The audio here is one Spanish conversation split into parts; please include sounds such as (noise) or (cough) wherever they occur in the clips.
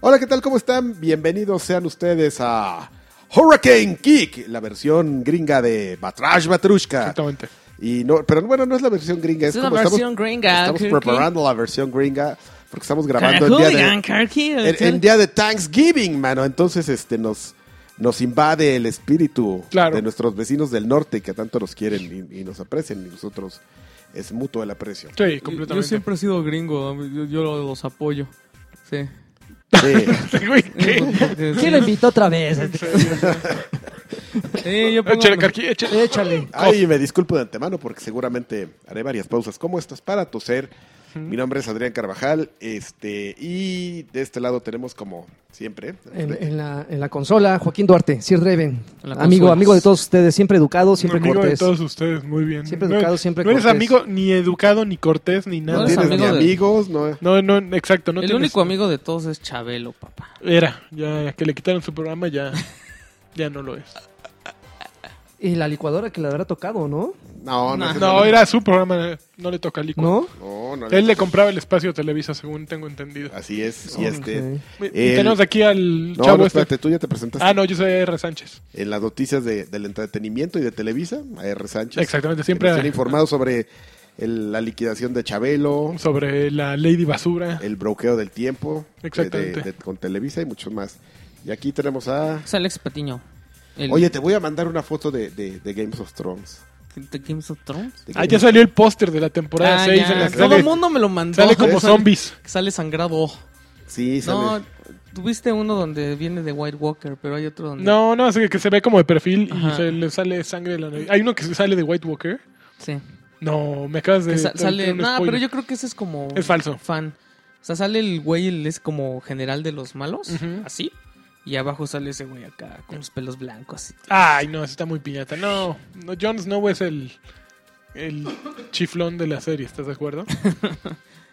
Hola, ¿qué tal? ¿Cómo están? Bienvenidos sean ustedes a Hurricane Kick, la versión gringa de Batrash Batrushka. Exactamente. Y no, pero bueno, no es la versión gringa, es, Es una como versión estamos, gringa, estamos Kirky. preparando la versión gringa porque estamos grabando Ah, el día de, Hooligan, Karki, en, en día de Thanksgiving, mano. Entonces, este, nos, nos invade el espíritu Claro. de nuestros vecinos del norte que tanto nos quieren y, y nos aprecian. Y nosotros es mutuo el (laughs) aprecio. Sí, Yo- completamente. Yo siempre he sido gringo, yo, yo lo- los apoyo. Sí. Eh, Sí. (laughs) Güey, ¿qué? Porque- ¿Quién lo invitó otra vez? Sí, Eh, yo pongo- Échale, Eh, Carqui, échale. Échale. Ay, me disculpo de antemano porque seguramente haré varias pausas como estas para toser. Mi nombre es Adrián Carvajal, este, y de este lado tenemos como siempre. En, en la, en la consola, Joaquín Duarte, Sir Reven. En la Amigo, consola. amigo de todos ustedes, siempre educado, siempre amigo cortés. de todos ustedes, muy bien. Siempre No- educado, siempre No eres cortés. amigo ni educado, ni cortés, ni No nada. tienes eres ni amigo de- amigos, no. No, no, exacto. No El tienes- único amigo de todos es Chabelo, papá. Era, ya que le quitaron su programa, (laughs) ya, ya no lo es. Y la licuadora que le habrá tocado, ¿no? No, no, Nah. es eso. No, era su programa, no le toca licuar. ¿No? No, no, Él le compraba el espacio a Televisa, según tengo entendido. Así es, y este. Ok. Y Ah, El- tenemos aquí al No, chavo no, este. espérate, tú ya te presentaste. Ah, no, yo soy R. Sánchez. En las noticias de- del entretenimiento y de Televisa, a R. Sánchez. Exactamente, Siempre. siempre informado sobre el- la liquidación de Chabelo, sobre la Lady Basura. (laughs) el bloqueo del tiempo eh, de- de- Exactamente. de- con Televisa y muchos más. Y aquí tenemos a Es Alex Patiño. El- Oye, te voy a mandar una foto de, de- de Games of Thrones. ¿De Games of Thrones? De Ah, ya Games- salió el póster de la temporada Ah, 6 ya, en la que Todo sale, el mundo me lo mandó. sale como Sale- zombies. Sale sangrado. Sí, sale. No, tuviste uno donde viene de White Walker, pero hay otro donde... No, no, así que se ve como de perfil y Ajá. se le sale sangre de la nariz. Hay uno que se sale de White Walker. Sí. No, me acabas de. Que sa- te- sale... te- un No, spoiler. pero yo creo que ese es como... Es falso. fan. O sea, sale el güey, él es como general de los malos, Ujú. así. Y abajo sale ese güey acá, con los pelos blancos. Ay, no, ese está muy piñata. No, no Jon Snow es el, el chiflón de la serie, ¿estás de (laughs) acuerdo?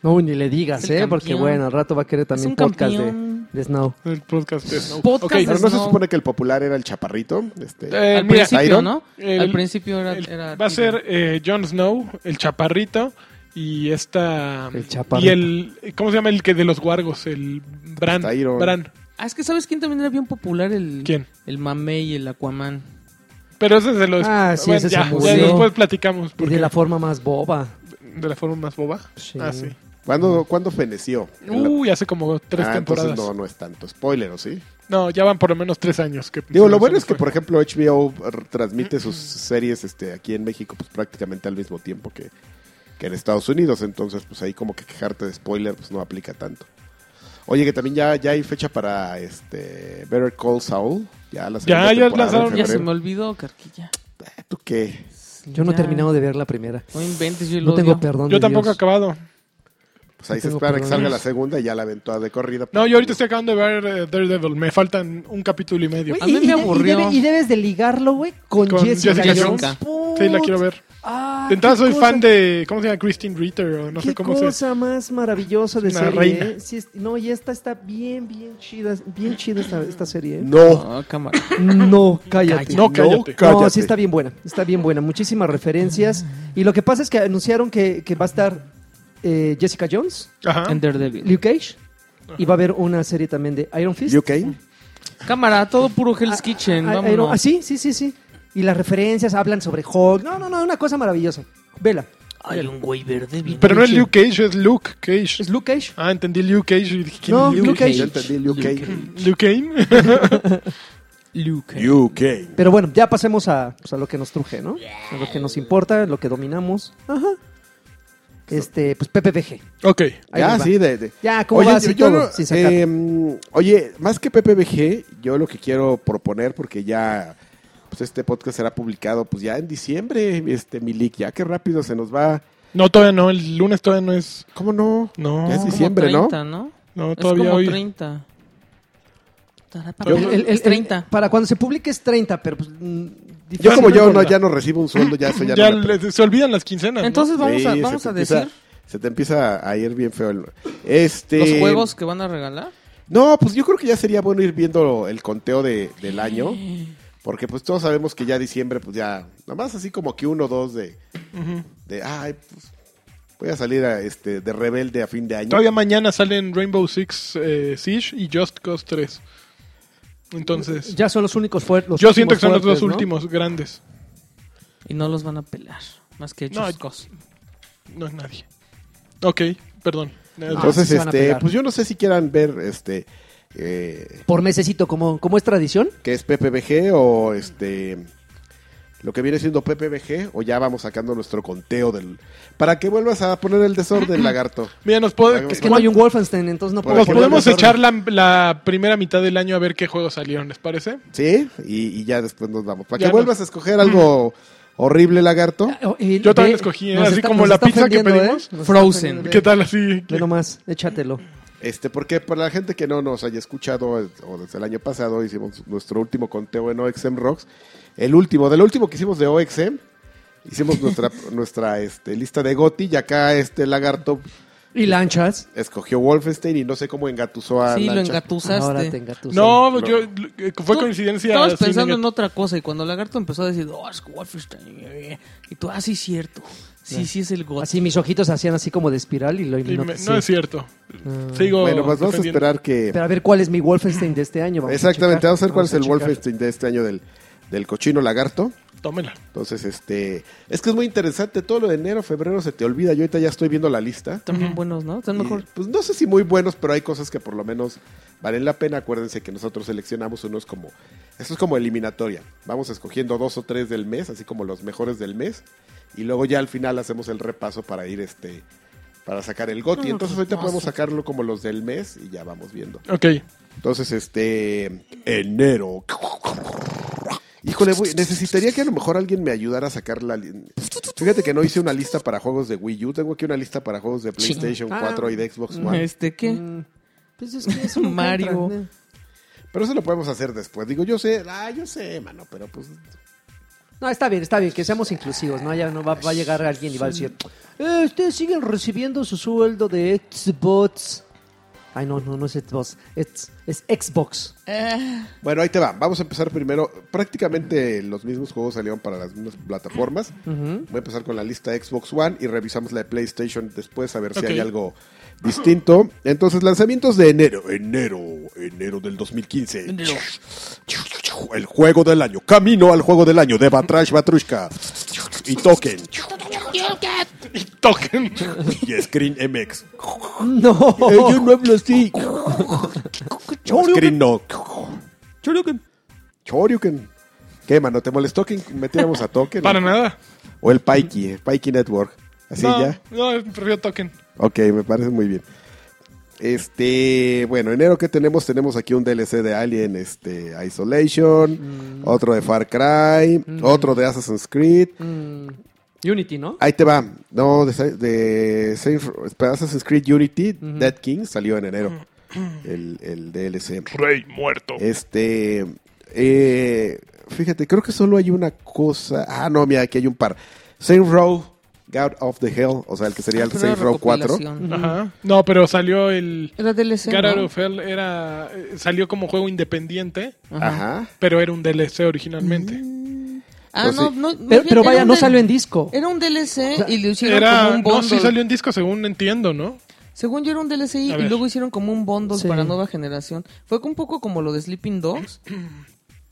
No, ni le digas, Es el ¿eh? Porque campeón. bueno, al rato va a querer también un podcast de, campeón. de Snow. El podcast de Snow. Podcast Ok, de Pero eh, no, se no. supone que el popular era el chaparrito. Este, Al mira, principio, Tyron, ¿no? el- Al principio era... el- era- va a ser eh, Jon Snow, el chaparrito. Y esta. El chaparrito. Y el. ¿Cómo se llama el que de los guargos? El Bran. Tyrion. Bran. Ah, es que ¿sabes quién también era bien popular? El, ¿Quién? El Mamey, el Aquaman. Pero ese se lo. Ah, sí, ese se ya, ya murió. después platicamos. Y Porque, de la forma más boba. forma más boba. Sí. Ah, sí. ¿Cuándo, ¿Cuándo feneció? En la- Uy, hace como Uh, tres Ah, entonces temporadas. no, No. no es tanto. Spoiler, ¿o sí? ya van por lo menos tres años. Que Digo, se lo me- bueno es se que, me por fue. ejemplo, HBO transmite sus series este, aquí en México pues prácticamente al mismo tiempo que, que en Estados Unidos. Entonces, pues ahí como que quejarte de spoiler pues no aplica tanto. Oye, que también ya, ya hay fecha para este Better Call Saul. Ya, la segunda ya temporada en lanzaron- Ya se febrero. me olvidó, Carquilla. ¿Tú qué? Yo no he Ya. terminado de ver la primera. No inventes, yo lo No tengo odio. perdón. Yo de tampoco he Dios. acabado. Pues ahí se Tengo espera que problemas. salga la segunda y ya la ven toda de corrida. No, yo ahorita estoy acabando de ver eh, Daredevil. Me faltan un capítulo y medio. A mí me de- aburrió. debe- y debes de ligarlo, güey, con, Con Jessica, Jessica Jones. Sí, la quiero ver. Ah, De entrada qué soy cosa. fan de. ¿Cómo se llama? Christine Ritter o no sé Qué cómo cosa se. más maravillosa de Una serie. reina. ¿eh? Sí, es- no, y esta está bien, bien chida, bien chida esta, esta serie. ¿eh? No, Ah, cámara. (laughs) No, cállate. No, cállate. cállate. No, sí está bien buena, está bien buena, muchísimas referencias. Y lo que pasa es que anunciaron que, que va a estar eh, Jessica Jones, Ajá. En Daredevil. Luke Cage, y va a haber una serie también de Iron Fist. ¿UK? Cámara, todo puro Hell's Ah, Kitchen. ah, vámonos. Iron- ah, sí, sí, sí, sí. Y las referencias hablan sobre Hulk. No, no, no, una cosa maravillosa. Vela, Hay un güey verde bien. Pero no es Luke Cage, es Luke Cage. es Luke Cage. Ah, entendí Luke Cage y dije, ¿quién No, es Luke? Luke Cage. Yo entendí UK. Luke Cage. (laughs) Luke. UK. Pero bueno, ya pasemos a, pues, a lo que nos truje, ¿no? A lo que nos importa, lo que dominamos. Ajá. Este, pues PPPG. ok. Ahí ya, les va. sí, de, de- Ya, ¿cómo vas y todo? no- Sin sacar. eh, oye, más que PPBG, yo lo que quiero proponer, porque ya pues este podcast será publicado pues ya en diciembre, este Milik, ya que rápido se nos va. No, todavía no. El lunes todavía no es. ¿Cómo no? No. Ya es Como diciembre, ¿no? 30, ¿no? No, Es como todavía hoy. 30. Yo- El- el- el- es 30. para cuando se publique es 30, pero pues, mm, Yo difícil como yo no, encontrar. ya no recibo un sueldo, ya eso (laughs) ya, Ya, no me- le- se olvidan las quincenas. ¿no? Entonces vamos Sí, a, se vamos te a empieza- decir Se te empieza a ir bien feo. el- Este, los juegos que van a regalar. No, pues yo creo que ya sería bueno ir viendo el conteo de, del año. Porque pues todos sabemos que ya diciembre, pues ya, nomás así como que uno o dos de, de ay, pues, Voy a salir a, este, de rebelde a fin de año. Todavía mañana salen Rainbow Six eh, Siege y Just Cause 3. Entonces, Ya son los únicos fuertes. yo siento que son los dos últimos grandes. Y no los van a pelar. Más que No, Just Cause. No es nadie. Ok, perdón. Eh, Ah, sí Entonces, se van a este, pegar. pues yo no sé si quieran ver este eh, Por mesecito, como, como es tradición. qué es PPBG o este lo que viene siendo PPBG o ya vamos sacando nuestro conteo del para que vuelvas a poner el (clears throat) desorden, lagarto. Mira, nos puede- Es Es que no hay un Wolfenstein, entonces no Por nos podemos- ejemplo, Pues, podemos el echar la, la primera mitad del año a ver qué juegos salieron, ¿les parece? Sí, y, y ya después nos vamos. Para Ya que vuelvas a escoger (clears throat) algo horrible, lagarto. Ah, oh, eh, Yo también ve, escogí, ¿eh? nos Así está- como nos la está pizza que ofendiendo, pedimos. ¿eh? Nos está Frozen. ofendiendo. ¿Qué tal así? Ve nomás, échatelo. Este, porque para la gente que no nos haya escuchado eh, o desde el año pasado hicimos nuestro último conteo en OXM Rocks, el último, del último que hicimos de OXM, hicimos nuestra nuestra este, lista de Goti y acá este lagarto Y lanchas. escogió Wolfenstein y no sé cómo engatusó a Sí, lo Lancha. Ahora engatusaste. tenga tus. No, No. yo eh, fue Tú coincidencia. Estabas sin pensando en nega- otra cosa y cuando Lagarto empezó a decir, oh, es Wolfenstein. eh, eh", Y tú, ah, sí, cierto. Sí, sí es el God. Así mis ojitos hacían así como de espiral y lo y me- hipnoticé. No es cierto. Ah. Sigo. Bueno, pues vamos a defendiendo. esperar que Pero a ver cuál es mi Wolfenstein de este año. Vamos exactamente, a vamos a ver checar, cuál es el vamos a checar. Wolfenstein de este año del del cochino lagarto. Tómela. Entonces, este, es que es muy interesante todo lo de enero, febrero se te olvida. Yo ahorita ya estoy viendo la lista. Están bien buenos, ¿no? Están Y, mejor. pues no sé si muy buenos, pero hay cosas que por lo menos valen la pena. Acuérdense que nosotros seleccionamos unos como. Esto es como eliminatoria. Vamos escogiendo dos o tres del mes, así como los mejores del mes. Y luego ya al final hacemos el repaso para ir este. Para sacar el GOTI. No, Entonces qué ahorita cosa. podemos sacarlo como los del mes y ya vamos viendo. Ok. Entonces, este. Enero. Híjole, voy- necesitaría que a lo mejor alguien me ayudara a sacar la. li- Fíjate que no hice una lista para juegos de Wii U. Tengo aquí una lista para juegos de Ching. PlayStation Ah. 4 y de Xbox One. Este, ¿qué? Mm, Pues es que (laughs) es un Mario. Mario. Pero eso lo podemos hacer después. Digo, yo sé, ah, yo sé, mano, pero pues. No, está bien, está bien, que seamos inclusivos, ¿no? Ya no va, va a llegar alguien y va a decir, "Eh, ustedes siguen recibiendo su sueldo de Xbox. Ay, no, no, no es Xbox, es, es Xbox. Eh. Bueno, ahí te va. Vamos a empezar primero. Prácticamente los mismos juegos salieron para las mismas plataformas. Ujú. Voy a empezar con la lista de Xbox One y revisamos la de PlayStation después a ver si Ok. hay algo distinto. Entonces, lanzamientos de enero, enero, enero del 2015. Enero. El juego del año, camino al juego del año de Batrash Batrushka y Token Y toquen. y Screen MX. (laughs) No, no hablo así. Screen no. Choruken. Choryuken. ¿Qué, mano? ¿Te molestó que metiéramos a Token? (laughs) Para nada. O el Paiki, eh, Paiki Network. Así no, ya. No, prefiero toquen. Ok, me parece muy bien. Este, bueno, enero que tenemos, tenemos aquí un DLC de Alien este, Mm. Isolation, otro de Far Cry, otro de Assassin's Creed. Mm, Unity, ¿no? Ahí te va, no, de, Sa- de Saints Row- espera, Assassin's Creed Unity, Dead King salió en enero, el, el DLC. Rey muerto. Este. eh, fíjate, creo que solo hay una cosa. Ah, no, mira, aquí hay un par. Saint Row, God of the Hell, o sea, el que sería el Saint Row 4. Ajá. No, pero salió el. Era DLC. Garad ¿no? of Hell era, eh, salió como juego independiente, Ajá. pero era un DLC originalmente. Ah, Pues no, sí. no, más Pero, bien pero era vaya, un no del- salió en disco. Era un DLC y le hicieron como Era, un no, bundle. sí salió en disco según entiendo, ¿no? Según yo era un DLC A y ver. luego hicieron como un bundle Sí. para nueva generación. Fue un poco como lo de Sleeping (clears throat) Dogs.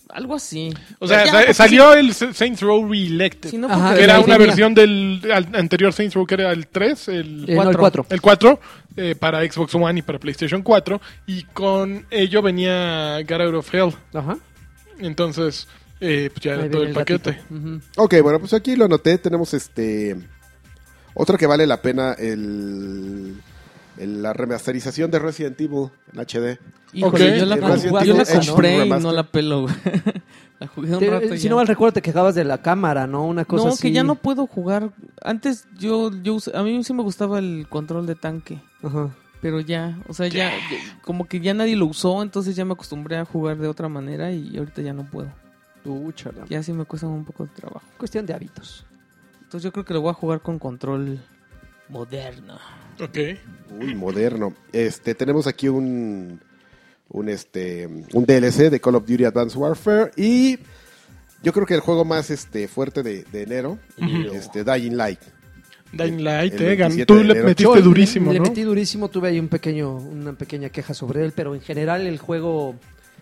Algo así. O sea, Ya, sa- porque salió el S- Saints Row Reelected, si- si no, Ajá, porque- que era sí, una mira. versión del al- anterior Saints Row, que era el 3, el, Eh, no, el 4. el 4, eh, para Xbox One y para PlayStation 4, y con ello venía Garad of Hell. Ajá. Entonces, eh, pues ya Ahí era viene todo el el paquete. gatito. Ujú. Ok, bueno, pues aquí lo anoté. Tenemos este. Otro que vale la pena, el. el- la remasterización de Resident Evil en HD. Híjole, Ok. yo la, Y Resident jugué- yo Evil la Action compré y no Remastered. la pelo, güey. (laughs) La jugué un Te- rato y si ya. no mal recuerdo, te quejabas de la cámara, ¿no? Una cosa No, así. que ya no puedo jugar. Antes yo, yo us- a mí sí me gustaba el control de tanque, Ajá. pero ya, o sea, ya, ya- como que ya nadie lo usó, entonces ya me acostumbré a jugar de otra manera y ahorita ya no puedo. Tú, chala. Ya sí me cuesta un poco de trabajo. Cuestión de hábitos. Entonces yo creo que lo voy a jugar con control moderno. Ok. Uy, moderno. Este, tenemos aquí un un este un DLC de Call of Duty Advanced Warfare y yo creo que el juego más este fuerte de, de enero, este Dying Light. Dying Light, El eh, gan- 27 tú de le enero. Yo metiste le- durísimo, Le ¿no? metí durísimo, tuve ahí un pequeño, una pequeña queja sobre él, pero en general el juego.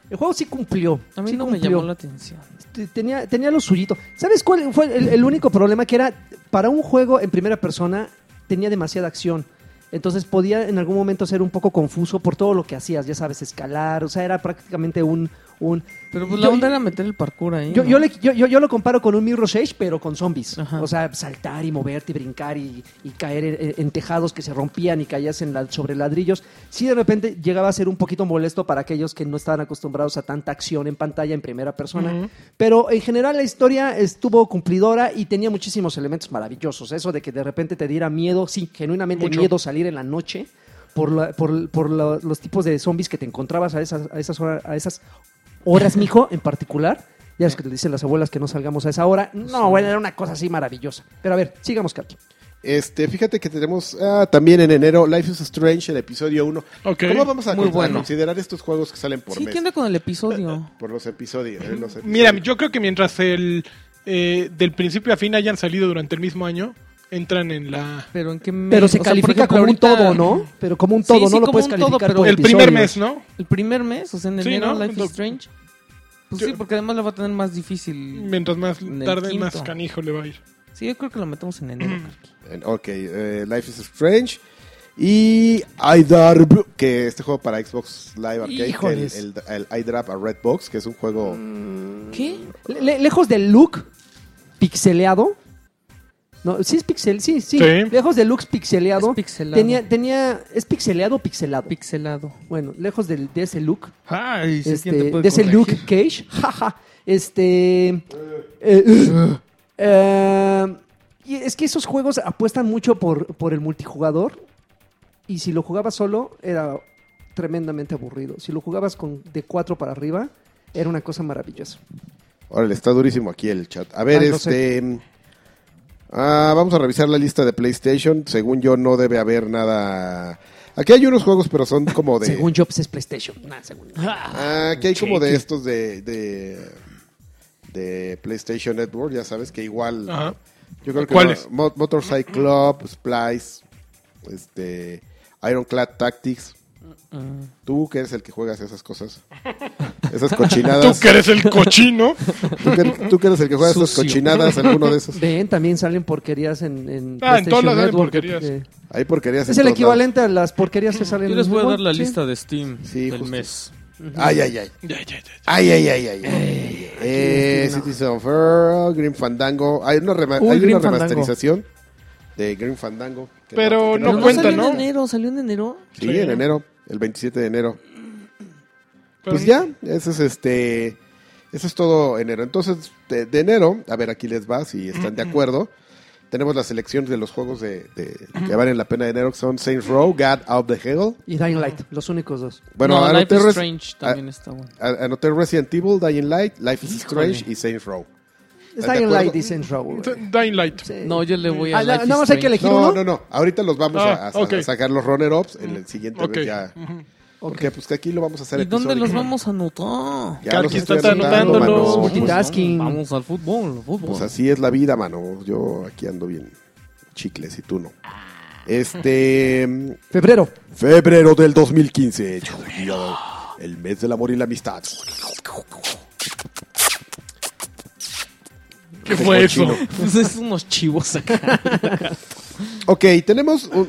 El juego sí cumplió. A mí sí no me cumplió. llamó la atención. Te- Tenía, tenía lo suyito. ¿Sabes cuál fue el, el único problema? Que era para un juego en primera persona tenía demasiada acción. Entonces podía en algún momento ser un poco confuso por todo lo que hacías. Ya sabes, escalar. O sea, era prácticamente un. un Pero pues Yo- la onda era meter el parkour ahí. yo, ¿no? yo, le- yo- yo- yo lo comparo con un Mirror's Edge, pero con zombies. Ajá. O sea, saltar y moverte y brincar y, y caer en, en tejados que se rompían y caías en la- sobre ladrillos. Sí, de repente llegaba a ser un poquito molesto para aquellos que no estaban acostumbrados a tanta acción en pantalla en primera persona. Pero en general la historia estuvo cumplidora y tenía muchísimos elementos maravillosos. Eso de que de repente te diera miedo, sí, genuinamente Mucho. miedo salir en la noche. Por, la- por- por la- los tipos de zombies que te encontrabas a esas, a esas, horas, a esas horas, mijo, en particular. Ya es que te dicen las abuelas que no salgamos a esa hora. No, bueno, era una cosa así maravillosa. Pero a ver, sigamos, Carlos. Este, fíjate que tenemos ah, también en enero Life is Strange, el episodio 1. Ok. ¿Cómo vamos a, Muy con- a bueno. considerar estos juegos que salen por Sí, mes? ¿qué onda con el (laughs) episodio? Por los episodios. eh, los Mira, episodios. yo creo que mientras el eh, del principio a fin hayan salido durante el mismo año, entran en la Pero en qué mes? Pero O se sea, por califica ejemplo, como un ahorita- todo, ¿no? Pero como un Sí, todo, sí, no lo como puedes un todo, calificar pero por el primer episodios. mes, ¿no? El primer mes, o sea, en Sí, enero, ¿no? Life Lo- is Strange. Pues Yo- sí, porque además lo va a tener más difícil. Mientras más En el tarde, quinto. más canijo le va a ir. Sí, yo creo que lo metemos en enero. Karki. En- Ok, eh, Life is Strange. Y iDarb, que este juego para Xbox Live Arcade, que el, Híjoles. Mm. el, el iDarb a Redbox, que es un juego... ¿Qué? Le- le- lejos del look pixeleado. No, sí es pixel, sí, sí. Sí. Lejos del look pixeleado. Es pixelado. Tenía, tenía, ¿Es pixeleado o pixelado? Pixelado. bueno, lejos del, de ese look. Ay, este, de ese Luke Cage. (laughs) Jaja. Este. eh, eh, eh, y es que esos juegos apuestan mucho por, por el multijugador. Y si lo jugabas solo, era tremendamente aburrido. Si lo jugabas con de cuatro para arriba, era una cosa maravillosa. Órale, está durísimo aquí el chat. A ver, Ah, no este... ah, vamos a revisar la lista de PlayStation. Según yo, no debe haber nada... Aquí hay unos juegos, pero son como de... Según Jobs es PlayStation. Nah, según- Ah, que hay como de estos de, de, de PlayStation Network, ya sabes que igual. Ajá. Yo creo que ¿Cuáles? Mo- Motorcycle Club, Splice, este, Ironclad Tactics. Tú que eres el que juegas esas cosas. Esas (laughs) cochinadas. Tú que eres el cochino. Tú que, tú que eres el que juega esas Sucio. cochinadas, alguno de esos. Ven, también salen porquerías en, en Ah, en todos PlayStation lados salen Network, porquerías. eh, Ahí porquerías. en Es el todos lados. equivalente a las porquerías que salen Yo en les voy a Google, dar la sí. lista de Steam Sí, del justo. mes. Ay, ay, ay. ya, ya, ya. Ay, ay, ay, ay. ay. Eh, Citizen of Earth, Green Fandango. Hay una, rema- Uy, hay Green una Fandango. remasterización de Green Fandango. que Pero que No Pero cuenta, salió ¿no? en enero, salió en enero. Sí, en enero, el 27 de enero. Pues ya, eso es este. Eso es todo enero. Entonces, de, de enero, a ver, aquí les va si están de acuerdo. Tenemos la selección de los juegos de, de- que valen la pena de enero, que son Saints Row, God of the Hell. Y Dying Light, los únicos dos. Bueno, no, Life anoté, is Res- Strange también está bueno. a- anoté Resident Evil, Dying Light, Life is Strange y Saints Row. Es ¿Están de Dying Light, acuerdo? dicen Raúl. Dying Light. No, yo le voy a. Ah, Life la- is nada más hay que Strange. elegir No, no, uno. no. Ahorita los vamos a- a, Ah, a ok. sacar los runner-ups en el siguiente Ok. vez ya. Porque pues que aquí lo vamos a hacer Mm. ¿Y dónde los episódico. vamos a anotar? Ya los Carqui estoy está anotando, anotándolos. mano. Multitasking. Vamos al fútbol, al fútbol. Pues así es la vida, mano. Yo aquí ando bien chicles y tú no. Ah. Este Febrero. febrero del 2015, yo diría, el mes del amor y la amistad. ¿Qué fue eso? Cochino. Pues (laughs) es unos chivos acá. Ok, tenemos un-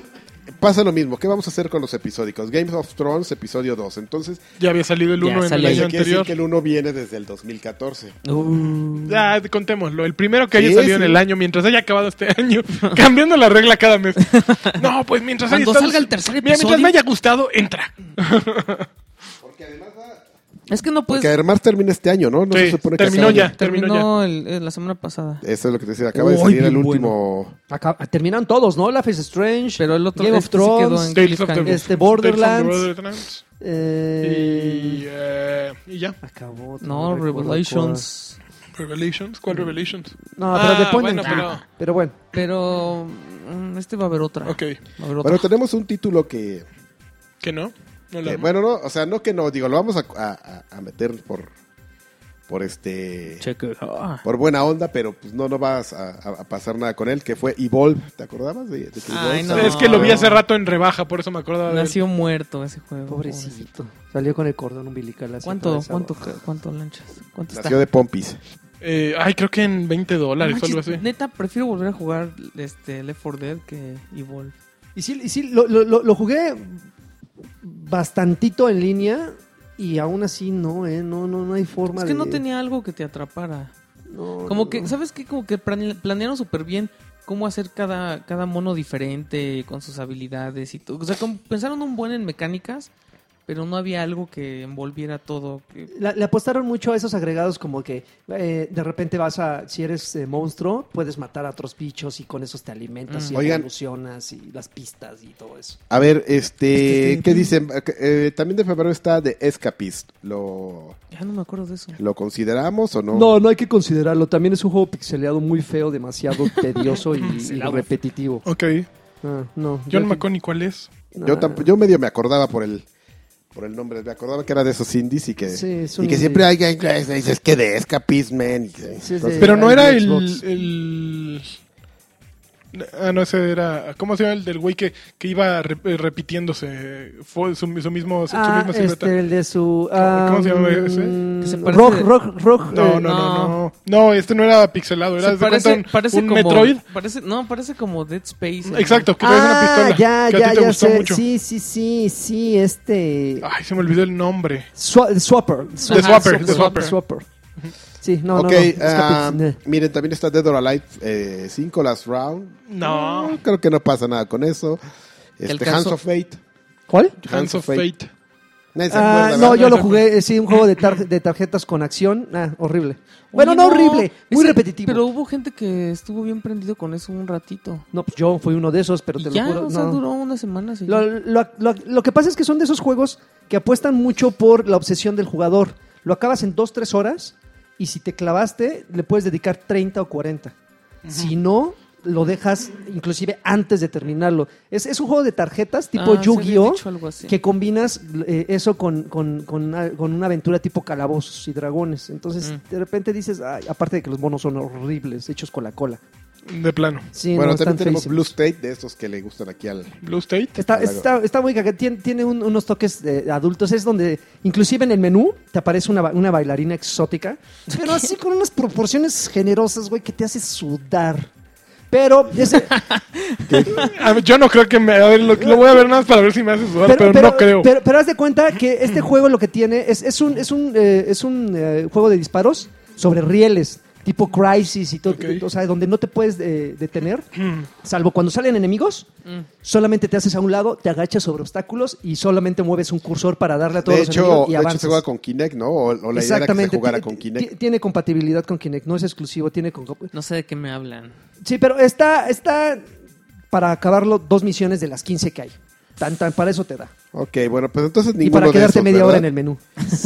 pasa lo mismo. ¿Qué vamos a hacer con los episódicos? Games of Thrones episodio 2. Entonces, Ya había salido el Ya 1 en el salió. año quiere decir anterior. que el uno viene desde el 2014. Uh, Ya, contémoslo. El primero que Sí, haya salido en sí. el año, mientras haya acabado este año, (laughs) cambiando la regla cada mes. No, pues mientras haya Cuando estado- salga el tercer Mira, mientras episodio. me haya gustado, entra. es que no puedes. Porque además termina este año, ¿no? No Sí, se supone que terminó acaba- ya. Terminó el- eh, la semana pasada. Eso es lo que te decía. Acaba de Uy, salir bien el último. Acá- ah, terminan todos, ¿no? Life is Strange. Pero el otro Game este of sí Thrones. quedó Tales of en the- cliffhanger. Tales of Este the Borderlands. Borderlands. eh, Y, eh, y ya. Acabó. No, recuerdo Revelations. Revelations. ¿Cuál Revelations? cuál. No, pero Ah, después. bueno, pero... pero- bueno. Pero mm, este va a haber otra. Ok. Va a haber otra. Bueno, tenemos un título que ¿Que no? No la Que, armo. bueno, no, o sea, no que no, digo, lo vamos a, a- a- a meter por, por este Checker. Ah. por buena onda, pero pues no, no vas a, a- a pasar nada con él, que fue Evolve, ¿te acordabas de, de que Ay, Evolve no. salió? es que lo vi no. hace rato en rebaja, por eso me acordaba de él. Nació muerto ese juego. Pobrecito. Salió con el cordón umbilical así. ah, todo ¿Cuánto, esa- cuánto, cuánto lanchas? ¿Cuánto está? Nació de pompis. Eh, ay, creo que en 20 dólares o Manches, algo así. Neta, prefiero volver a jugar este Left 4 Dead que Evolve. Y sí, y sí lo, lo- lo- lo jugué bastantito en línea y aún así no, ¿eh? No, no, no hay forma Es que de- no tenía algo que te atrapara. no, Como no, que, no. ¿sabes qué? Como que plan- planearon súper bien cómo hacer cada, cada mono diferente con sus habilidades y todo. O sea, como pensaron un buen en mecánicas, pero no había algo que envolviera todo. que- La- le apostaron mucho a esos agregados como que eh, de repente vas a, si eres eh, monstruo, puedes matar a otros bichos y con esos te alimentas Mm. y Oigan. evolucionas y las pistas y todo eso. A ver, este, ¿qué dicen? Eh, también de febrero está de Escapist. ¿Lo, Ya no me acuerdo de eso. ¿Lo consideramos o no? No, no hay que considerarlo. También es un juego pixeleado muy feo, demasiado (laughs) tedioso y, y repetitivo. Ok. Ah, no, Ah. Yo no me acuerdo ni cuál es. Yo, tamp- yo medio me acordaba por el por el nombre, me acordaba que era de esos indies y que, Sí, es y un que indie. siempre hay inglés, dices que de Escapist, man. Y- Sí, es de- entonces- Pero no era era en el, Xbox. el- Ah, no, ese era... ¿Cómo se llama el del güey que, que iba re- eh, repitiéndose? Fue su, su mismo, su, Ah, misma silueta. este, el de su... ¿Cómo se llama ese? mm, Que se parece- Rock, rock, rock. No, no, no, eh, no. no. No, este no era pixelado. Era Se haz de cuenta, un, un como, Metroid. Parece, no, parece como Dead Space. ¿no? Exacto, que traes una Ah, pistola. ya, que a ya, ti te ya gustó sé. mucho. Ah. Sí, sí, sí, sí, este... Ay, se me olvidó el nombre. Swa- Swapper. The Swapper, The Swapper. Sí, no, ok, no, no. ah, Escapist, eh. miren, también está Dead or Alive 5 Last Round. No. No, creo que no pasa nada con eso. El Este, Hands caso- of Fate. ¿Cuál? Hands of Fate. Nadie se Ah, acuerda, no, ¿verdad? yo lo jugué, eh, sí, un juego de, tar- de tarjetas con acción. Ah, horrible. Bueno, Oye, no, horrible, muy ese- repetitivo. Pero hubo gente que estuvo bien prendido con eso un ratito. No, pues yo fui uno de esos, pero Y te ya, lo juro. o sea, no. duró una semana. sí. Lo, lo- lo- lo que pasa es que son de esos juegos que apuestan mucho por la obsesión del jugador. Lo acabas en 2-3 horas y si te clavaste, le puedes dedicar 30 o 40. Si no, lo dejas inclusive antes de terminarlo. Es, es un juego de tarjetas tipo Ah, sí, había Yu-Gi-Oh! dicho algo así. que combinas eh, eso con, con- con una, con una aventura tipo calabozos y dragones. Entonces, Mm. de repente dices, "Ay", aparte de que los monos son horribles, hechos con la cola. De plano. Sí, bueno, no, también están tenemos feísimos. Blue State, de estos que le gustan aquí al... Blue State. Está, está, está muy cagado. Tiene, tiene un- unos toques de adultos. Es donde, inclusive en el menú, te aparece una, ba- una bailarina exótica. Pero así con unas proporciones generosas, güey, que te hace sudar. Pero, ese- A ver, Ah, yo no creo que me. A ver, lo, lo voy a ver nada más para ver si me hace sudar, pero, no creo. Pero, pero haz de cuenta que este juego lo que tiene es, es un, es un, eh, es un eh, juego de disparos sobre rieles, tipo Crisis y todo. Ok. O sea, donde no te puedes eh, (clears throat) detener, Mm. salvo cuando salen enemigos. Mm. Solamente te haces a un lado, te agachas sobre obstáculos y solamente mueves un cursor para darle a todos De los hecho, enemigos y de hecho, avanzas. se juega con Kinect, ¿no? O, o la idea era que se Exactamente. jugara Ti- con ti- Kinect. Tiene compatibilidad con Kinect, no es exclusivo, tiene con... No sé de qué me hablan. Sí, pero está, está para acabarlo dos misiones de las 15 que hay. Tan, tan, para eso te da. Ok, bueno, pues entonces Y ninguno para de quedarte esos, media hora en ¿verdad? el menú.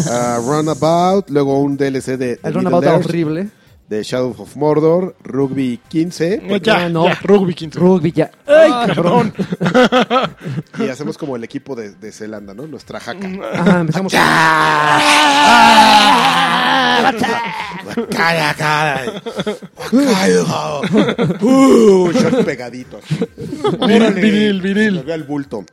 Ah, Runabout, luego un DLC de, de El Middle runabout está Earth, horrible. de Shadow of Mordor, Rugby 15, No, ya, Ah, no. ya, Rugby 15. Rugby ya. Ah, Perdón. y hacemos como el equipo de, de Zelanda, ¿no? Nuestra jaca. Ajá, Ah, empezamos. ¡Cara, cara! ¡Uh! Shot pegadito. así. Viril, Órale. viril, Se viril. me ve el bulto.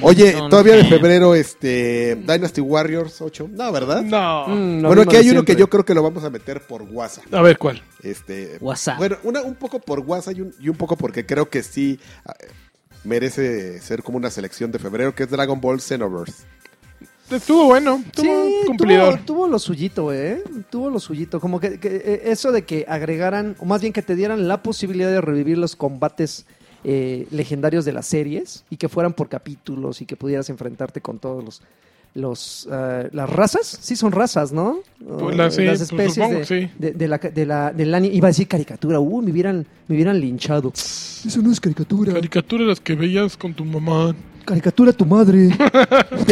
Oye, Son- todavía de febrero, este Dynasty Warriors 8. No, ¿verdad? No. Mm, lo bueno, mismo aquí de hay uno siempre. que yo creo que lo vamos a meter por WhatsApp. A ver, ¿cuál? Este, WhatsApp. Bueno, una, un poco por WhatsApp y un, y un poco porque creo que sí eh, merece ser como una selección de febrero, que es Dragon Ball Xenoverse. Estuvo bueno. Sí, Estuvo cumplidor. tuvo, tuvo lo suyito, ¿eh? Tuvo lo suyito. Como que, que, eh, eso de que agregaran, o más bien que te dieran la posibilidad de revivir los combates eh, legendarios de las series y que fueran por capítulos y que pudieras enfrentarte con todos los. los eh, las razas, sí son razas, ¿no? Pues la- Eh, sí, las pues especies supongo de, que sí. de- de la, ca- de la- del anime. Iba a decir caricatura, uh, me hubieran, me hubieran linchado. Eso no es caricatura. Caricaturas las que veías con tu mamá. Caricatura (laughs) tu madre.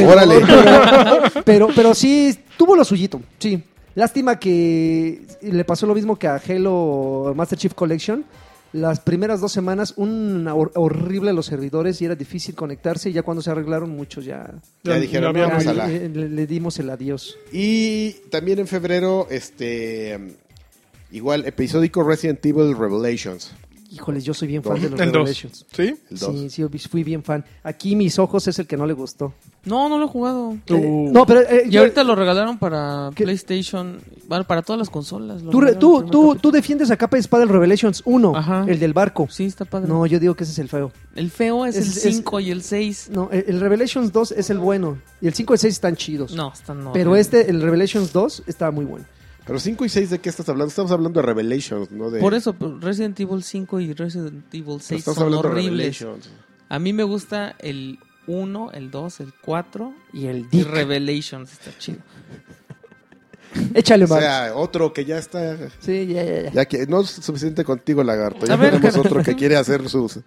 Órale. Pero, pero, pero sí, tuvo lo suyito, sí. Lástima que le pasó lo mismo que a Halo Master Chief Collection, las primeras dos semanas un hor- horrible a los servidores y era difícil conectarse y ya cuando se arreglaron muchos ya, Ya dijeron, había ya vamos a movido. la- le, le- le dimos el adiós. Y también en febrero, este. Igual, episódico Resident Evil Revelations. Híjoles, yo soy bien fan Dos. de los El 2. Revelations. ¿Sí? El 2. Sí, sí, yo fui bien fan. Aquí mis ojos es el que no le gustó. No, no lo he jugado. Eh, Uh. no, pero eh, Y yo- ahorita lo regalaron para ¿Qué? PlayStation, bueno, para todas las consolas. lo tú, re- regalaron tú, el primer tú, capítulo. tú defiendes a capa y espada el Revelations 1, Ajá. el del barco. Sí, está padre. No, yo digo que ese es el feo. el feo es, Es- el es- 5 y el 6. No, e, el, el Revelations 2 es el bueno. Y el 5 y el 6 están chidos. No, están no. Pero este, el Revelations 2, está muy bueno. Pero 5 y 6, ¿de qué estás hablando? Estamos hablando de Revelations, ¿no? De, Por eso, pero Resident Evil 5 y Resident Evil 6 estás son hablando de horribles. Revelations. A mí me gusta el 1, el 2, el 4 Y el y Dick. Revelations. Está chido. Échale O más. sea, otro que ya está. sí, ya, ya, ya. Ya que no es suficiente contigo, lagarto. Ya A ver, tenemos Gerardo. otro que quiere hacer su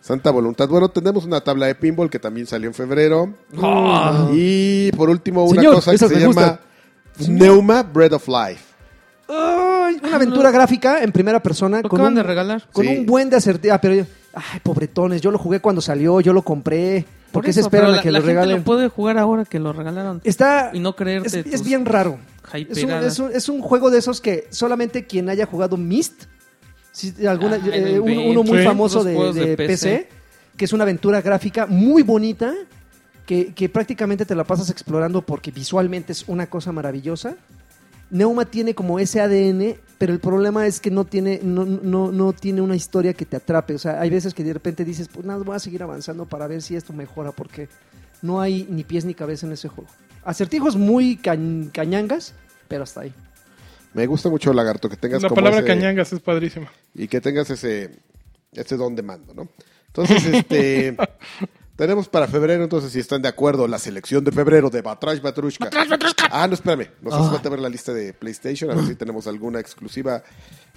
santa voluntad. Bueno, tenemos una tabla de pinball que también salió en febrero. Ah. Y por último, una Señor, cosa que esas se me llama Neuma Bread of Life. Ay, una aventura gráfica en primera persona. Lo Ah, Con acaban un, de regalar. con Sí. un buen de acertija. Ah, pero yo- ay, pobretones, yo lo jugué cuando salió, yo lo compré. ¿Por qué se eso, esperan pero a que la, lo la gente regalen? lo puede jugar ahora que lo regalaron. Está. Y no es, creerte. es tus bien raro. Es un, hypeadas. es un- es un juego de esos que solamente quien haya jugado Myst, si alguna, Ay, no eh, un- uno, inventes, muy sí. famoso los de, juegos de de PC, PC, que es una aventura gráfica muy bonita, que, que prácticamente te la pasas explorando porque visualmente es una cosa maravillosa. Neuma tiene como ese ADN, pero el problema es que no tiene, no, no, no tiene una historia que te atrape. O sea, hay veces que de repente dices, pues nada, voy a seguir avanzando para ver si esto mejora, porque no hay ni pies ni cabeza en ese juego. Acertijos muy cañ- cañangas, pero hasta ahí. Me gusta mucho, lagarto, que tengas La como palabra ese- cañangas es padrísima. y que tengas ese, ese don de mando, ¿no? Entonces, (laughs) este, tenemos para febrero, entonces, si están de acuerdo, la selección de febrero de Batrash Batrushka. Ah, no, espérame, nos hace falta ver la lista de PlayStation, a ver si tenemos alguna exclusiva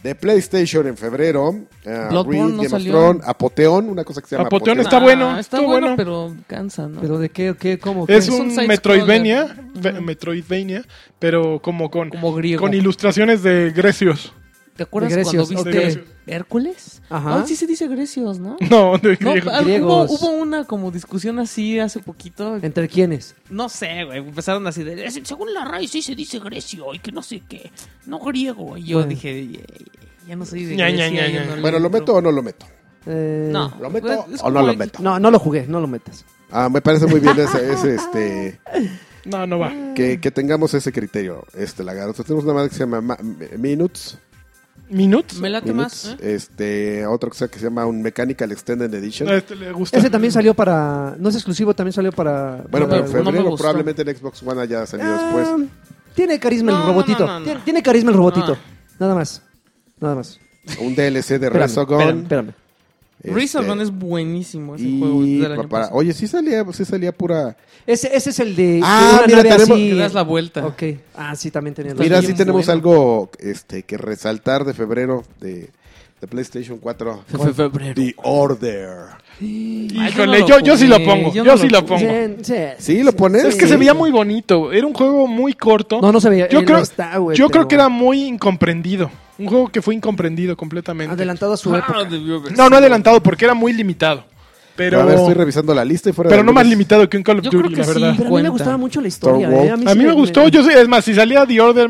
de PlayStation en febrero. Ah, Bloodborne Reed, no Game of salió. Thrones, Apoteón, una cosa que se llama Apoteón Apoteón. está bueno, Ah, Está estuvo bueno, bueno. pero cansa, ¿no? ¿Pero de qué? qué ¿Cómo? Es Es un un side-scroller. Metroidvania, ve- Metroidvania, pero como con, Como griego. con ilustraciones de grecios. ¿Te acuerdas De Grecios, cuando de viste Grecios. Hércules? Ajá. Ah, sí se dice Grecios, (laughs) ¿no? (laughs) No, de No, griego. algo- griegos. hubo, hubo una como discusión así hace poquito. ¿Entre quiénes? No sé, güey. Empezaron así de. "Es- Según la RAI sí se dice grecio y que no sé qué, no griego. Y yo Bueno. dije, "Ya- ya no soy de Ya, Grecia, ya, ya, ya ya. no Bueno, ¿lo meto o no lo meto? Eh, No. ¿Lo meto Pues, es o no como lo el- meto? No, no lo jugué, no lo metas. Ah, me parece muy bien ese, ese, este, No, no va. que, que tengamos ese criterio, este lagarto. Tenemos una madre que se llama Ma- Minutes. ¿Minutes? Me late Minutes, más. ¿eh? Este, otra cosa que se llama un Mechanical Extended Edition. A este le gusta. Ese también salió para... No es exclusivo, también salió para... Bueno, pero en No, para- no me febrero gustó. probablemente en Xbox One haya salido Ah, pues. después. Tiene carisma No, el no, robotito. no, no, no. Tiene, tiene carisma el robotito. No. Nada más. Nada más. Un DLC de Espérame, Resogon. espérame, espérame. este, Resogun es buenísimo ese juego y del año para- pasado. oye, sí salía, sí salía pura. Ese, ese es el de... Ah, de una mira, nave tenemos- así- Te das la vuelta. Ok. Ah, sí, también tenía... Está Mira, bien sí tenemos bueno. algo este que resaltar de febrero de, de PlayStation 4. The Order. Híjole, Ay, yo no lo yo, yo sí lo jugué, pongo. Yo, yo no sí lo lo pongo. Sí, sí. Sí, lo pones. Es que se veía muy bonito. Era un juego muy corto. No, no se veía. Yo, Él creo, Eh, no está, güey, yo pero- creo que era muy incomprendido. Un juego que fue incomprendido completamente. Adelantado a su época. No, no adelantado, porque era muy limitado. Pero, a ver, estoy revisando la lista y fuera pero de no más algunos- limitado que un Call of Yo Duty, creo que la verdad. sí. Pero a mí me Cuenta. gustaba mucho la historia. Stormwall. eh, A mí sí me gustó, yo sé, es más, si salía The Order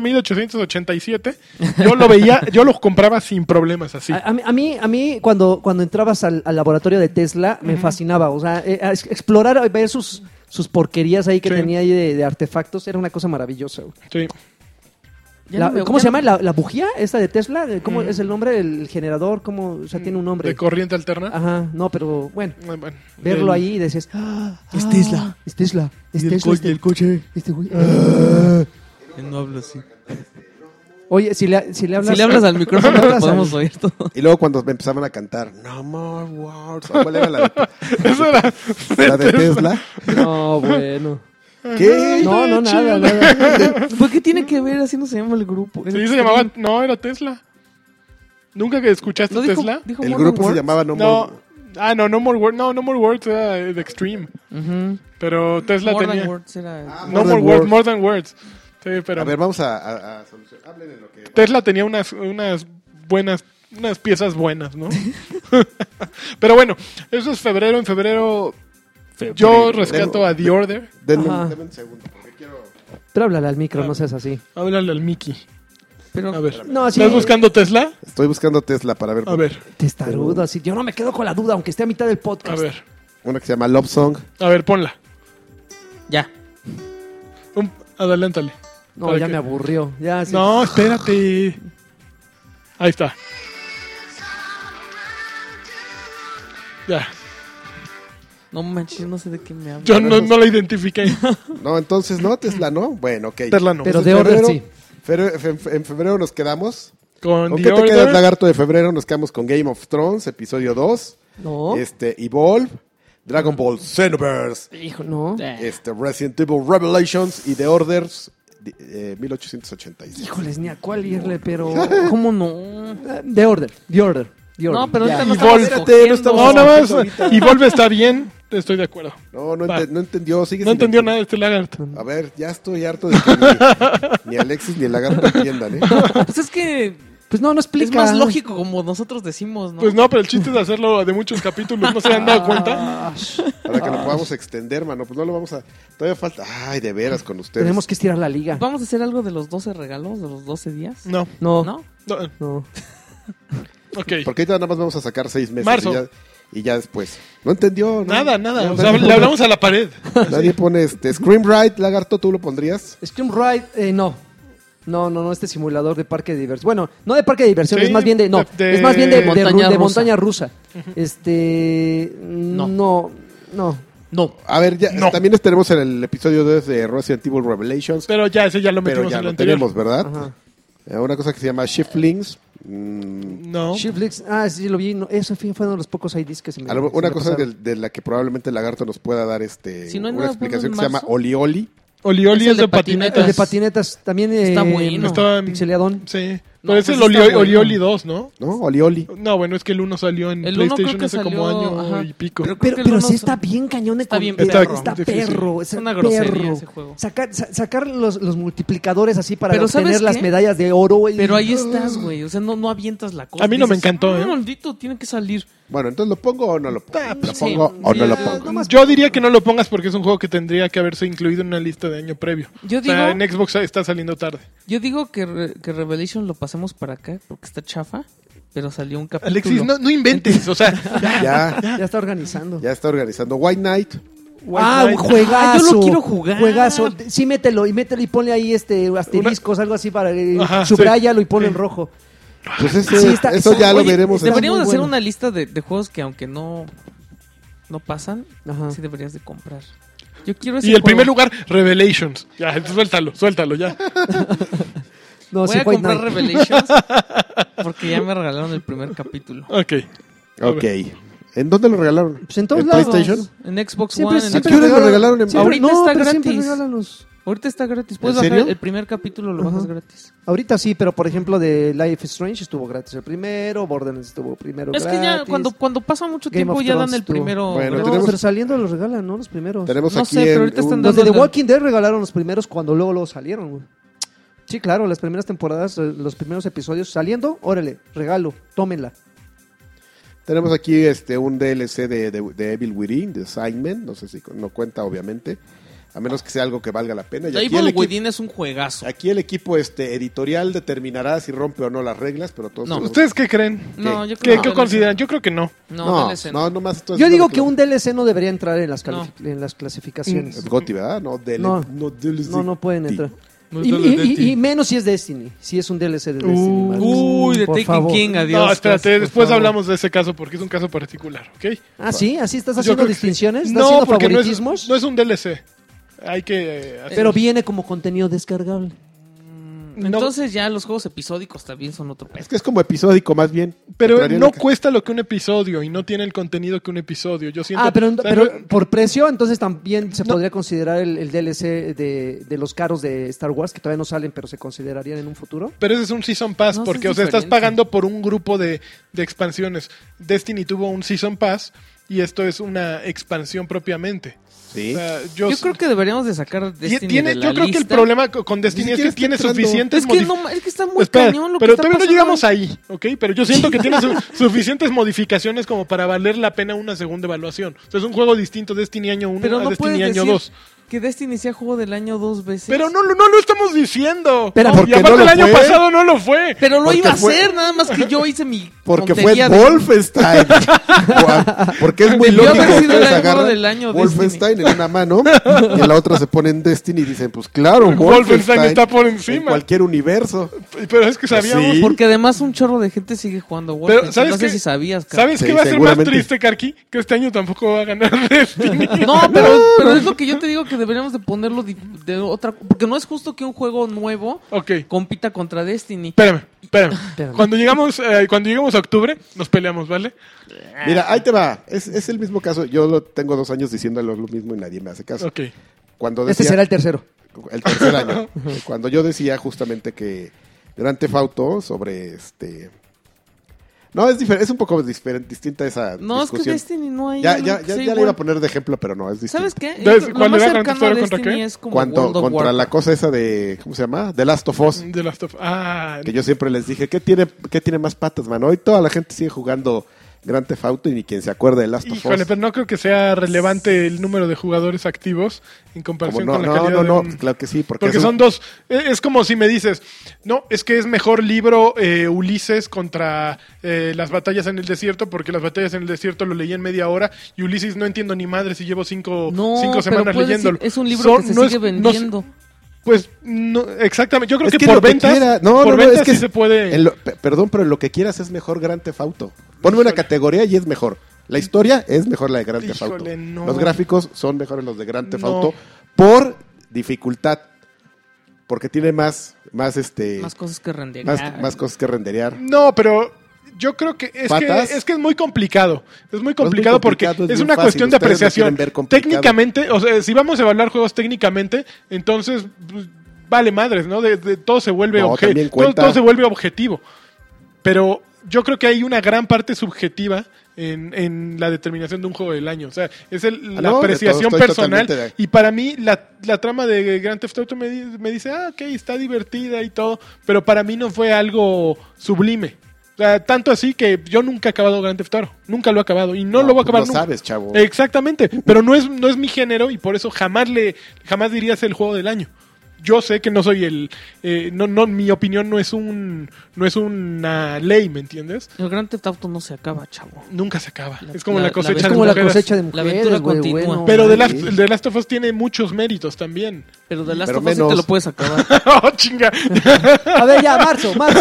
1887, yo lo (laughs) veía, yo lo compraba sin problemas así. A, a mí, a mí, a mí cuando, cuando entrabas al, al laboratorio de Tesla, me fascinaba. O sea, eh, a es- explorar, ver sus, sus porquerías ahí que Sí. tenía ahí de, de artefactos era una cosa maravillosa. güey. Sí. Ya La- no me- ¿Cómo ya se no- llama? ¿La, la bujía esta de Tesla? Eh, ¿Cómo Mm. es el nombre? ¿El, generador? ¿Cómo? O sea, Mm. tiene un nombre. De corriente alterna. Ajá, no, pero bueno. Eh, bueno, Verlo el- ahí y decías, ¡Ah, Es Tesla. Es Tesla. Es Tesla. este- coche. este güey. Ah. No hablo así. Oye, si le, si le hablas... Si le (laughs) hablas al micrófono, hablas te al- podemos oír todo. Y luego cuando me empezaban a cantar, No more words. ¿Cuál era la (laughs) Eso era. de, la de Tesla? No, bueno. ¿Qué? (laughs) No, no, nada, nada. ¿Por qué tiene que ver? Así no se llama el grupo. Sí, se llamaba. No, era Tesla. ¿Nunca que escuchaste ¿No dijo, Tesla? dijo El Modern grupo se Warfare? llamaba No, More No. Ah, no, No More Words. No, No More Words era eh, de Extreme. Ujú. Pero Tesla Modern tenía. Warfare era- No More More Than Words, Words. More Than Words. Sí, pero. A ver, vamos a, a, a solucionar. Hablen de lo que. Tesla tenía unas, unas buenas unas piezas buenas, ¿no? (laughs) Pero bueno, eso es febrero. En febrero yo rescato a The Order. Denme, Ajá. denme un segundo, porque quiero... Pero háblale al micro, no seas así. Háblale al Mickey. Pero, A ver. No, así. ¿Estás buscando Tesla? Estoy buscando Tesla para ver A ver, Testarudo, así. Yo no me quedo con la duda, aunque esté a mitad del a podcast. ver, una que se llama Love Song. a ver, ponla. ya. Un- adelántale. No, Para ya que- me aburrió. Ya, sí. No, espérate. Ahí está. Ya. No manches, no sé de qué me hablas. Yo no, no la identifiqué. No, entonces no, Tesla no. Bueno, ok. Tesla no. Pero Entonces, de en Order febrero- sí. febrero- fe- fe- en febrero nos quedamos. Con ¿Con The qué te quedas, Order. lagarto de febrero? Nos quedamos con Game of Thrones, episodio 2. No. Este, Evolve, Dragon Ball Xenoverse, Hijo, no. este, Resident Evil Revelations y The Orders di- eh, 1886. Híjoles, ni a cuál irle, pero. ¿Cómo no? The Order, The Order. The order. No, pero Ya. ahorita no Y estamos volvete, escogiendo. no estamos- No, nada más. Ahorita. Y Volve está bien. Estoy de acuerdo. No, no, Va. ente- no entendió. Sigue sin No entendió entender. nada este lagarto. A ver, ya estoy harto de que ni, ni Alexis ni el lagarto entiendan, ¿eh? (laughs) Pues es que Pues no, no explica. es más lógico como nosotros decimos, ¿no? Pues no, pero el chiste es hacerlo de muchos capítulos. ¿No se han dado cuenta? Ah, sh- Para que lo podamos extender, mano. Pues no lo vamos a... Todavía falta... Ay, de veras con ustedes. Tenemos que estirar la liga. Vamos a hacer algo de los 12 regalos, de los 12 días. No. No, no. ¿No? no, ok. Porque ahorita nada más vamos a sacar seis meses. Marzo. Y ya, y ya después. No entendió. ¿no? Nada, nada. No, O sea, nadie le pone- hablamos a la pared. Nadie pone este... Scream Ride, lagarto, ¿tú lo pondrías? Scream Ride, eh, no. No, no, no, este simulador de parque de diversión. Bueno, no de parque de diversión, Sí, es más bien de. No, de- es más bien de, de ru- de montaña, Montaña rusa. rusa. Este. No. No. No. No. A ver, ya, No. también tenemos el, el episodio 2 de Resident Evil Revelations, Pero ya, ese ya lo pero metimos ya en el lo anterior. tenemos, ¿verdad? Ajá. Eh, Una cosa que se llama Shiftlings. mm, No. Shiflix, ah, sí, lo vi. no, eso fue fue uno de los pocos IDs que se me. a lo- se una me cosa de, pasaron. de la que probablemente el lagarto nos pueda dar este Si no hay una nada explicación que bueno se en llama marzo. Oli Oli. Olioli es, de patinetas. El de patinetas también. Está eh, bueno. Estaba- Pixeleadón. Sí. No, Pero ese pues es el está Olioli, bueno. Olioli 2, ¿no? ¿No? Oli Oli. No, bueno, es que el 1 salió en El uno creo PlayStation que hace como salió, año ajá. y pico. Creo que Pero, el pero uno sí es- está bien cañón de está con- bien está, perro. está Difícil. perro. Es Es una perro. grosería ese juego. Sacar, sa- sacar los, los multiplicadores así para Pero ¿sabes obtener las qué? medallas de oro. güey. Pero ahí estás, güey. O sea, no, no avientas la cosa. A mí no me encantó, "Ah, ¿eh?" maldito, tiene que salir. Bueno, entonces lo pongo o no lo pongo. Lo Ah, pues sí. pongo o no lo Ya, pongo. nomás- Yo diría que no lo pongas porque es un juego que tendría que haberse incluido en una lista de año previo. Yo o sea, digo- en Xbox está saliendo tarde. Yo digo que, Re- que Revelation lo pasemos para acá porque está chafa, pero salió un capítulo. Alexis, no, no inventes. O sea, ya. Ya, (laughs) Ya está organizando. ya está organizando White Knight. White ah, un Knight. juegazo. Ah, yo lo quiero jugar. Juegazo. Sí, mételo y mételo y ponle ahí este asteriscos, algo así para eh, Ajá, subráyalo sí. y ponlo Sí. en rojo. Pues ese- Sí, está- eso está- ya lo oye, veremos. en- está- Deberíamos muy hacer bueno. una lista de, de juegos que aunque no, no pasan, Ajá. sí deberías de comprar. Yo quiero ese Y el juego. primer lugar, Revelations. Ya, suéltalo, suéltalo, ya. No, Voy sí, a White comprar Knight. Revelations porque ya me regalaron el primer (laughs) capítulo. Ok. Ok. ¿En dónde lo regalaron? Pues en todos ¿En lados. PlayStation? En Xbox Siempre, One. en siempre ¿A qué hora lo regalan- regalaron en- siempre- Ahorita no, está pero siempre gratis. regalan los- Ahorita está gratis. Puedes ¿En bajar serio? el primer capítulo, lo bajas Ajá. gratis. Ahorita sí, pero por ejemplo de Life is Strange estuvo gratis el primero, Borderlands estuvo primero Es que ya gratis. cuando, cuando pasa mucho Game tiempo of ya Thrones dan el tú. primero. Bueno, No, gratis. tenemos- pero saliendo los regalan, ¿no? Los primeros. Tenemos No aquí sé, pero en ahorita están un- Los de The dando- Walking Dead regalaron los primeros cuando luego, luego salieron. güey. Sí, claro, las primeras temporadas, eh, los primeros episodios saliendo, órale, regalo, tómenla. Tenemos aquí este un DLC de, de, de Evil Within, de Assignment. No sé si con- no cuenta, obviamente. A menos que sea algo que valga la pena. Y The aquí, el Evil equipo, Within es un juegazo. aquí el equipo este editorial determinará si rompe o no las reglas, pero todos. No. tenemos- ¿Ustedes qué creen? No, yo ¿Qué, creo qué que- consideran? Yo creo que no. No, No, no, DLC. Pues no, más estoy Yo haciendo digo lo que un DLC no debería entrar en las, cali- en las clasificaciones. Es Gotti, ¿verdad? No, DL, No. no. DLC. No, no pueden entrar. No Y, es y- DLC. y- y menos si es Destiny, si es un DLC de Destiny. Uy, Marcos. Uh, Uy, de Por Taking favor. King, adiós. No, espérate, Por después favor. hablamos de ese caso porque es un caso particular, ¿ok? Ah, sí, así estás Yo haciendo creo que sí. distinciones, estás No, haciendo porque no es, favoritismos, no es un DLC. Hay que eh, hacer- pero viene como contenido descargable. no- Entonces ya los juegos episódicos también son otro Es peso. que es como episódico, más bien. pero Entraría en no la ca- cuesta lo que un episodio y no tiene el contenido que un episodio. Yo siento. Ah, pero, o sea, pero no- por precio, entonces también se No. podría considerar el, el DLC de, de los caros de Star Wars, que todavía no salen, pero se considerarían en un futuro. pero ese es un Season Pass, No, porque, sí es o sea, estás diferente. pagando por un grupo de, de expansiones. Destiny tuvo un Season Pass y esto es una expansión propiamente. Sí. O sea, Yo, yo, creo que deberíamos de sacar Ti- Destiny tiene- de la yo creo que el lista. problema co- con Destiny Ni es que siquiera tiene está entrando. suficientes es que, modif- no, ma- es que está muy Espera, cañón lo pero que está todavía no pasando. llegamos ahí, ¿ok? Pero yo siento que tiene (laughs) su- suficientes modificaciones como para valer la pena una segunda evaluación. O sea, es un juego distinto Destiny año 1 Pero a no puedes Destiny año 2. decir que Destiny sea juego del año dos veces. Pero no, lo- no lo estamos diciendo. Pero No, ¿por y qué aparte no el lo año fue? pasado no lo fue. Pero lo Porque iba a fue- hacer, nada más que yo hice mi Porque fue tontería de- Wolfenstein. Guau, Porque es muy Debió lógico haber que sido el ustedes álbum agarran del año Wolfenstein en una mano y en la otra se ponen Destiny y dicen, pues claro, Wolfenstein Wolfenstein, está por En encima. cualquier universo. Pero es que sabíamos. Pues Sí. Porque además un chorro de gente sigue jugando Wolfenstein. Pero ¿sabes no sé qué? si sabías, cabrón. ¿Sabes qué Sí, va a ser más seguramente. triste, Karki? Que este año tampoco va a ganar (laughs) Destiny. No, pero, pero es lo que yo te digo que deberíamos de ponerlo di- de otra... Porque no es justo que un juego nuevo ok, compita contra Destiny. espérame, espérame. Espérame. Cuando llegamos, eh, cuando llegamos a octubre, nos peleamos, ¿vale? Mira, ahí te va. Es, es el mismo caso. Yo lo tengo dos años diciéndolo lo mismo y nadie me hace caso. Ok. Cuando Este decía- será el tercero. el tercer (laughs) año. cuando yo decía justamente que Grand Theft Auto sobre este. No, es diferente, es un poco diferente, distinta esa No, es que discusión. Destiny no hay... ya, algo ya, que ya, sea ya le igual. iba a poner de ejemplo, pero no, es distinto. ¿Sabes qué? Entonces, lo ¿cuál más era contra- cercano a contra Destiny qué? es como Cuanto- World of contra Warcraft. Mm. la cosa esa de, ¿cómo se llama? The Last of Us. De Last of Ah, Que yo siempre les dije, ¿qué tiene, qué tiene más patas, mano? Hoy toda la gente sigue jugando Grand Theft Auto y ni quien se acuerde de Last of Híjole, Us. pero no creo que sea relevante el número de jugadores activos en Como comparación no, con la no, calidad no, de no, un- claro que sí, porque, Porque es un- son dos. e- Es como si me dices, no, es que es mejor libro eh, Ulises contra eh, las batallas en el desierto, porque las batallas en el desierto lo leí en media hora y Ulises no entiendo ni madre si llevo cinco, No, cinco pero semanas puedes leyéndolo. decir, es un libro Son- que se no es- sigue no es- vendiendo. pues no, exactamente. Yo creo Es que, que por lo que ventas, quiera- no, por no, no, es ventas que sí es- se puede. en lo- pe- perdón, pero en lo que quieras es mejor Grand Theft Auto. Ponme una categoría y es mejor. La historia es mejor la de Grand Theft Auto. Híjole, no. Los gráficos son mejores los de Grand Theft No. Auto por dificultad. Porque tiene más más este Más más, cosas que rendear. más cosas que renderear. No, pero yo creo que es, que ¿Patas? es que es muy complicado. Es muy muy complicado porque complicado, es es, bien una fácil. cuestión de Ustedes lo apreciación. quieren ver complicado. técnicamente, o sea, si vamos a evaluar juegos técnicamente, entonces pues, vale madres, ¿no? De, de- todo se vuelve No, obje- también todo, cuenta. todo se vuelve objetivo. Pero yo creo que hay una gran parte subjetiva en, en la determinación de un juego del año. O sea, es el- Ah, la no, de apreciación todo, estoy personal. totalmente de- Y para mí, la, la trama de Grand Theft Auto me, di- me dice, ah, ok, está divertida y todo, pero para mí no fue algo sublime. O sea, tanto así que yo nunca he acabado Grand Theft Auto, nunca lo he acabado y no, lo voy a acabar No nunca. sabes, chavo. Exactamente, pero no es, no es mi género y por eso jamás le jamás dirías el juego del año. Yo sé que no soy el eh, no no mi opinión no es un no es una ley, ¿me entiendes? El Gran Theft Auto no se acaba, chavo. Nunca se acaba. La- es como la- la, la- cosecha Es de como la mujeres. cosecha de La mujeres, aventura güey, continúa. bueno. Pero de Last, Sí. el de Last of Us tiene muchos méritos también. Pero de Last Pero of Us sí te menos. lo (laughs) puedes acabar. oh, chinga. A ver, ya, (laughs) marzo, marzo,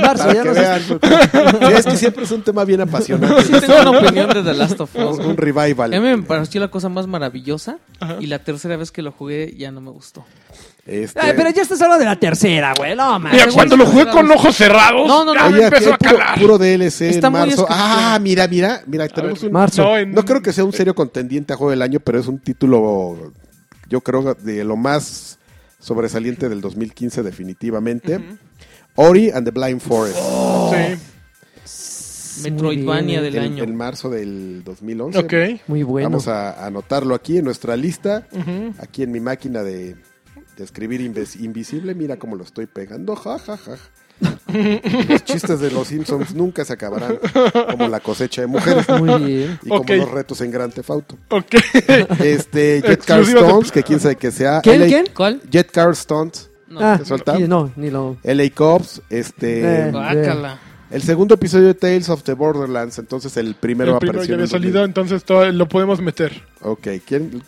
marzo, Para ya que no vean. sé. (laughs) Sí, es que siempre es un tema bien apasionante. (laughs) sí tengo una opinión de The Last of Us. un, un güey. revival. A mí me pareció la cosa más maravillosa Ajá. y la tercera vez que lo jugué ya no me gustó. Este, Ay, pero ya estás hablando de la tercera, güey. No, man. Mira, Ay, cuando lo güey, jugué no, con no. ojos cerrados, No, no, ya no, Oye, me aquí empezó hay a puro, calar. puro DLC Está en muy marzo. escritura. Ah, mira, mira, mira, tenemos un Marzo. No, en- No creo que sea un serio contendiente a juego del año, pero es un título, yo creo, de lo más sobresaliente del 2015 definitivamente. Ori and the Blind Forest. Sí. Metroidvania del en, año. en marzo del 2011. Ok. Muy bueno. Vamos a anotarlo aquí en nuestra lista, aquí en mi máquina de, de escribir inves- invisible. Mira cómo lo estoy pegando. Ja, ja, ja. los chistes de los Simpsons nunca se acabarán, como la cosecha de mujeres (laughs) Muy bien. y como Ok. los retos en Grand Theft Auto. (laughs) Ok. (laughs) Este, Jet Car Exclusivas de Stones, pl- que quién sabe que sea. ¿Quién, LA quién? ¿Cuál? Jet Car Stones, No. Ah, ¿Te solta? y no, ni lo. LA Cops, este. Eh. Guácala. El segundo episodio de Tales of the Borderlands, entonces el primero el primero apareció en ya había el salido, 2000. entonces todo- lo podemos meter. Ok, ¿quién?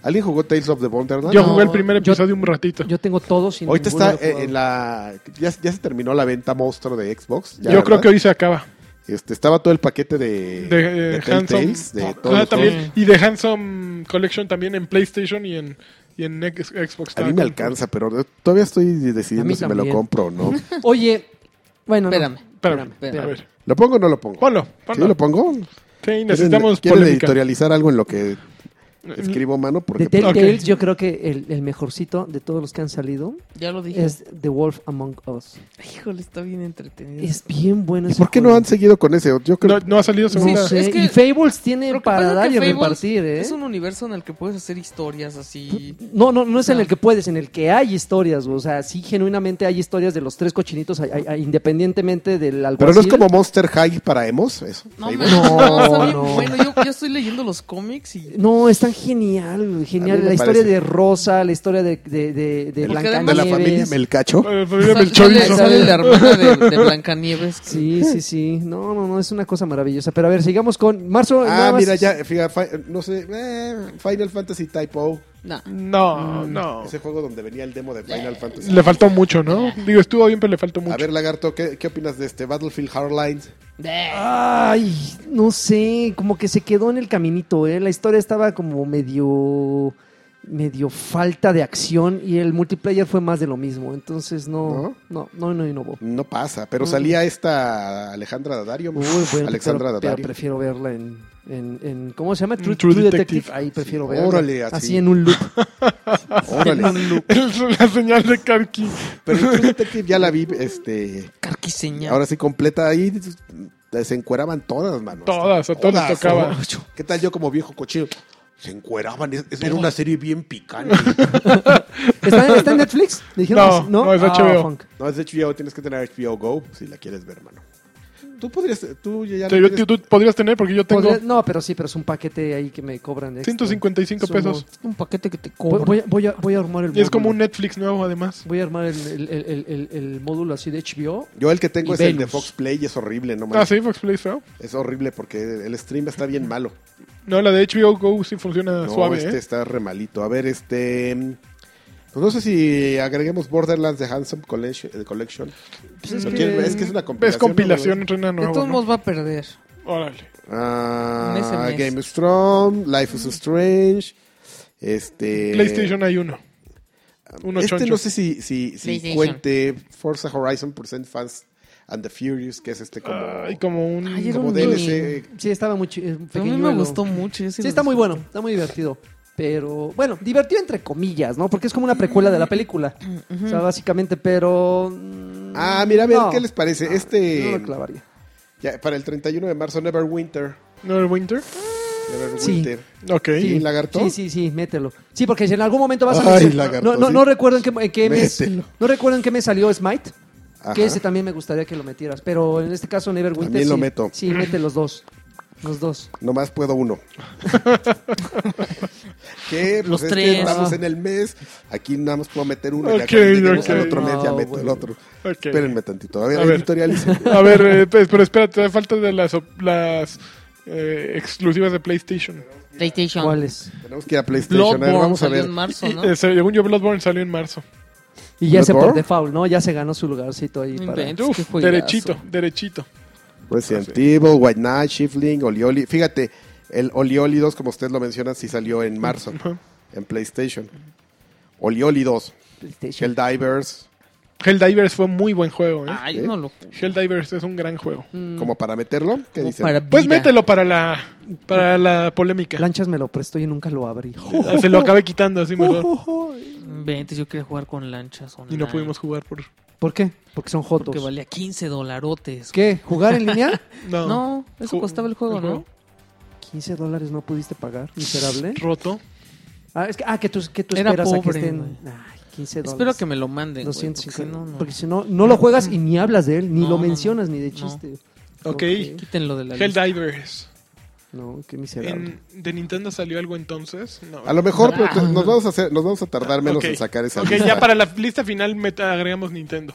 ¿Alguien jugó Tales of the Borderlands? Yo no, jugué el primer yo- episodio un ratito. Yo tengo todos sin Ahorita está eh, en la. Ya, ya se terminó la venta monstruo de Xbox. ya, Yo creo ¿verdad? que hoy se acaba. Este, estaba todo el paquete de. De, eh, de Handsome. Telltales, de Ah, todos los también. juegos. Y de Handsome Collection también en PlayStation y en, y en X- Xbox. A mí me alcanza, pero todavía estoy decidiendo si me también. lo compro o no. Oye, bueno, no. Espérame. Espérame, Espérame. a ver. ¿Lo pongo o no lo pongo? Ponlo, ¿Sí ponlo. lo pongo? Sí, (laughs) necesitamos ¿Quieren- quieren polémica. editorializar algo en lo que Escribo mano porque... pues, de Telltale, Ok. yo creo que el, el mejorcito de todos los que han salido Ya lo dije. es The Wolf Among Us. (laughs) Híjole, está bien entretenido. Es bien bueno. ¿Y ese por qué no juego. han seguido con ese? Yo creo... No, no ha salido segunda. No sé, es que- y Fables tiene Lo que pasa para es dar que y Fables repartir, ¿eh? Es un universo en el que puedes hacer historias así. No, no, no es en No. el que puedes, en el que hay historias, o sea, sí genuinamente hay historias de los tres cochinitos, hay- hay- hay- independientemente del Pero no es alguacil. como Monster High para emos, eso. No, Ahí me- va. No, no, está bien no. bueno. Yo, yo estoy leyendo los cómics y. No, es tan genial, A mí genial. me La historia parece. de Rosa, la historia de, de, de, de Porque además- de la familia Blancanieves. Melcacho. Eh, Fabiola sale- Melchorizo. sale, sale la hermana de, de Blancanieves. que- Sí, sí, sí. No, no, no, es una cosa maravillosa. Pero a ver, sigamos con marzo. Ah, nada más- mira, ya, fíjate, fi- no sé, eh, Final Fantasy Type O. Nah. No, no. Ese juego donde venía el demo de Final Fantasy. Mm. Le faltó mucho, ¿no? Digo, estuvo bien, pero le faltó mucho. (laughs) A ver, Lagarto, ¿qué, qué opinas de este Battlefield Hardlines? Ay, no sé, como que se quedó en el caminito, ¿eh? La historia estaba como medio medio falta de acción y el multiplayer fue más de lo mismo, entonces no no no no, innovó. No pasa, pero Mm. salía esta Alejandra Daddario. Uy, bueno, Alexandra pero, pero Daddario. prefiero verla en, en- en- ¿cómo se llama? True, True True Detective. Detective. Ahí prefiero Sí, verla. órale, así. así. en un loop. Órale. (laughs) la señal de Karki. Pero True Detective ya la vi, este, Carquiseña. ahora sí completa ahí. Se encueraban todas, mano. Todas, a todas les tocaba. ¿no? ¿Qué tal yo como viejo cochino? Se encueraban, es- es- era una serie bien picante. ¿Está, está (laughs) en Netflix? ¿Le dijeron No, que no, es Ah, HBO. funk. no, de hecho ya tienes que tener HBO Go si la quieres ver, mano. Tú podrías, tú ya O ya sea, no yo- tienes- tú podrías tener, porque yo tengo Podría- no, pero sí, pero es un paquete ahí que me cobran. extra. 155 Sumo- pesos. Un paquete que te Voy, cobra. voy a, voy a- voy a armar el Y es como módulo. un Netflix nuevo, además. Voy a armar el, el- el- el- el módulo así de HBO. Yo el que tengo Y es el de Velus. Fox Play y es horrible, no Ah, manches. sí, Fox Play es feo. Es horrible porque el stream está bien malo. No, la de HBO Go sí funciona No, suave, este ¿eh? está re malito. A ver, este. mm, Pues no sé si agreguemos Borderlands de Handsome Collection. eh, Collection. Pues es ¿Lo que- quieren ver? es que es una Es compilación. compilación, ¿no? entrena De nuevo. todos ¿no? modos va a perder. Órale. Ah, Mes a mes. Game of Thrones, Life is Strange. Este. PlayStation hay uno. Uno este choncho. no sé si, si, si PlayStation. cuente Forza Horizon Present Fans and the Furious, que es este como. Ay, como un. Ay, era como un DLC. Sí, estaba muy chi- eh, Pero a mí me pequeñuelo. gustó mucho. yo Sí, lo está muy disfruté. bueno, está muy divertido. Pero, bueno, divertido entre comillas, ¿no? Porque es como una precuela de la película. O sea, básicamente, pero. mm, Ah, mira, a ver, no, ¿qué les parece? este. No lo clavaría. ya, para el 31 de marzo, Neverwinter. ¿No era Winter? Neverwinter. Ok. ¿Y lagarto? Sí, sí, sí, mételo. Sí, porque si en algún momento vas a. Ay, mencionar- lagarto, no, no, sí. no recuerdo en qué, en qué mes. Mételo. No recuerdo en qué me salió Smite. Ajá. Que ese también me gustaría que lo metieras. Pero en este caso, Neverwinter. También lo sí, meto. Sí, mete los dos. Los dos. Nomás puedo (laughs) uno. ¿Qué? Pues Los es que tres. Estamos Ah. en el mes. Aquí nada más puedo meter uno. y ya Ok, cuando lleguemos ok. al otro mes ya No, meto el bueno. otro. Ok. Espérenme tantito. A ver, A ver. editorial. dice- A ver, eh, (laughs) pues, pero espera, te falta de las, op- las eh, exclusivas de PlayStation. PlayStation. ¿Cuáles? Tenemos (laughs) que ir a PlayStation. A ver, Bloodborne vamos a salió ver. en marzo, (laughs) ¿no? Eh, según yo, Bloodborne salió en marzo. Y ya se por ¿Bloodborne? default, ¿no? Ya se ganó su lugarcito ahí No para. inventes. Uf, qué juegazo. derechito, derechito. Ah, Resident Evil, White Knight, Shifling, Olioli. Fíjate, el Olioli 2, como usted lo menciona, sí salió en marzo. En PlayStation. Olioli 2. Shell PlayStation. Divers. Helldivers fue muy buen juego, ¿eh? Ay, ¿Eh? no lo jugué. Helldivers es un gran juego. Mm. Como para meterlo. ¿Qué Como dicen? para Pues vida. mételo para la para la polémica. Lanchas me lo prestó y nunca lo abrí. Se lo acabé quitando así mejor. Vente, yo quería jugar con lanchas Y online. no pudimos jugar por... ¿Por qué? Porque son jotos. Porque valía 15 dolarotes. ¿Qué? ¿Jugar en línea? (laughs) No. No, eso Ju- costaba el juego, ¿no? 15 dólares no pudiste pagar, miserable. Roto. Ah, es que, ah, que tú, que tú Era esperas a que pobre, estén. güey. Ay, 15 dólares. Espero que me lo manden. güey, 250. porque si no, no. Porque si no, no lo juegas y ni hablas de él, ni No, lo no, no. mencionas, ni de No. chiste. Ok. Quítenlo de la lista. Helldivers. No, qué miserable. En- ¿De Nintendo salió algo entonces? No. A lo mejor, pero Ah. te- nos, vamos a hacer- nos vamos a tardar menos Ok. en sacar esa Ok, lista. ya para la lista final meta- agregamos Nintendo.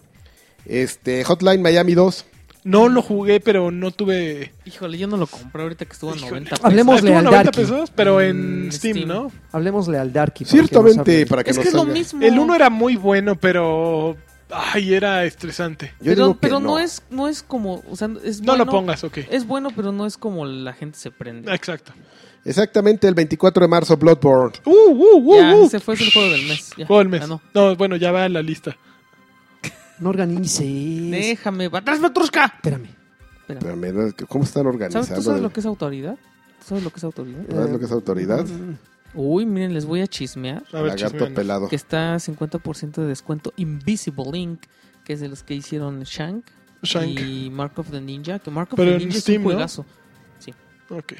Este, Hotline Miami 2. No lo jugué, pero no tuve... Híjole, yo no lo compré ahorita que estuvo a 90 pesos. Hablemos- Démosle Estuvo al 90 Darky. pesos, pero en Mm, Steam, Steam. ¿no? Hablemosle al Darky. para que nos Ciertamente, hable. para que Es nos que es lo salga. mismo. El 1 era muy bueno, pero... Ay, era estresante. Yo pero digo que pero no. no. es no es como, o sea, es No bueno, lo pongas, ok. Es bueno, pero no es como la gente se prende. Exacto. Exactamente el 24 de marzo, Bloodborne. Uh, uh, uh, ya, uh. ese fue el juego del mes. ya. Juego del mes. Ah, no. No, bueno, ya va a la lista. No organices. Déjame, atrás Petrushka. Espérame. Espera. Pero mira, ¿Cómo están ¿Sabes, Eh, organizando? ¿Tú sabes lo que es autoridad? ¿Tú sabes lo que es autoridad? Mm. ¿Sabes lo que es autoridad? Uy, miren, les voy a chismear. A ver, Lagarto chismeanos. pelado. Que está a 50% de descuento Invisible Link, que es de los que hicieron Shank, Shank. y Mark of the Ninja. Que Mark of Pero the en Ninja Steam, es ¿no? un juegazo. Ok.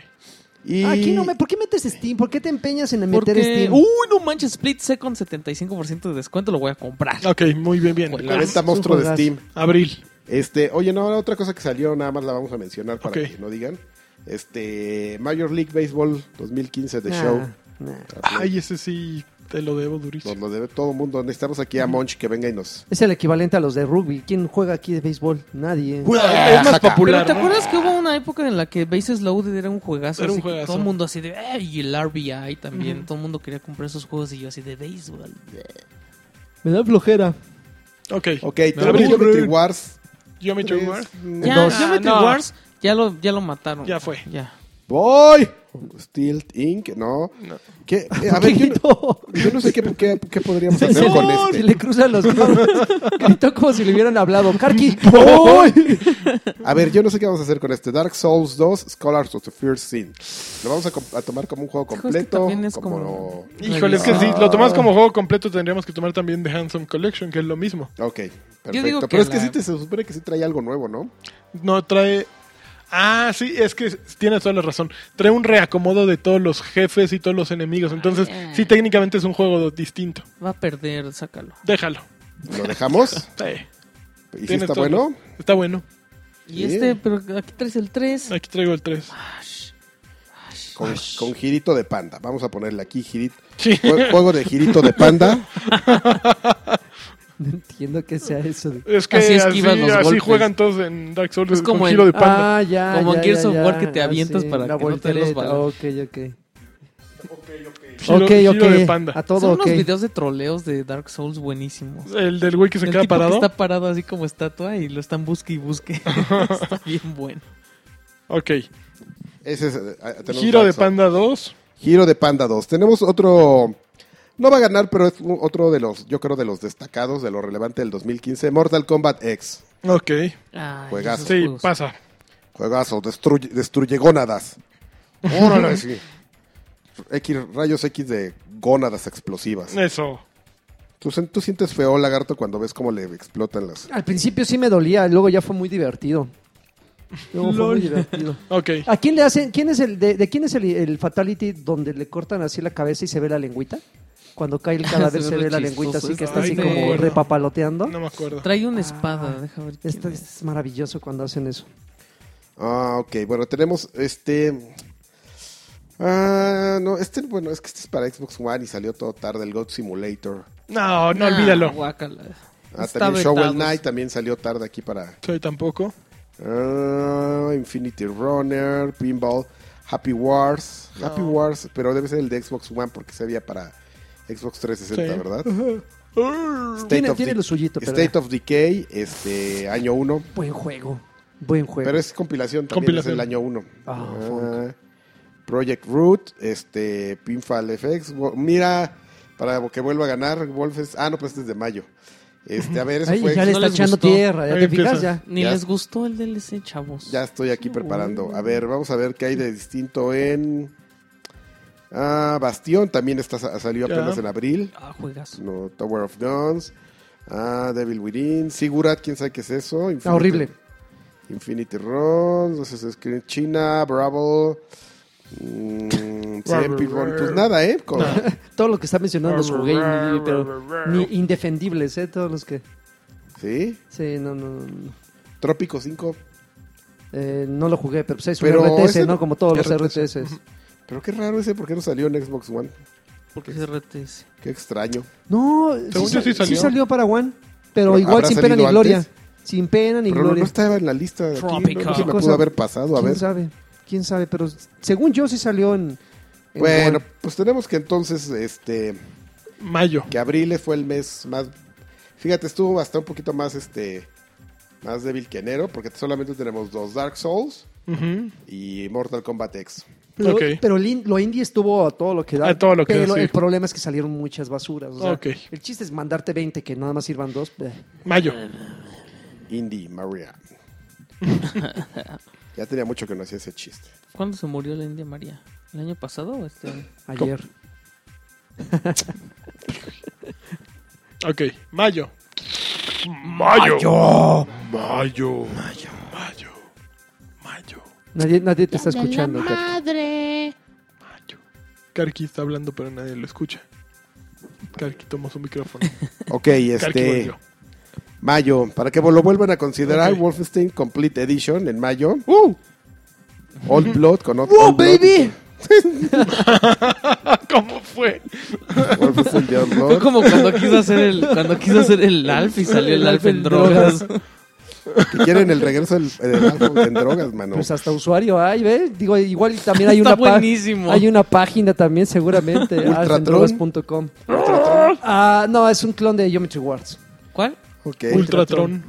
Y Ah, Aquí no me, ¿Por qué metes Steam? ¿Por qué te empeñas en meter Porque- Steam? Uy, no manches, Split Second 75% de descuento, lo voy a comprar. Ok, muy bien, bien. la venta un monstruo de juegazo. Steam. Abril. Este, oye, no, la otra cosa que salió, nada más la vamos a mencionar para Ok. que no digan. Este, Major League Baseball 2015 The Nah, Show. nah. Ay, ese sí te lo debo durísimo. Nos lo debe todo el mundo. Necesitamos aquí a Monch que venga y nos. Es el equivalente a los de rugby. ¿Quién juega aquí de béisbol? Nadie. Ah, Es más Pero popular. ¿te ¿no? acuerdas que hubo una época en la que Bases Loaded era un juegazo? Era un así que juegazo. Todo el mundo así de... "Ay", y el RBI también. Todo el mundo quería comprar esos juegos y yo así de béisbol. Me da flojera. Ok. Ok, Abril. tenemos Geometry Wars. Geometry tres, Wars. mm, Ya, Dos. Geometry Ah, no. Wars ya lo, ya lo mataron. Ya fue. Ya. Voy. Steel Inc. No. No. ¿Qué? Eh, A ver, (laughs) yo, no- yo no sé qué, qué- qué podríamos (laughs) hacer Señor, con Se este. le cruzan los cables. (laughs) Gritó como si le hubieran hablado. (laughs) ¡Karki! A ver, yo no sé qué vamos a hacer con este. Dark Souls 2, Scholars of the First Sin. Lo vamos a, com- a tomar como un juego Hijo, es que completo. también es como- como- Híjole, es que si lo tomás como juego completo, tendríamos que tomar también The Handsome Collection, que es lo mismo. Ok, perfecto. digo que Pero es que la- sí te se supone que sí trae algo nuevo, ¿no? No trae. Ah, sí, es que tienes toda la razón. Trae un reacomodo de todos los jefes y todos los enemigos. Entonces, Ah. sí, técnicamente es un juego distinto. Va a perder, sácalo. Déjalo. Lo dejamos. Sí, ¿Y si tienes está todo. bueno? Está bueno. Y Bien. este, pero aquí traes el 3. Aquí traigo el 3. Con, con girito de panda. Vamos a ponerle aquí girito. Sí. Juego de girito de panda. No entiendo qué sea eso. de- Es que Así así, esquivas los así golpes. juegan todos en Dark Souls Es con como giro el- de panda. Ah, ya. Como ya, en Gears ya, of ya. War que te Ah, avientas para la que no te des voltereta. valor. Ok, ok. Giro, ok, giro ok. Ah, de panda. A todo, Son ok. unos videos de troleos de Dark Souls buenísimos. El del güey que se el queda tipo parado. que está parado así como estatua y lo están busque (laughs) y busque. está bien bueno. Ok. Ese es, eh, ah, tenemos Giro de Dark Souls. panda 2. Giro de panda 2. Tenemos otro. No va a ganar, pero es un- otro de los, yo creo, de los destacados, de lo relevante del 2015. Mortal Kombat X. Ok. Ay, Juegazo. esos Sí, juegos. pasa. Juegazo, destruye, destruye gónadas. Órale, sí. X, rayos X de gónadas explosivas. Eso. ¿Tú, sen- tú sientes feo, lagarto, cuando ves cómo le explotan las. Al principio sí me dolía, luego ya fue muy divertido. Luego fue Lol. muy divertido. Ok. Ah, ¿A quién le hacen? ¿Quién es el de, de quién es el, el fatality donde le cortan así la cabeza y se ve la lengüita? Cuando (laughs) cae el cadáver Se se, ve ve lo la lengüita así que está chistoso así eso. Ay, como no. repapaloteando. No me acuerdo. Trae una espada, deja ver. quién Esto Ah, es. es maravilloso cuando hacen eso. Ah, ok. Bueno, tenemos este. Ah, no, este, bueno, es que este es para Xbox One y salió todo tarde, el Goat Simulator. No, no, Ah, olvídalo. guácala. Ah, Está también Shovel vetados. Knight también salió tarde aquí para Soy tampoco. ah, Infinity Runner, Pinball, Happy Wars, Happy Wars, pero debe ser el de Xbox One porque se había para Xbox 360, Sí. ¿verdad? State Tiene- of tiene Dec- lo suyito, pero- State of Decay, este año 1, Buen juego. Buen juego. pero es compilación también Compilación. es del año 1. Ah, Project Root, este Pinfall FX, Wo- mira para que vuelva a ganar Wolfes. Ah, no, pues este es de mayo. Este, a ver, eso Ay, fue ya le no está les echando gustó. tierra, ya Ahí te fijas empieza. ya. Ni Ya. les gustó el DLC, chavos. Ya estoy aquí preparando. A ver, vamos a ver qué hay de distinto en. Ah, Bastión también está, sa- salió Ya. apenas en abril. Ah, juegazo. No, Tower of Guns. Ah, Devil Within. Sigurat, quién sabe qué es eso. Infinity- Ah, horrible. Infinity Run. Entonces, China, Bravo. mm, CMP Run. Pues nada, ¿eh? Con- Todo lo que está mencionando los jugué, ni- pero ni indefendibles, ¿eh? Todos los que. Sí. Sí, no, no, no, no. Trópico 5. Eh, no lo jugué, pero pues es Pero un RTS, ese- ¿no? Como todos los RTS. RTS. Pero qué raro ese, ¿por qué no salió en Xbox One? Porque es RTS. Qué extraño. No, Según sí, yo sí sal- sí salió. salió para One, pero Pero igual ¿habrá sin pena ni salido gloria. antes? Sin pena ni Pero no, gloria. no estaba en la lista. de Aquí, no, Trópico. no se me Cosa- pudo haber pasado. A ¿Quién ver. sabe? ¿Quién sabe? Pero según yo sí salió en... en Bueno, One. pues tenemos que entonces, este, Mayo. que abril fue el mes más, fíjate, estuvo hasta un poquito más, este, más débil que enero, porque solamente tenemos dos Dark Souls Ujú. y Mortal Kombat X. Pero, ok. pero el in- lo indie estuvo a todo lo que da. A todo lo que da, pero sí. el problema es que salieron muchas basuras. o sea, Ok. El chiste es mandarte 20, que nada más sirvan dos. eh, bleh. Mayo. Ah. Indie (laughs) Maria. ya tenía mucho que no hacía ese chiste. ¿Cuándo se murió la India María? ¿El año pasado o este año? Ayer. Ok, mayo. Mayo. Mayo. Mayo. Mayo. Mayo. Nadie, nadie te está De la escuchando, Carqui. madre. Mayo. Karki está hablando, pero nadie lo escucha. Karki tomó su micrófono. Ok, Karki este. volvió. Mayo, para que lo vuelvan a considerar, Ok. Wolfenstein Complete Edition en mayo. ¡Uh! (laughs) Old Blood con otro. ¡Wow, baby! ¿Cómo fue? Wolfenstein de Old Fue Blood. como (laughs) cuando quiso hacer el, cuando quiso hacer el Alf y salió el Alf en drogas. Que quieren el regreso del, del álbum en drogas, mano. Pues hasta usuario hay, ¿ves? Digo, igual también hay Está una página. buenísimo. Hay una página (laughs) también, seguramente. Ultratron. alfendrogas.com. Ah, no, es un clon de Geometry Wars. ¿Cuál? Ok. Ultratron.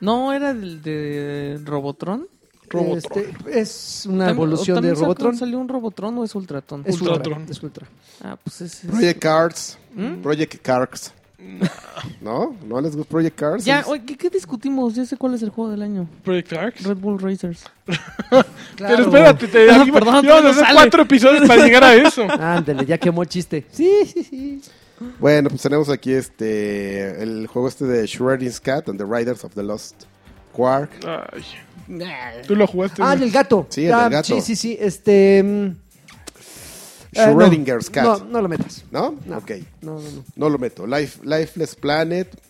No, era el de Robotron. Robotron. Este, es una Tam- evolución de ¿también sacó- Robotron. ¿Salió un Robotron o es Ultratron? Es Ultra. Ultratron. Es Ultra. Ah, pues ese es. Project Cards. ¿Mm? Project Cards. (laughs) ¿No? ¿No les gusta Project Cards? Ya, Es- oye, ¿qué, qué discutimos? Ya sé cuál es el juego del año. Project Arcs. Red Bull Racers. Pero espérate, te Ah, a mí me- perdón, íbamos a no hacer sale. cuatro episodios para llegar a eso. Ándale, ya quemó el chiste. Sí, sí, sí. Bueno, pues tenemos aquí este el juego este de Shredding's Cat and the Riders of the Lost Quark. Eh, Ay. Tú lo jugaste. Ah, güey. del gato. Sí, el del Ah, gato. Sí, sí, sí. Este. mm, ah, no. Schrödinger's Cat. No, no lo metas. ¿No? No. Ok. No, no, no. No lo meto. Life, Lifeless Planet.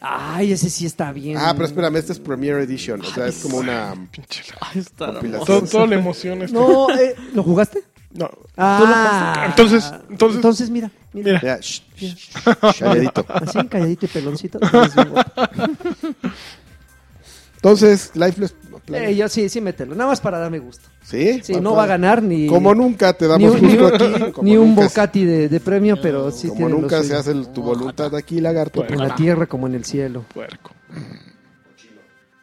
Ay, ese sí está bien. Ah, pero espérame, este es Premiere Edition. O sea, es como una. Pinche la- Ahí está. Compilación. Todo, todo la emoción. Este. No. No, eh, ¿lo jugaste? Ah. Entonces- entonces- Entonces, mira. Mira, Ya, shh, shh, shh, calladito. Así, calladito y peloncito. eres bien guapo. Entonces, Lifeless Eh, Planet. yo sí, sí, mételo. Nada más para darme gusto. Sí, Sí, no va a ganar ni. Como nunca te Ni damos un, ni justo un- aquí. como ni un nunca- bocati de, de premio, pero sí Como tiene lo nunca se suyo. hace el- tu voluntad aquí, lagarto. pues. En la tierra como en el cielo. puerco.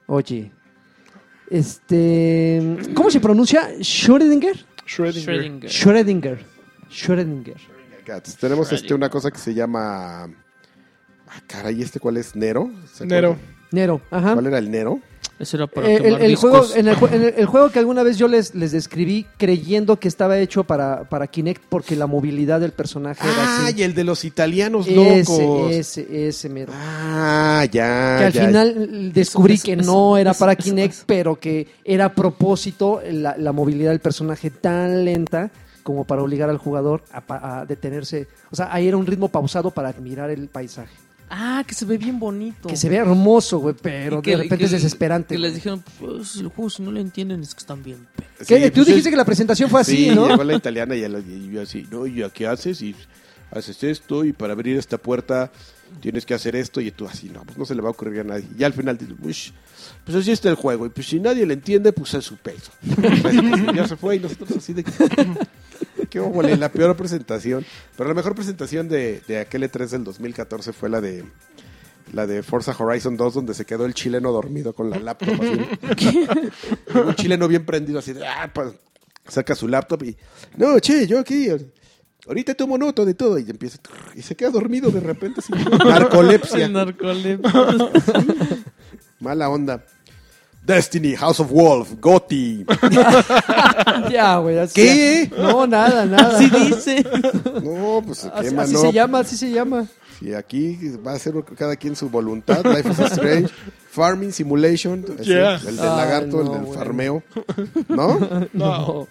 Oye. Este. ¿Cómo se pronuncia? ¿Schrödinger? Schrödinger. Schrödinger. Schrödinger. Cats. Tenemos este, una cosa que se llama. Ah, caray, ¿este cuál es? ¿Nero? ¿Se acuerdan? Nero. Nero. Ajá. ¿Cuál era el Nero? Ese era para Eh, el, quemar el discos. juego, en el, jue- en el- el juego que alguna vez yo les, les describí creyendo que estaba hecho para, para Kinect porque la movilidad del personaje Ah, era así. el de Ah, los italianos Ese, ese, ese mero. Ah, ya. que al ya. final l- descubrí Eso, que eso, no era eso, para eso, Kinect, eso. pero que era a propósito la, la movilidad del personaje tan lenta como para obligar al jugador a, pa- a detenerse. O sea, ahí era un ritmo pausado para admirar el paisaje. Ah, que se ve bien bonito. Que se ve hermoso, güey, pero Y que- de repente que- es desesperante. Que güey. les dijeron, pues el juego, si no lo entienden, es que están bien. pe- Sí, ¿Qué? Tú pues, dijiste que la presentación fue así, sí, ¿no? llegó la italiana y, el- y yo así, no, ¿y a qué haces? Y haces esto, y para abrir esta puerta tienes que hacer esto, y tú así, no, pues no se le va a ocurrir a nadie. Y al final dices, "Ush, pues así está el juego, y pues si nadie le entiende, pues es su peso. (laughs) Y ya se fue, y nosotros así de... Qué óvole, la peor presentación. Pero la mejor presentación de, de aquel E3 del 2014 fue la de... La de Forza Horizon 2, donde se quedó el chileno dormido con la laptop. (laughs) así. un chileno bien prendido, así de, "Ah, pa", saca su laptop y, no, che, yo aquí, ahorita tomo nota de todo. Y empieza, y se queda dormido de repente. (laughs) así, narcolepsia. (laughs) El narcolep. Mala onda. Destiny, House of Wolf, Gotti. (laughs) Ya, güey. así ¿Qué? ya. No, nada, nada. Así (laughs) dice. No, pues se Así, quema, así no. se llama, así se llama. Y aquí va a ser cada quien su voluntad. Life is (laughs) Strange. Farming Simulation. así, Yeah. El del Ay, lagarto, el no, del (laughs) bueno. farmeo. ¿No? No.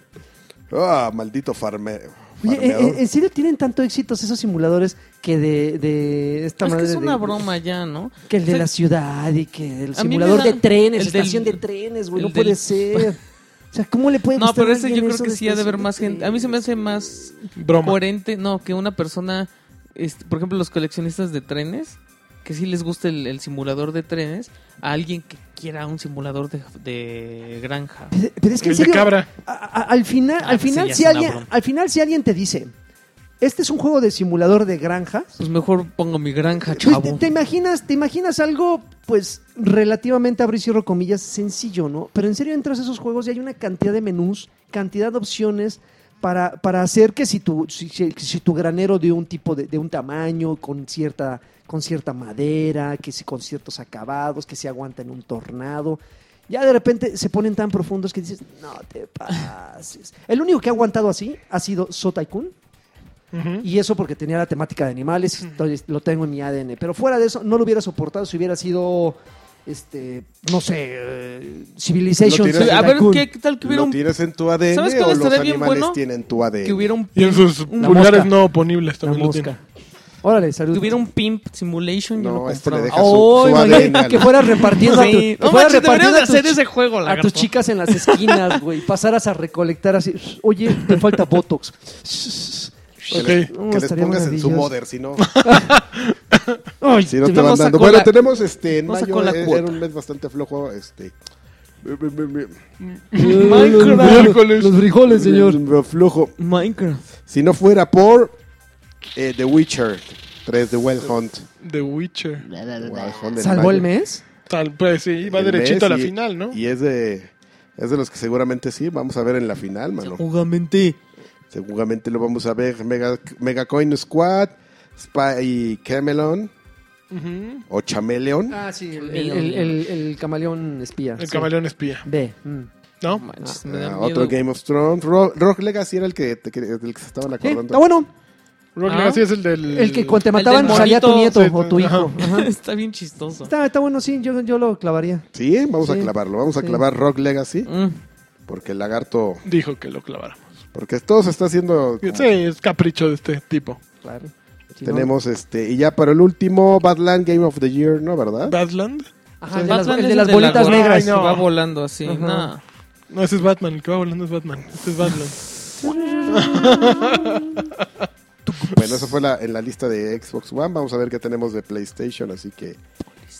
Ah, maldito farmeo. Oye, ¿en- eh, farmeador. ¿en, en serio tienen tanto éxitos esos simuladores que de, de esta Es que madre es de- una broma ya, ¿no? Que el de O sea, la ciudad y que el a mí simulador me da- de trenes, el del- estación de trenes, güey, el no puede (laughs) del- ser. O sea, ¿cómo le pueden No, pero ese yo creo que sí ha de haber más gente. A mí se me hace más Broma. coherente, no, que una persona, este, por ejemplo, los coleccionistas de trenes, que sí les gusta el, el simulador de trenes, a alguien que quiera un simulador de, de granja. Pero, pero es que en El de serio, cabra. a- a- al final, Ah, al pues sí, final ya si es una alguien, broma. al final si alguien te dice, este es un juego de simulador de granjas, Pues mejor pongo mi granja, pues, te, chavo. te imaginas, te imaginas algo, pues relativamente abrir y cierro comillas sencillo, ¿no? Pero en serio entras a esos juegos y hay una cantidad de menús, cantidad de opciones para, para hacer que si tu si, si- si tu granero de un tipo de, de un tamaño con cierta con cierta madera, que si con ciertos acabados, que si aguanta en un tornado. Ya de repente se ponen tan profundos que dices, no te pases. El único que ha aguantado así ha sido So Tycoon Ujú. Y eso porque tenía la temática de animales, estoy- lo tengo en mi ADN. Pero fuera de eso, no lo hubiera soportado si hubiera sido, este, no sé, eh, Civilization. Lo tienes- Sailor A ver, Moon. ¿qué, qué tal que hubiera ¿Lo un, tienes en tu ADN ¿Sabes cuál o los estaría bien animales bueno? tienen tu ADN? que hubiera un Y en sus Una pulgares mosca. no oponibles La también lo tiene. mosca. Órale, salud. que hubiera un pimp simulation, yo lo No, este le compraba. deja Oh, su, Ay, su Manuel, ADN. al- que fueras repartiendo a tu- sí. que No fueras manches, deberías repartiendo de a tus hacer chi- ese juego, a lagarto. tus chicas en las esquinas, güey. Pasaras a recolectar así. Oye, te falta Botox. Que, Ok. les, No, que les estaría pongas en su maravilloso. mother, si (laughs) no, Ay, si no te No, no van dando. sacó Bueno, la- tenemos este, en no mayo, sacó la eh, cuota. era un mes bastante flojo, (laughs) este... Minecraft. Miércoles. Los frijoles, señor. Flojo. Minecraft. Si no fuera por eh, The Witcher 3, The Wild Hunt. The Witcher. The Wild Hunt en ¿Salvó el mayo. mes? Tal, pues sí, va El derechito a la mes y- final, ¿no? Y es de, es de los que seguramente sí vamos a ver en la final, mano. Obviamente. Seguramente lo vamos a ver. Mega, Mega Coin Squad, Spy Camelon Ujú. o Chameleon. Ah, sí, el, el- el- el camaleón espía. El Sí. camaleón espía, B. mm. ¿no? Manches, Oh me da Ah, miedo. otro (laughs) Game of Thrones. Ro- Rock Legacy era el que, te- que- del que se estaban Sí, acordando. está bueno. Rock Ah. Legacy es el del... El que cuando te del mataban salía tu monito, nieto sí, pues, o tu ajá. hijo. Ajá. Está bien chistoso. Está, está bueno, sí, yo, yo lo clavaría. Sí, vamos a Sí. clavarlo. Vamos a Sí. clavar Rock Legacy Mm. porque el lagarto. Dijo que lo claváramos. Porque todo se está haciendo. como- Sí, es capricho de este tipo. Claro. Si no- Tenemos este. Y ya para el último, Badland Game of the Year, ¿no? ¿Ah? ¿Verdad? ¿Badland? Ajá, el de las, Batman el es de las la bolitas gorra negras. que Ay, no. Va volando así. Ajá. Nah. No, ese es Batman. El que va volando es Batman. Este es Batman. Bueno, eso fue la, en la lista de Xbox One. Vamos a ver qué tenemos de PlayStation. Así que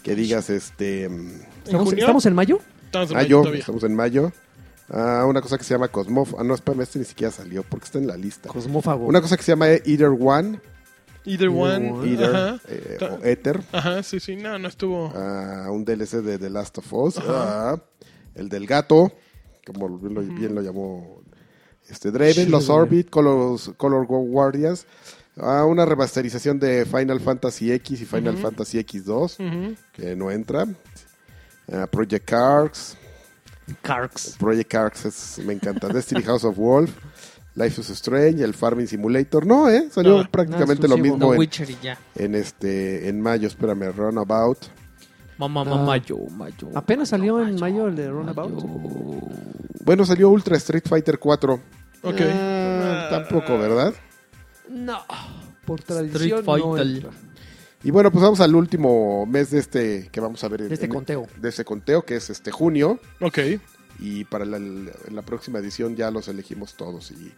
que digas, este. mm, ¿Estamos, junio? estamos en Ah, mayo? Estamos en mayo Mayo, todavía. estamos en mayo. Ah, una cosa que se llama Cosmof. Ah, no, espérame, este ni siquiera salió porque está en la lista. Cosmófago. Una cosa que se llama Eater One. Either one. Eater. Ajá. eh, Ta- o Ether. Ajá, sí, sí. No, no estuvo... Ah, un DLC de The Last of Us. Ah, el del gato. Como bien lo, bien lo llamó este Draven. Los Orbit. Color, Color Go Guardians. Ah, una remasterización de Final Fantasy X y Final Fantasy X2. Ujú. que no entra. Ah, Project Arcs. Carks. Project Arcs es- me encanta. Destiny House of Wolf. Life is Strange, el Farming Simulator. No, eh, salió Nada. prácticamente lo Nada exclusivo. mismo No, en, Witcher y ya. en este en mayo, espérame, Runabout. Mamá, Ah. mamá, mayo, mayo. Apenas salió en mayo el de Runabout. Bueno, salió Ultra Street Fighter 4. Ok. Ah, tampoco, ¿verdad? No. Por Street tradición no Fighter. entra. Y bueno, pues vamos al último mes de este que vamos a ver en- De este en- conteo. de este conteo que es este junio. Ok. Y para la, la próxima edición ya los elegimos todos y,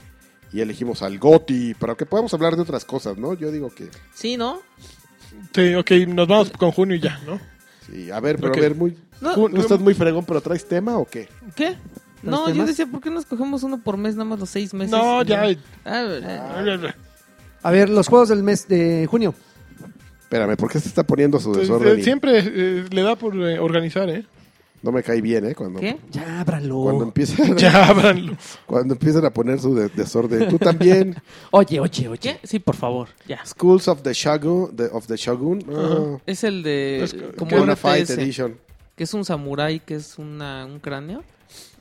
y elegimos al Goti para que podamos hablar de otras cosas, ¿no? Yo digo que Sí, ¿no? Sí, ok. Nos vamos con junio y ya, ¿no? sí. A ver, pero Ok. a ver, muy, No, Ju- no estás muy fregón, pero traes tema o qué? ¿Qué? No, ¿Traes yo temas? decía, ¿por qué no escogemos uno por mes, nada más los seis meses? No, Y Pues ya. Ah, eh, A ver, los juegos del mes de junio. Espérame, ¿por qué se está poniendo su Entonces, desorden? eh, y- siempre eh, le da por eh, (laughs) organizar, ¿eh? No me cae bien, ¿eh? Cuando, ¿Qué? Ya, ábralo. cuando (laughs) empiezan, Ya, ábranlo. cuando empiezan a poner su de- desorden. Tú también. Oye, oye, oye. ¿Qué? Sí, por favor, ya. Schools of the Shogun. the- of the Shogun. ah, Es el de... Es que- como ¿qué? un Bona Fight RTS, Edition. que es un samurái, que es una, un cráneo.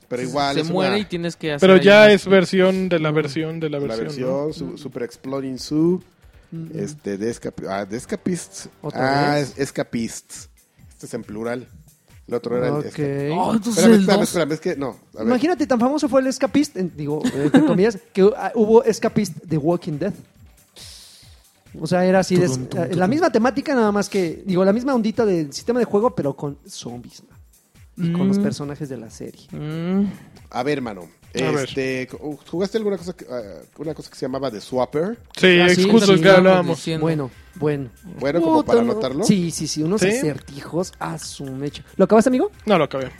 Pero igual. Se es muere una- y tienes que hacer... Pero ahí ya unas- es versión de la versión de la la versión. ¿no? versión. su- Super Exploding Zoo. Mm. Este, de, escapi- ah, de Escapists. ¿Otra Ah, vez? es- Escapists. Este es en plural. El otro era el Ok. escapi- Oh, entonces Espérame, el espérame, dos. espérame, es que no. a ver. Imagínate, tan famoso fue el escapist, en- digo, eh, entre (laughs) comillas, que ah, hubo escapist de Walking Dead. O sea, era así, de- eh, la misma temática nada más que, digo, la misma ondita del sistema de juego, pero con zombies. ¿no? Y con los Mm. personajes de la serie. Mm, A ver, mano. A ver. este, ¿Jugaste alguna cosa, que, ah, una cosa que se llamaba The Swapper? Sí, Ah, sí, excuso, lo es que estábamos hablábamos. diciendo. Bueno, bueno. Bueno, como para no. anotarlo. Sí, sí, sí, unos ¿Sí? acertijos a su mecha. ¿Lo acabaste, amigo? No lo acabé.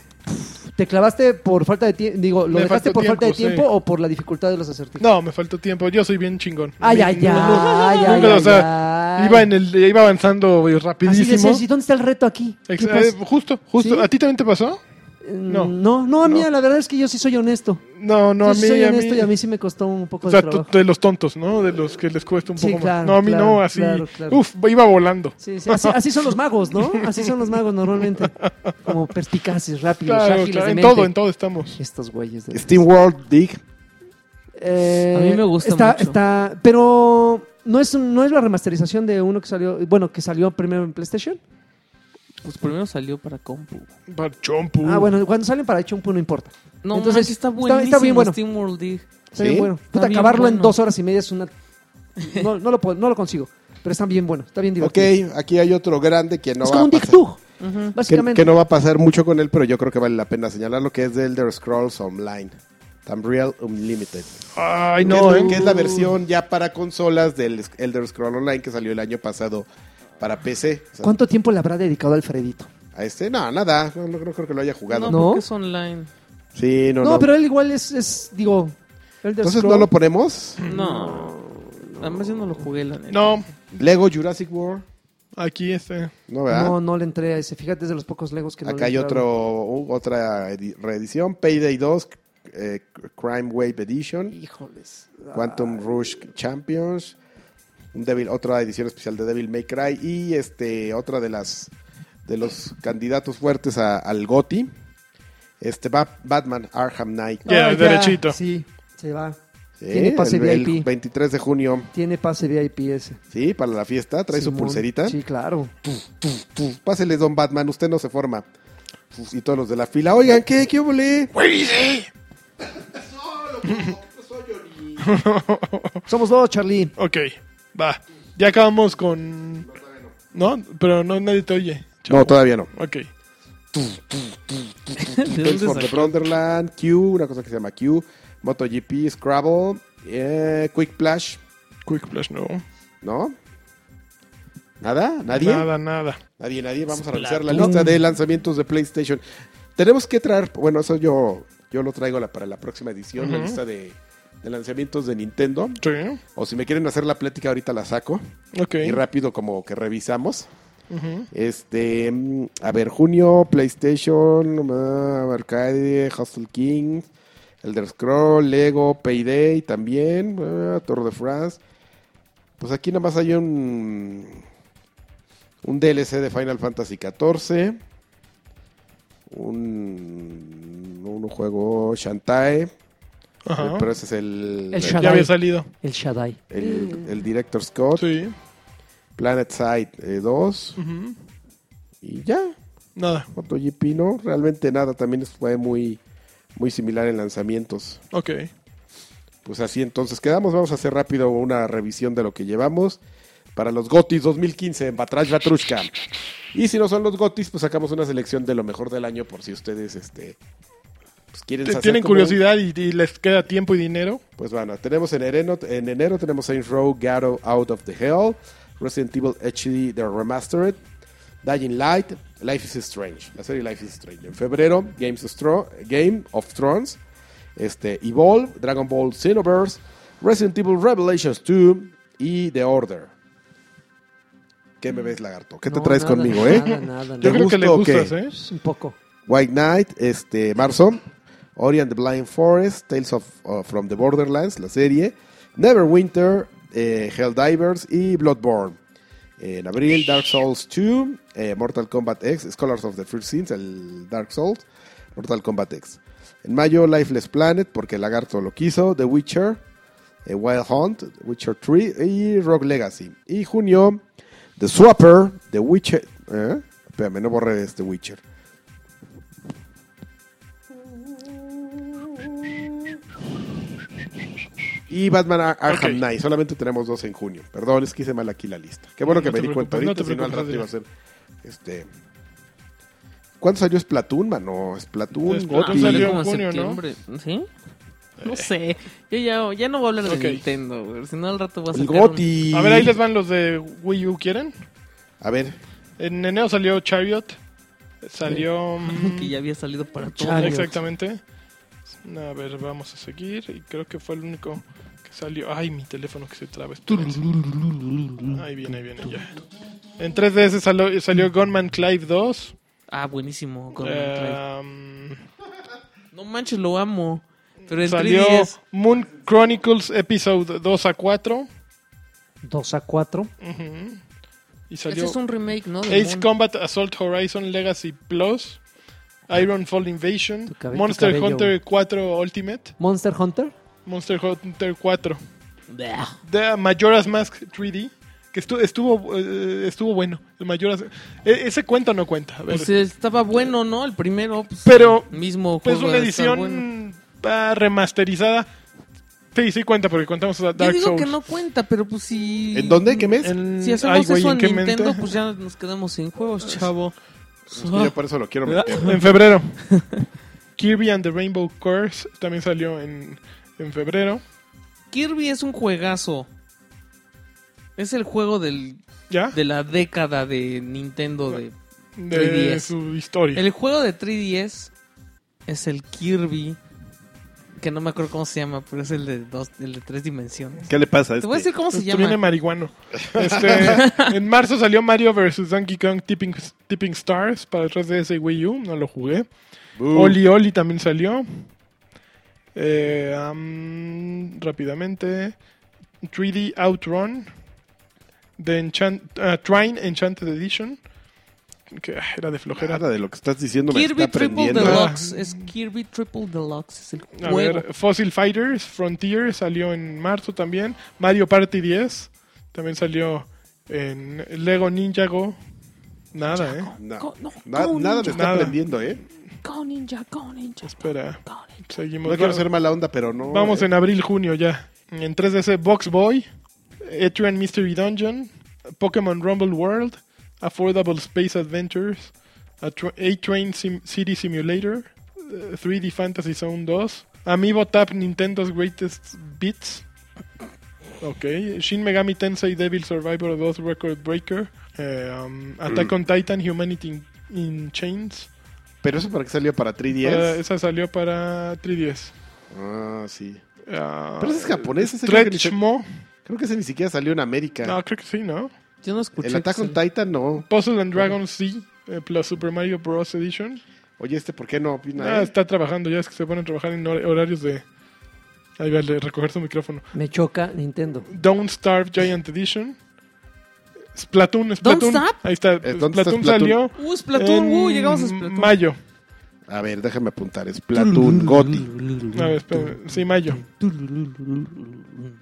¿Te clavaste por falta de tiempo? Digo, ¿lo Me dejaste faltó por falta de tiempo, tiempo sí. o por la dificultad de los acertijos? No, me faltó tiempo. Yo soy bien chingón. Ay, Ni- (laughs) ay, no, no, (laughs) ay, nunca, ay, o sea, ay. iba, en el, iba avanzando eh, Así de rapidísimo. ser, ¿sí? ¿Dónde está el reto aquí? ¿Qué Ex- pasa? eh, justo, justo. ¿Sí? ¿A ti también te pasó? No, Eh, No. no, no, mira, la verdad es que yo sí soy honesto. No, no, Yo a sí mí. soy a honesto mí- y a mí sí me costó un poco O sea, de tú- trabajo. de los tontos, ¿no? De los que les cuesta un Sí, poco claro, más. No, a mí claro, no, así. claro, claro. Uf, iba volando. Sí, sí, así, así son los magos, ¿no? Así son los magos normalmente. Como perspicaces, rápidos, Claro, ágiles claro, de en mente. todo, en todo estamos. Estos güeyes. De... Steam World Dig. Eh, A mí me gusta está, mucho. Está, pero no es, un- no es la remasterización de uno que salió, bueno, que salió primero en PlayStation. Pues primero salió para compu. Para Uh. Chompu. Ah, bueno, cuando salen para Chumpu no importa. No, Entonces, Entonces, está está- está buenísimo bien bueno. Steam World Dig. Está bien ¿Sí? bueno. Está Puta, bien acabarlo en bueno. dos horas y media es una... No, no lo, puedo- no lo consigo, pero está bien bueno, está bien Ok, divertido. aquí hay otro grande que no es va como a un Dick pasar- Dug, que, básicamente. que no va a pasar mucho con él, pero yo creo que vale la pena señalar lo que es de Elder Scrolls Online. Tamriel Unlimited. Ay, que, es, no, la- ¿eh? que es la versión ya para consolas del Elder Scrolls Online que salió el año pasado para PC. O sea, ¿Cuánto tiempo le habrá dedicado Alfredito? A este, no, nada. No, no- no creo que lo haya jugado. No, ¿No? porque es online. Sí, no, No, no. pero él igual es, es digo... Elder Entonces Scroll. no lo ponemos. No. Además yo no lo jugué, la neta. No, Lego Jurassic World. aquí este. No, ¿verdad? No, no le entré a ese. Fíjate, es de los pocos Legos que no le ¿ah? Acá hay entraron. otro, u- otra edi- reedición. Payday 2, eh, Crime Wave Edition. Híjoles. Quantum Rush Champions, un Devil- otra edición especial de Devil May Cry y este otra de las de los candidatos fuertes a- al GOTI, este Ba- Batman Arkham Knight. Ya, derechito. Sí, se va. Sí, Tiene pase el, el VIP. 23 de junio, Tiene pase VIP ese. sí, para la fiesta, trae su Simón. pulserita. Sí, claro. Pásele Don Batman, usted no se forma. Uf, Y todos los de la fila, oigan, ¿qué? ¿Qué volé? Somos dos, Charlie. (laughs) Ok, va. Ya acabamos con... No, pero no nadie te oye. No, todavía no. Ok. ¿De Tales dónde from the sacó? Wonderland, Q, una cosa que se llama Q, MotoGP, Scrabble, eh, Quick Flash, Quick Flash, no. ¿no? ¿Nada? ¿Nadie? Nada, nada. Nadie, nadie. Vamos a revisar la lista de lanzamientos de PlayStation. Tenemos que traer, bueno, eso yo, yo lo traigo la- para la próxima edición, la lista de, de lanzamientos de Nintendo. Sí, O si me quieren hacer la plática ahorita la saco. ok. Y rápido como que revisamos. Este, mm, a ver, junio, PlayStation, ah, Arcade, Hustle King, Elder Scroll, Lego, Payday también, ah, Tour de France. Pues aquí nada más hay un un DLC de Final Fantasy XIV, un, un juego Shantae, Ajá. pero ese es el El el, Shan- Ya había salido. El Shaddai. el Director Scott, Sí. Planet Side eh, 2 Ujú. y ya. Nada. MotoGP no, realmente nada, también fue muy, muy similar en lanzamientos. Ok. Pues así entonces quedamos, vamos a hacer rápido una revisión de lo que llevamos para los GOTIS 2015 en Batrash Batrushka. Y si no son los GOTIS, pues sacamos una selección de lo mejor del año por si ustedes este, pues quieren Te- hacer ¿Tienen como- curiosidad y, y les queda tiempo y dinero? Pues bueno, tenemos en enero, en enero tenemos Saints Row, Gato Out of the Hell, Resident Evil HD The Remastered, Dying Light, Life is Strange, la serie Life is Strange. En febrero, Games of Thro- Game of Thrones, este, Evolve, Dragon Ball Xenoverse, Resident Evil Revelations 2 y The Order. ¿Qué me ves, lagarto? ¿Qué te No, traes nada, conmigo, eh? Nada, nada, Yo ¿Te nada. creo que le gusta o gustas, qué? ¿eh? Un poco. White Knight, este, marzo. Ori and the Blind Forest, Tales of, uh, from the Borderlands, la serie. Neverwinter, eh, Helldivers y Bloodborne. En abril, Dark Souls 2, eh, Mortal Kombat X, Scholars of the First Sins, el Dark Souls, Mortal Kombat X. En mayo, Lifeless Planet, porque el lagarto lo quiso, The Witcher, eh, Wild Hunt, Witcher 3 y Rock Legacy. Y junio, The Swapper, The Witcher... ¿eh? Espérame, no borré este Witcher. Y Batman Ar- Arkham Ok. Knight. Solamente tenemos dos en junio. Perdón, es que hice mal aquí la lista. Qué bueno No que te me di cuenta ahorita, preocupes, no te si no al rato preocupes, iba a ser... Este... ¿Cuándo salió Splatoon, mano? Splatoon, Splatoon Gotti. salió- Ah, como en junio, Eh. septiembre. ¿Sí? No sé. Yo ya, ya no voy a hablar de Ok. Nintendo, güey. Si no, al rato voy a El sacar Gotti. A ver, ahí les van los de Wii U, ¿quieren? A ver, En enero salió Chariot. Salió... un- mm, (laughs) (laughs) Que ya había salido para Ah, todo. Chariot. Exactamente. A ver, vamos a seguir. Y creo que fue el único que salió. Ay, mi teléfono que se traba. espérense. Ahí viene, ahí viene ya. En 3DS salió, salió Gunman Clive 2. Ah, buenísimo. Con Eh, Ehm, No manches, lo amo. Pero el salió 3DS. Moon Chronicles Episode 2 a 4. 2 a 4. Ujú. Y Ese salió es un remake, ¿no? De Ace Moon. Combat Assault Horizon Legacy Plus. Ah. Ironfall Invasion. Tu cabe- tu Monster cabello. Hunter 4 Ultimate. Monster Hunter. Monster Hunter 4. Bah. The Majora's Mask 3D. Que estuvo, estuvo, eh, estuvo bueno. El Majora's- e- ese cuenta o no cuenta. A ver. Pues estaba bueno, ¿no? El primero, pues, Pero, el mismo pues juego una está edición bueno. ah, remasterizada. Sí, sí cuenta porque contamos a Yo Dark digo Souls. que no cuenta, pero pues si... ¿En dónde? ¿Qué mes? En- Si ay, hacemos güey, eso en qué Nintendo, mente? pues ya nos quedamos sin juegos, chavo. Es que Ah. yo por eso lo quiero meter. (laughs) En febrero. Kirby and the Rainbow Curse también salió en, en febrero. Kirby es un juegazo. Es el juego del, ¿Ya? de la década de Nintendo. De, De, 3DS. su historia. el juego de 3DS es el Kirby, que no me acuerdo cómo se llama, pero es el de, dos, el de tres dimensiones. ¿Qué le pasa a Te voy a este? decir cómo se Esto viene llama. marihuano. Este, en marzo salió Mario vs. Donkey Kong Tipping, Tipping Stars para el 3DS y Wii U. No lo jugué. Uh, Oli Oli también salió. Eh, am, rápidamente. 3D Outrun. The Enchant, ah, Trine Enchanted Edition. Que ah, era de flojera. nada de lo que estás diciendo me está Kirby Triple aprendiendo. Ah. Deluxe. Deluxe. Es Kirby Triple Deluxe. Es el A juego. ver, Fossil Fighters, Frontier salió en marzo también. Mario Party 10 también salió en Lego Ninjago. Nada, eh. No. Co- no, Na- Go nada me Ninja, está Nada. aprendiendo, ¿eh? Go Ninja, Go Ninja, ¿eh? Espera, Go Ninja. seguimos. No quiero ser mala onda, pero no. Vamos eh. en abril, junio ya. En 3DS, Box Boy, Etrian Mystery Dungeon, Pokémon Rumble World, Affordable Space Adventures, A Tr- A-Train Sim- City Simulator, eh, 3D Fantasy Zone 2, Amiibo Tap Nintendo's Greatest Beats, ok, Shin Megami Tensei Devil Survivor 2 Record Breaker, eh, um, Attack on Titan Humanity in, in Chains, Pero eso para qué salió para Para- 3DS. esa salió para 3DS. Ah, sí. Ah, Pero ese es japonés, ese creo que ni se- Stretchmo. Creo que ese ni siquiera salió en América. No, eh. creo que sí, ¿no? Yo no escuché. el que Attack on saliera. Titan no. Puzzle and Dragon C eh, plus Super Mario Bros. Edition. Oye, este, ¿por qué no opina? Ah, eh? está trabajando, ya es que se ponen a trabajar en hor- horarios de. Ahí va, le recoger su micrófono. Me choca Nintendo. Don't Starve Giant Edition. Splatoon, Splatoon. Starve? Ahí está. Eh, ¿dónde Splatoon, está Splatoon? salió. Uh, Splatoon, en uh, llegamos a Splatoon. Mayo. A ver, déjame apuntar. Es Platoon Gotti. A ver, espera, sí, mayo.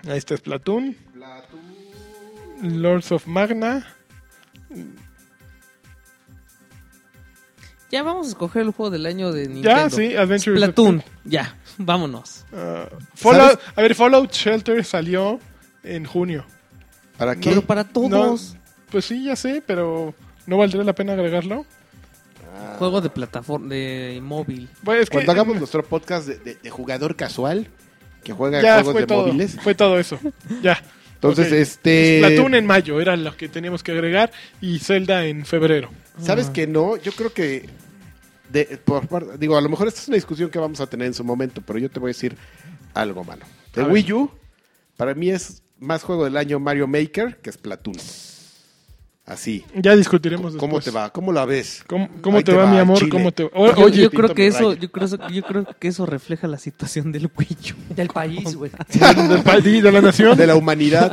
Ahí está Splatoon. Lords of Magna. Ya vamos a escoger el juego del año de Nintendo. Ya, sí, Adventure Splatoon. Ya, vámonos. Ah, Fallout- a ver, Fallout Shelter salió en junio. ¿Para qué? Pero para todos. No, pues sí, ya sé, pero ¿no valdría la pena agregarlo? Juego de plataforma, de móvil. Bueno, es que Cuando hagamos nuestro podcast de, de- de jugador casual que juega ya juegos fue de todo, móviles. fue todo eso. Ya. Entonces, Ok. este. Splatoon en mayo era lo que teníamos que agregar y Zelda en febrero. ¿Sabes que no? Yo creo que. de- por par- digo, a lo mejor esta es una discusión que vamos a tener en su momento, pero yo te voy a decir algo, mano. De A ver. Wii U, para mí es más juego del año Mario Maker que Splatoon. Así. Ya discutiremos ¿Cómo después. te va? ¿Cómo la ves? ¿Cómo, cómo Ahí te, te va, va, mi amor? Chile. ¿Cómo te va? Yo- (laughs) Yo, Oye, yo Tito creo que me eso, raya. yo creo, yo creo que eso refleja la situación del Wii U. Del país, güey. del país, de la nación. De la humanidad.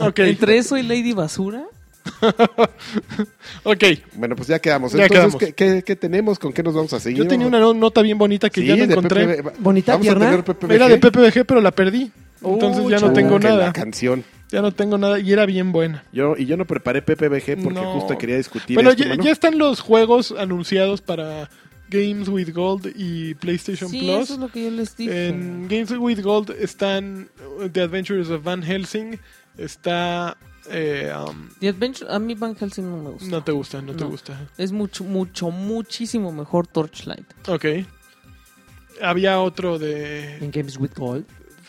Ok, Entre eso y Lady Basura, ok. bueno, pues ya quedamos. Ya Entonces, quedamos. ¿qué, qué, qué tenemos? ¿Con qué nos vamos a seguir? Yo tenía una no- nota bien bonita que Sí, ya no de encontré. PPV. Bonita, Vamos a tierna. tener PPVG. Era de PPBG, pero la perdí. Entonces Oh, ya no chale. tengo Que nada. La canción. Ya no tengo nada y era bien buena. Yo, y yo no preparé PPBG porque No. justo quería discutir. Bueno, esto, ya, mano. ya están los juegos anunciados para Games with Gold y PlayStation sí, Plus. eso es lo que yo les dije. En Games with Gold están uh, The Adventures of Van Helsing, está... eh, um, The Adventure, a mí Van Helsing no me gusta. no te gusta, no, te No. gusta. Es mucho, mucho, muchísimo mejor Torchlight. Ok. Había otro de... En Games with Gold.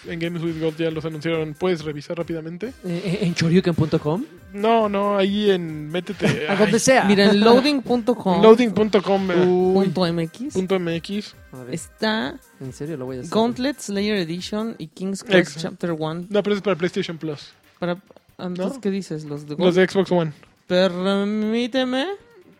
En Games with Gold ya los anunciaron. ¿Puedes revisar rápidamente? Eh, en choryuken.com. No, no, ahí en... (laughs) Métete... A donde ay, sea. Mira, (laughs) en loading.com. Loading.com eh, punto MX, punto MX. A ver, está en serio lo voy a hacer. Gauntlet Slayer Edition y King's Quest Ex- Chapter 1 No, pero es para PlayStation Plus. para entonces ¿No? qué dices los de, Los Gauntlet? de Xbox One. Permíteme.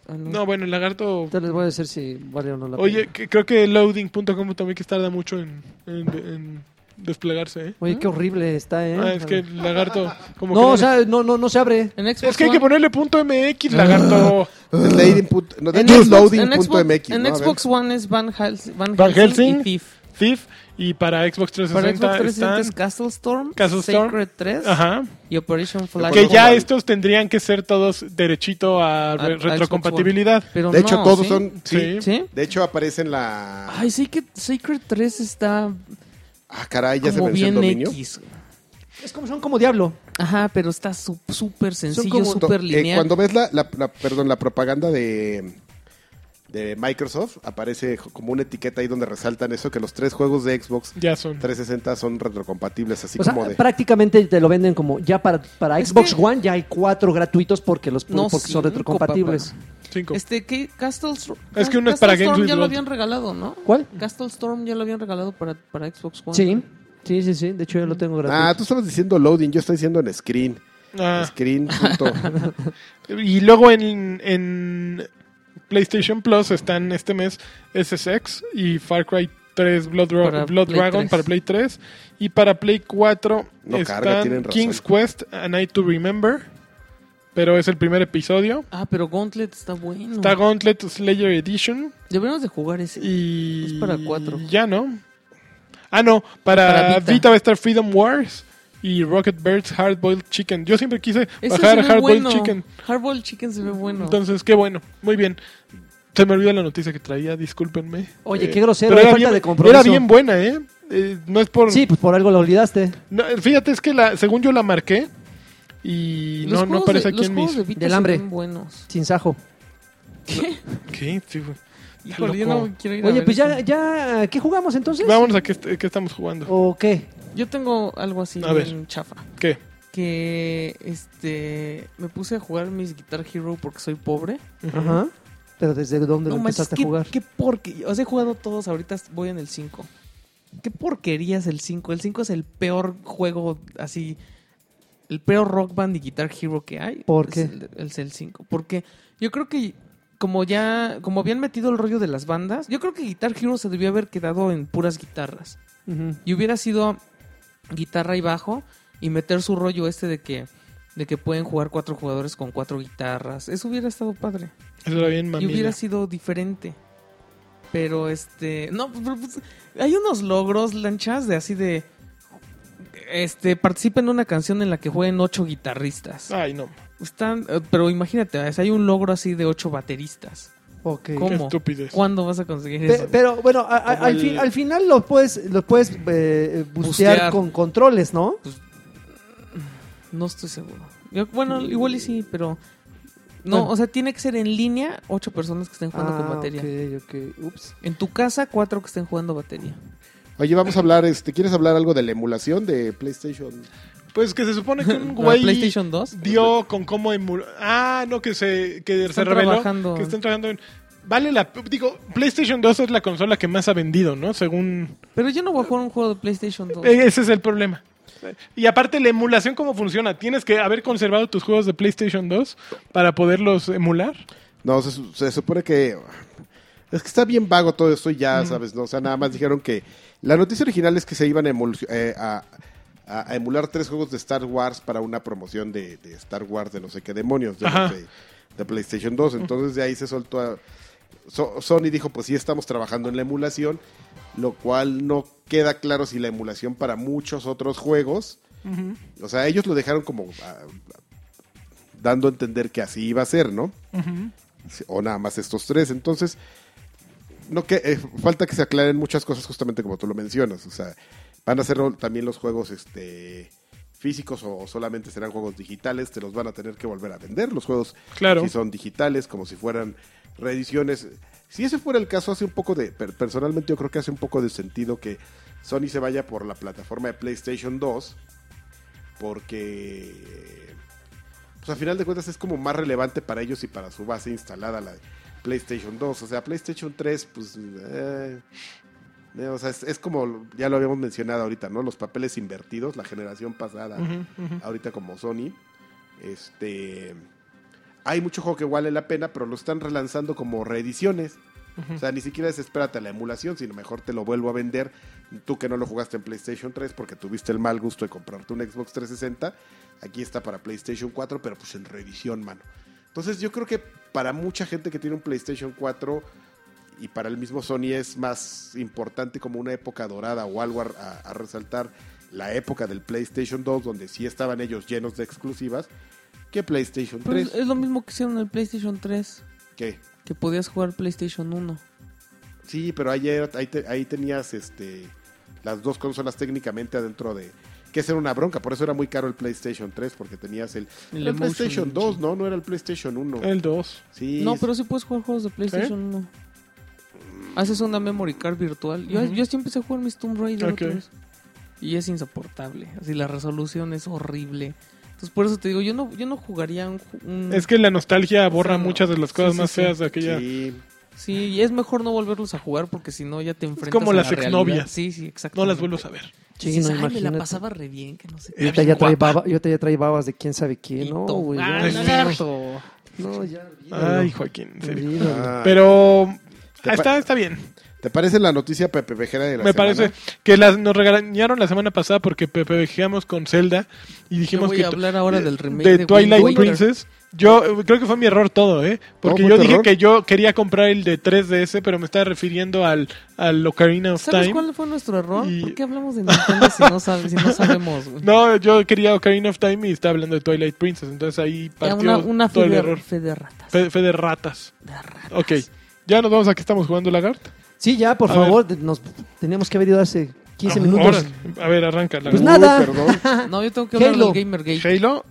Ah, no. No, bueno, el lagarto... Te les voy a decir si vale o no la Oye, pena. que- creo que loading.com también que tarda mucho en, en- en desplegarse, ¿eh? Oye, qué horrible está, ¿eh? Ah, es que el lagarto... Como que No, no o le- sea, no, no, no se abre. En Xbox Es que hay que One- ponerle punto MX, lagarto. Es Loading. punto- No, de en hecho, es Xbox- en loading punto Xbox- MX, en ¿no? A ver. Xbox One es Van, Hels- Van Van Helsing Helsing. y Thief. Thief. Y para Xbox 360 Para Xbox 360 es están... Castle Storm, Castle Storm. Sacred 3 Ajá. y Operation Flash. Que ya One. estos tendrían que ser todos derechito a, re- a Xbox retrocompatibilidad. Pero De hecho, no, todos ¿sí? son. Sí. Sí. ¿Sí? De hecho, aparece en la. Ay, sí que Sacred 3 está ah, caray, ya se como venció el bien dominio. X. Es como, son como Diablo. Ajá, pero está su- súper sencillo, To- súper eh, lineal. cuando ves la, la- la- perdón, la propaganda de, de Microsoft, aparece jo- como una etiqueta ahí donde resaltan eso, que los tres juegos de Xbox Ya son. 360 son retrocompatibles, así o sea, como de... prácticamente te lo venden como ya para, para Es Xbox que- One ya hay cuatro gratuitos porque los No, porque son cinco, retrocompatibles. papá. Cinco. Este, ¿qué? Castle Storm. Es que uno es para Games Storm with ya lo Gold. habían regalado, ¿no? ¿Cuál? Castle Storm ya lo habían regalado para, para Xbox One. Sí, sí, sí, sí. De hecho yo lo tengo gratuito. Ah, tú estabas diciendo loading, yo estoy diciendo en screen. Ah, Screen. punto. y luego en, en PlayStation Plus están este mes SSX y Far Cry 3 Blood, Dra- Para Blood Play Dragon 3. para Play 3. Y para Play 4 No están carga, tienen razón. King's Quest, A Night to Remember. Pero es el primer episodio. Ah, pero Gauntlet está bueno. Está Gauntlet Slayer Edition. Deberíamos de jugar ese. Y. Es para cuatro. Ya no. Ah, no. Para, Para Vita. Vita. va a estar Freedom Wars y Rocket Birds Hard Boiled Chicken. Yo siempre quise Ese bajar se ve Hard bueno. Boiled Chicken. Mm, Hardball Chicken se ve bueno. Entonces, qué bueno. Muy bien. Se me olvidó la noticia que traía, discúlpenme. Oye, Eh, qué grosero, Pero hay era, falta bien, de compromiso. era bien buena, ¿eh? Eh, No es por. Sí, pues por algo lo olvidaste. no, fíjate, es que la, según yo la marqué y no, no juegos aparece de- aquí los en juegos mis. de Vita Del se hambre. ven buenos. Sin sajo. ¿Qué? ¿Qué? Sí, güey. Está Híjole, yo loco. no quiero ir a Oye, ver pues ya, eso. ya, ¿qué jugamos entonces? Vámonos a qué, est- qué estamos jugando. ¿O qué? Yo tengo algo así A ver. bien chafa. ¿Qué? Que, este, me puse a jugar mis Guitar Hero porque soy pobre. Ajá. Pero ¿desde dónde lo manches, empezaste qué- a jugar? Qué porquería. Os he jugado todos, ahorita voy en el 5. ¿Qué porquería es el 5? El 5 es el peor juego así. El peor rock band y guitar hero que hay. ¿Por Es qué? el- Es el 5. Porque yo creo que como ya. Como habían metido el rollo de las bandas, yo creo que Guitar Hero se debió haber quedado en puras guitarras. Ujú. Y hubiera sido guitarra y bajo y meter su rollo este de que. De que pueden jugar cuatro jugadores con cuatro guitarras. Eso hubiera estado padre. Eso era bien, Y hubiera mamila. sido diferente. Pero este. No, pero, pues, hay unos logros, lanchas, de así de. Este, participen en una canción en la que jueguen ocho guitarristas. Ah. Ay, no. Están, eh, pero imagínate, o sea, hay un logro así de ocho bateristas. Ok. Qué ¿Cómo? estupidez. ¿Cuándo vas a conseguir Pe- eso? pero bueno, a- a- Como al, el- fin- al final lo puedes, lo puedes eh, eh, bustear, Bustear. con controles, ¿no? No estoy seguro. Yo- bueno, igual y sí, pero. No, Bueno. o sea, tiene que ser en línea ocho personas que estén jugando con Ah, batería. ok, ok. Ups. En tu casa, cuatro que estén jugando batería. Oye, vamos a hablar, este, ¿quieres hablar algo de la emulación de PlayStation? Pues que se supone que un (laughs) ¿La güey PlayStation 2? dio con cómo emular. Ah, no, que se, que se Están reveló trabajando. que están trabajando en. Vale la. Digo, PlayStation 2 es la consola que más ha vendido, ¿no? Según. Pero yo no voy a jugar un juego de PlayStation 2. Eh, Ese es el problema. Y aparte, la emulación, ¿cómo funciona? ¿Tienes que haber conservado tus juegos de PlayStation 2 para poderlos emular? No, se, su- se supone que... Es que está bien vago todo esto y ya, ¿sabes? ¿no? O sea, nada más dijeron que... La noticia original es que se iban a, emul- eh, a- a- a emular tres juegos de Star Wars para una promoción de, de Star Wars de no sé qué demonios, de, Ajá. de- de PlayStation 2. Entonces de ahí se soltó a... So- Sony dijo, pues sí estamos trabajando en la emulación, lo cual no queda claro si la emulación para muchos otros juegos... O sea, ellos lo dejaron como ah, dando a entender que así iba a ser, ¿no? Sí, o nada más estos tres. Entonces, no que eh, falta que se aclaren muchas cosas justamente como tú lo mencionas. O sea, van a ser también los juegos este físicos o solamente serán juegos digitales, te los van a tener que volver a vender. Los juegos Claro. si son digitales, como si fueran reediciones. Si ese fuera el caso, hace un poco de, per- personalmente yo creo que hace un poco de sentido que Sony se vaya por la plataforma de PlayStation 2, porque pues a final de cuentas es como más relevante para ellos y para su base instalada la de PlayStation 2. O sea, PlayStation 3, pues... eh, eh, o sea, es, es como ya lo habíamos mencionado ahorita, ¿no? Los papeles invertidos, la generación pasada, Ujú, ujú. ahorita como Sony. Este... Hay mucho juego que vale la pena, pero lo están relanzando como reediciones. O sea, ni siquiera es espérate a la emulación, sino mejor te lo vuelvo a vender. Tú que no lo jugaste en PlayStation 3 porque tuviste el mal gusto de comprarte un Xbox 360, aquí está para PlayStation 4, pero pues en reedición, mano. Entonces yo creo que para mucha gente que tiene un PlayStation 4 y para el mismo Sony es más importante como una época dorada o algo a, a- a resaltar la época del PlayStation 2, donde sí estaban ellos llenos de exclusivas, que PlayStation Pero 3. Pues, es es lo mismo que hicieron en el PlayStation 3, que que podías jugar PlayStation 1. Sí, pero ayer ahí, te- ahí tenías este las dos consolas técnicamente adentro de que esa era una bronca, por eso era muy caro el PlayStation 3 porque tenías el, era El el Emotion PlayStation Engine. 2, no, no era el PlayStation 1. El 2. Sí. No, pero sí puedes jugar juegos de PlayStation ¿Eh? 1. Haces una memory card virtual. Yo, Ujú. yo sí empecé a jugar mis Tomb Raider Ok. otra vez. Y es insoportable. Así la resolución es horrible. Entonces por eso te digo, yo no, yo no jugaría un, ju- un- Es que la nostalgia borra Sí, no. muchas de las cosas Sí, sí, más sí. feas de aquella. sí. Sí, y es mejor no volverlos a jugar porque si no ya te enfrentas como a la las realidad. exnovias. Sí, sí, exacto. No las vuelves a ver. Sí, Dices, no, "Ay, me imagínate. la pasaba re bien, que no sé. Yo te, ya trae baba- yo te ya trae babas de quién sabe qué, ¿no? güey? Ah, Ya, no es no, cierto. no, ya. olvídalo. Ay, Joaquín, en serio. Olvídalo. Ah, Pero Te ah, está, está bien. ¿Te parece la noticia Pepe Vejera de la Me semana? parece que las, nos regañaron la semana pasada porque pepejeamos con Zelda y Yo dijimos voy que a tu- hablar ahora del remake de de Twilight Wind Waker. Princess. Yo eh, creo que fue mi error todo, ¿eh? Porque No, fue yo tu dije error. que yo quería comprar el de 3DS, pero me estaba refiriendo al, al Ocarina of ¿Sabes Time. cuál fue nuestro error? Y- ¿Por qué hablamos de Nintendo si no, sabe- si no sabemos? güey? No, yo quería Ocarina of Time y estaba hablando de Twilight Princess. Entonces ahí Ya, partió una una todo fe, el de, error. fe de ratas. Fe, fe de ratas. de ratas. Ok. Ya nos vamos a que estamos jugando Lagart. Sí, ya, por A Ah, favor, de- nos teníamos que haber ido hace 15 minutos. A ver, arranca Pues Uy, Lagart. nada. (laughs) perdón. No, yo tengo que hablar Halo. del Gamergate. Halo.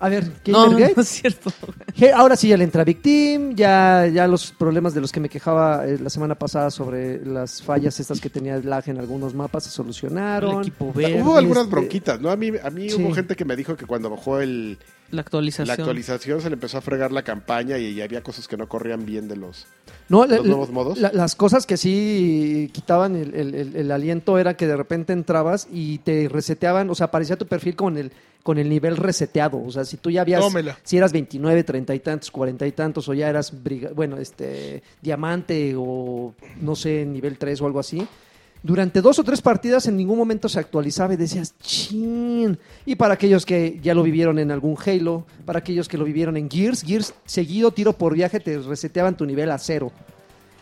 A ver, ¿qué No, Gamergate? no es cierto. Hey, Ahora sí ya le entra Victim, ya, ya los problemas de los que me quejaba eh, la semana pasada sobre las fallas estas que tenía el lag en algunos mapas se El solucionaron. equipo La- verde, hubo algunas este- bronquitas, ¿no? A mí, a mí hubo Sí. gente que me dijo que cuando bajó el, la la actualización. actualización se le empezó a fregar la campaña y, y había cosas que no corrían bien de los... No, la- ¿Los nuevos modos? la- las cosas que sí quitaban el, el- el- el aliento era que de repente entrabas y te reseteaban, o sea, aparecía tu perfil con el con el nivel reseteado, o sea, si tú ya habías, Tómela. si eras 29, 30 y tantos, 40 y tantos, o ya eras, briga- bueno, este, diamante o no sé, nivel 3 o algo así, durante dos o tres partidas en ningún momento se actualizaba y decías, chin. Y para aquellos que ya lo vivieron en algún Halo, para aquellos que lo vivieron en Gears, Gears seguido tiro por viaje te reseteaban tu nivel a cero.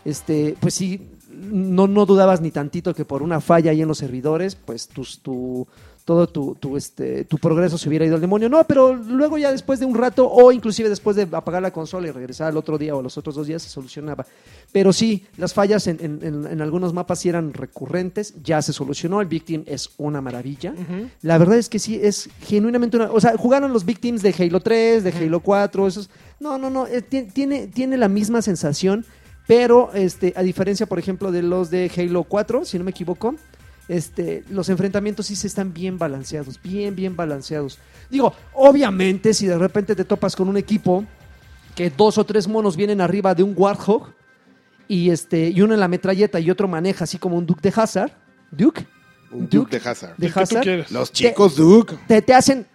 Este, pues sí, no, no dudabas ni tantito que por una falla ahí en los servidores, pues tus, tu, todo tu, tu, este, tu progreso se hubiera ido al demonio. No, pero luego ya después de un rato, o inclusive después de apagar la consola y regresar al otro día o los otros dos días, se solucionaba. Pero sí, las fallas en, en- en- en algunos mapas sí eran recurrentes, ya se solucionó, el Victim es una maravilla. La verdad es que sí, es genuinamente una... O sea, jugaron los Victims de Halo 3, de Halo 4, esos... No, no, no, eh, ti- tiene, tiene la misma sensación, pero este, a diferencia, por ejemplo, de los de Halo 4, si no me equivoco, este, los enfrentamientos sí se están bien balanceados, bien, bien balanceados. Digo, obviamente, si de repente te topas con un equipo que dos o tres monos vienen arriba de un Warthog y, este, y uno en la metralleta y otro maneja así como un Duke de Hazard, Duke, Un Duke Duke de Hazard. de El que tú Hazard, quieras. Los chicos Duke. te, te hacen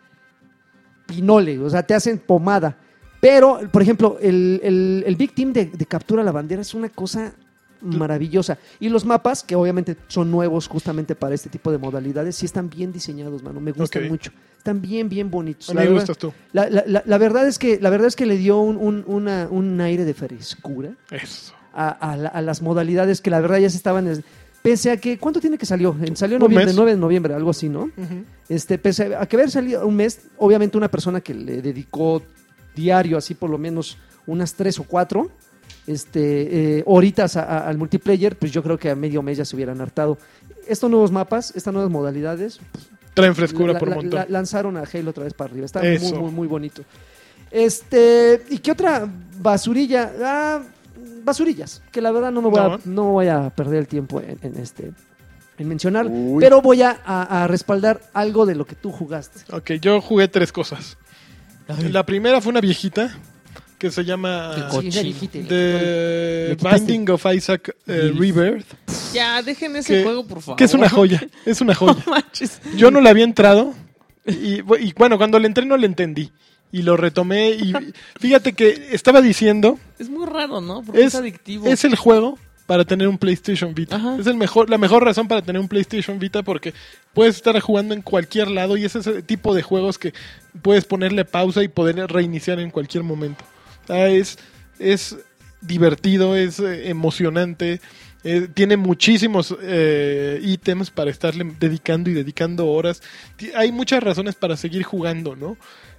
pinole, o sea, te hacen pomada. Pero, por ejejemplo, el, el, el Big Team de, de Captura la Bandera es una cosa maravillosa. Y los mapas, que obviamente son nuevos justamente para este tipo de modalidades, sí están bien diseñados, mano. Me gustan Ok. mucho. Están bien, bien bonitos. pues La Me verdad- gustas tú. la, la- la- la verdad es que, la verdad es que le dio un, un- una- un aire de frescura Eso. a, a la- a las modalidades que la verdad ya se estaban... es- Pese a que, ¿cuánto tiene que salió? Salió en Un noviembre, mes. 9 de noviembre, algo así, ¿no? Este, pese a que haber salido un mes, obviamente una persona que le dedicó diario, así por lo menos unas tres o cuatro este, eh, horitas a- a- al multiplayer, pues yo creo que a medio mes ya se hubieran hartado. Estos nuevos mapas, estas nuevas modalidades, Traen frescura la- por la- montón. la- lanzaron a Halo otra vez para arriba. Está muy, Eso. muy, muy bonito. Este, ¿y qué otra basurilla? Ah, basurillas, que la verdad no me voy, No. A, no voy a perder el tiempo en, en este en mencionar, Uy. pero voy a, a- a respaldar algo de lo que tú jugaste. Ok, yo jugué tres cosas. La primera fue una viejita que se Qué llama coche. ya dijiste. The Le quitaste. Binding of Isaac eh, Yes. Rebirth, Ya, dejen ese que- juego, por favor. que es una joya, es una (laughs) No joya. manches. Yo no le había entrado y, bu- y bueno, cuando le entré no le entendí y lo retomé y fíjate que estaba diciendo Es muy raro, ¿no? Porque es, es, adictivo. es el juego para tener un PlayStation Vita. Ajá. Es el mejor, la mejor razón para tener un PlayStation Vita porque puedes estar jugando en cualquier lado y es ese tipo de juegos que Ah, puedes ponerle pausa y poder reiniciar en cualquier momento. O sea, es, es divertido, es eh, emocionante. eh, tiene muchísimos eh, ítems para estarle dedicando y dedicando horas. Ti- Hay muchas razones para seguir jugando, ¿no?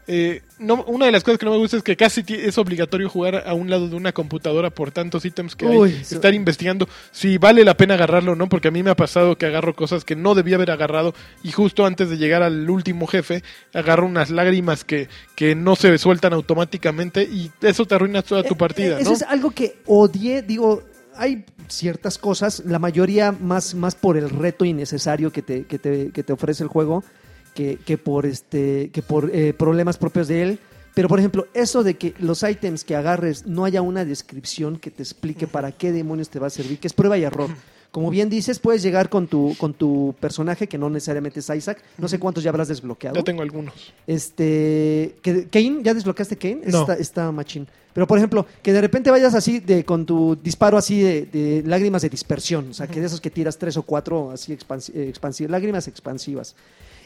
Eh, no, una de las cosas que no me gusta es que casi ti- es obligatorio jugar a un lado de una computadora por tantos ítems que Uy, hay. eso- Estar investigando si vale la pena agarrarlo o no, porque a mí me ha pasado que agarro cosas que no debía haber agarrado y justo antes de llegar al último jefe agarro unas lágrimas que, que no se sueltan automáticamente y eso te arruina toda tu Eh, partida, eh, Eso ¿no? es algo que odié, digo, hay ciertas cosas, la mayoría más, más por el reto innecesario que te, que te, que te ofrece el juego que, que por, este, que por eh, problemas propios de él. Pero, por ejemplo, eso de que los ítems que agarres no haya una descripción que te explique para qué demonios te va a servir, que es prueba y error. Como bien dices, puedes llegar con tu, con tu personaje, que no necesariamente es Isaac. No sé cuántos ya habrás desbloqueado. Ya tengo algunos. Este. que- Kane, ¿ya desbloqueaste Kane? No. Está, está machín. Pero por ejemplo, que de repente vayas así de, con tu disparo así de, de lágrimas de dispersión. O sea, que de esos que tiras tres o cuatro así expansi- eh, expansi- lágrimas expansivas.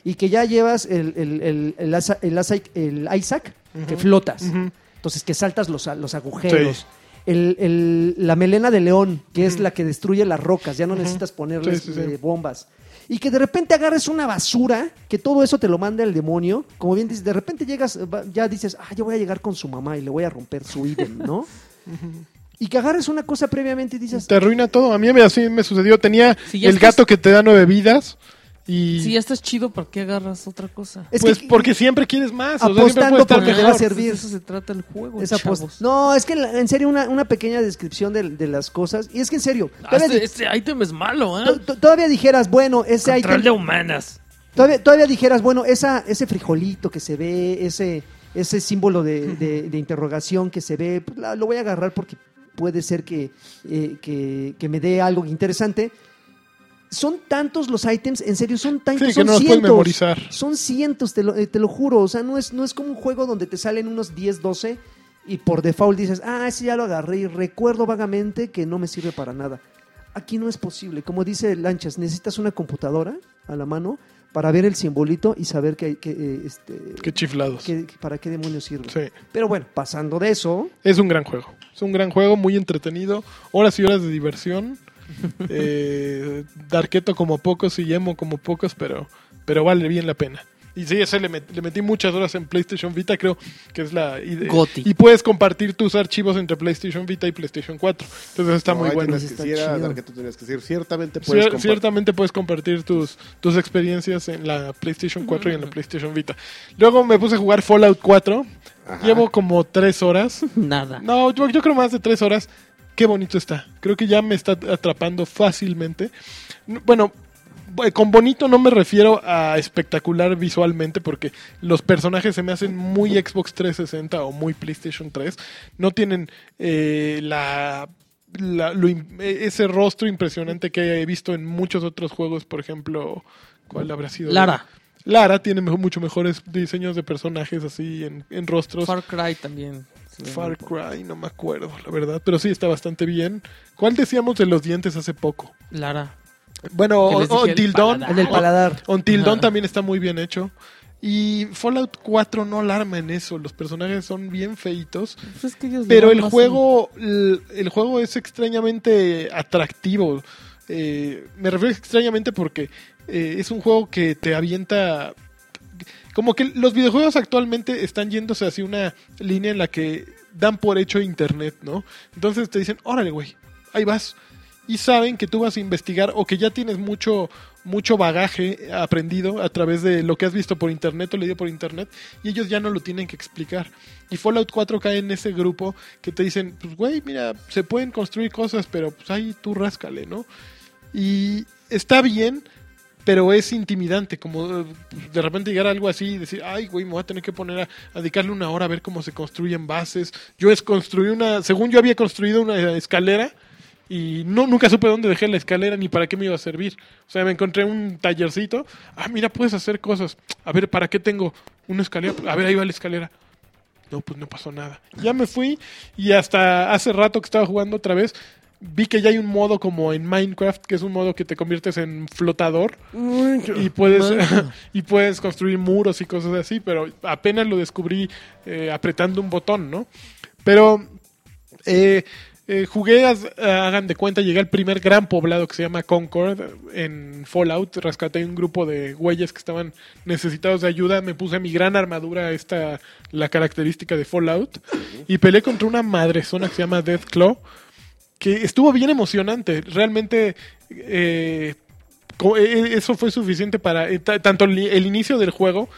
Y que ya llevas el, el, el, el asa- el Isaac, el Isaac, que flotas. Ujú. Entonces que saltas los, a- los agujeros. El- el- la melena de león, que es la que destruye las rocas, ya no necesitas ponerles Sí, sí, sí. eh, bombas. Y que de repente agarres una basura, que todo eso te lo manda el demonio. Como bien dices, de repente llegas, eh, va- ya dices, ah, yo voy a llegar con su mamá y le voy a romper su (laughs) ítem, ¿no? y que agarres una cosa previamente y dices, Te arruina todo. A mí me- así me sucedió. Tenía Si ya el estás- gato que te da nueve vidas y... Si ya estás chido, ¿para qué agarras otra cosa? es pues que porque siempre quieres más. O sea, siempre Apostando puedes estar porque te mejor. va a servir. Pues de eso se trata el juego, esa chavos. post- No, es que la- en serio, una, una pequeña descripción de, de las cosas. Y es que en serio, Ah, todavía, Este, di- este ítem es malo, ¿eh? to- to- todavía dijeras, bueno, ese Control ítem de humanas. Todavía, todavía dijeras, bueno, esa, ese frijolito que se ve, ese, ese símbolo de, de- de interrogación que se ve, pues, la- lo voy a agarrar porque puede ser que, eh, que, que me dé algo interesante. Son tantos los ítems, en serio, son Sí, tantos. que son no los puedes cientos, memorizar. Son cientos, te lo, eh, te lo juro. O sea, no es, no es como un juego donde te salen unos 10, 12 y por default dices, ah, ese ya lo agarré y recuerdo vagamente que no me sirve para nada. Aquí no es posible. Como dice Lanchas, necesitas una computadora a la mano para ver el simbolito y saber que, que, eh, este, Qué chiflados. que- que para qué demonios sirve. Sí. Ah. Pero bueno, pasando de eso, Es un gran juego. Es un gran juego, muy entretenido. Horas y horas de diversión. eh, Darketo como pocos y Yemo como pocos, pero, pero vale bien la pena. Y sí, ese le, met- le metí muchas horas en PlayStation Vita, creo que es la idea. Goti. Y puedes compartir tus archivos entre PlayStation Vita y PlayStation 4. Entonces está muy ahí bueno. tenías Está que decir, era chido. la que tú tenías que decir. Ciertamente puedes Cier- comprar. ciertamente puedes compartir tus, tus experiencias en la PlayStation 4 y en la PlayStation Vita. Luego me puse a jugar Fallout 4. Ajá. Llevo como tres horas. Nada. No, yo, yo creo más de tres horas. Qué bonito está. Creo que ya me está atrapando fácilmente. N- Bueno, bu- con bonito no me refiero a espectacular visualmente porque los personajes se me hacen muy Xbox 360 o muy PlayStation 3. No tienen eh, la, la- lo im- eh, ese rostro impresionante que he visto en muchos otros juegos, por ejemplo, ¿cuál habrá sido? Lara. Lara tiene mejo- mucho mejores diseños de personajes así en, en rostros. Far Cry también. se ve Far muy poco. Cry, no me acuerdo, la verdad, pero sí está bastante bien. ¿Cuál decíamos de los dientes hace poco? Lara. Bueno, Que les dije el Until Dawn. paladar. el del paladar. Until Dawn Ajá. también está muy bien hecho. Y Fallout 4 no alarma en eso, los personajes son bien feitos. Pues es que ellos le Pero van el más juego, el, el juego es extrañamente atractivo. Eh, me refiero extrañamente porque eh, es un juego que te avienta. Como que los videojuegos actualmente están yéndose hacia una línea en la que dan por hecho internet, ¿no? Entonces te dicen, órale, güey, ahí vas. Y saben que tú vas a investigar o que ya tienes mucho, mucho bagaje aprendido a través de lo que has visto por internet o leído por internet y ellos ya no lo tienen que explicar. Y Fallout 4 cae en ese grupo que te dicen, pues güey, mira, se pueden construir cosas, pero pues ahí tú ráscale, ¿no? Y está bien, pero es intimidante, como eh, de repente llegar a algo así y decir, ay, güey, me voy a tener que poner a, a dedicarle una hora a ver cómo se construyen bases. Yo es construí una, según yo había construido una escalera y no nunca supe dónde dejé la escalera ni para qué me iba a servir. O sea, me encontré un tallercito, ah, mira, puedes hacer cosas. A ver, ¿para qué tengo una escalera? A ver, ahí va la escalera. No, pues no pasó nada. Ya me fui y hasta hace rato que estaba jugando otra vez, vi que ya hay un modo como en Minecraft, que es un modo que te conviertes en flotador y puedes (laughs) y puedes construir muros y cosas así, pero apenas lo descubrí eh, apretando un botón, ¿no? Pero eh, eh, jugué, haz- hagan de cuenta, llegué al primer gran poblado que se llama Concord en Fallout. Rescaté un grupo de güeyes que estaban necesitados de ayuda. Me puse mi gran armadura, esta, la característica de Fallout. Y peleé contra una madrezona que se llama Deathclaw. Que estuvo bien emocionante. Realmente. eh, co- eh, eso fue suficiente para. eh, ta- tanto el, el inicio del juego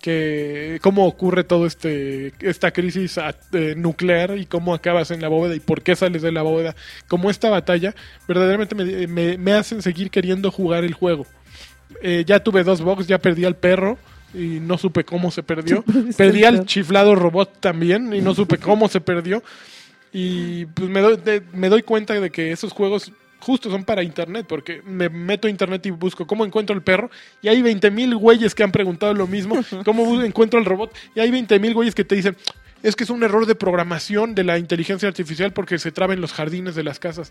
que cómo ocurre todo este esta crisis a- eh, nuclear y cómo acabas en la bóveda y por qué sales de la bóveda, como esta batalla verdaderamente me, me- me hacen seguir queriendo jugar el juego. Eh, ya tuve dos box, ya perdí al perro y no supe cómo se perdió. Perdí al chiflado robot también y no supe cómo se perdió. Y pues me doy, de- me doy cuenta de que esos juegos justo son para internet, porque me meto a internet y busco cómo encuentro el perro, y hay 20.000 mil güeyes que han preguntado lo mismo, cómo bu- encuentro al robot, y hay 20.000 mil güeyes que te dicen, es que es un error de programación de la inteligencia artificial porque se traba en los jardines de las casas.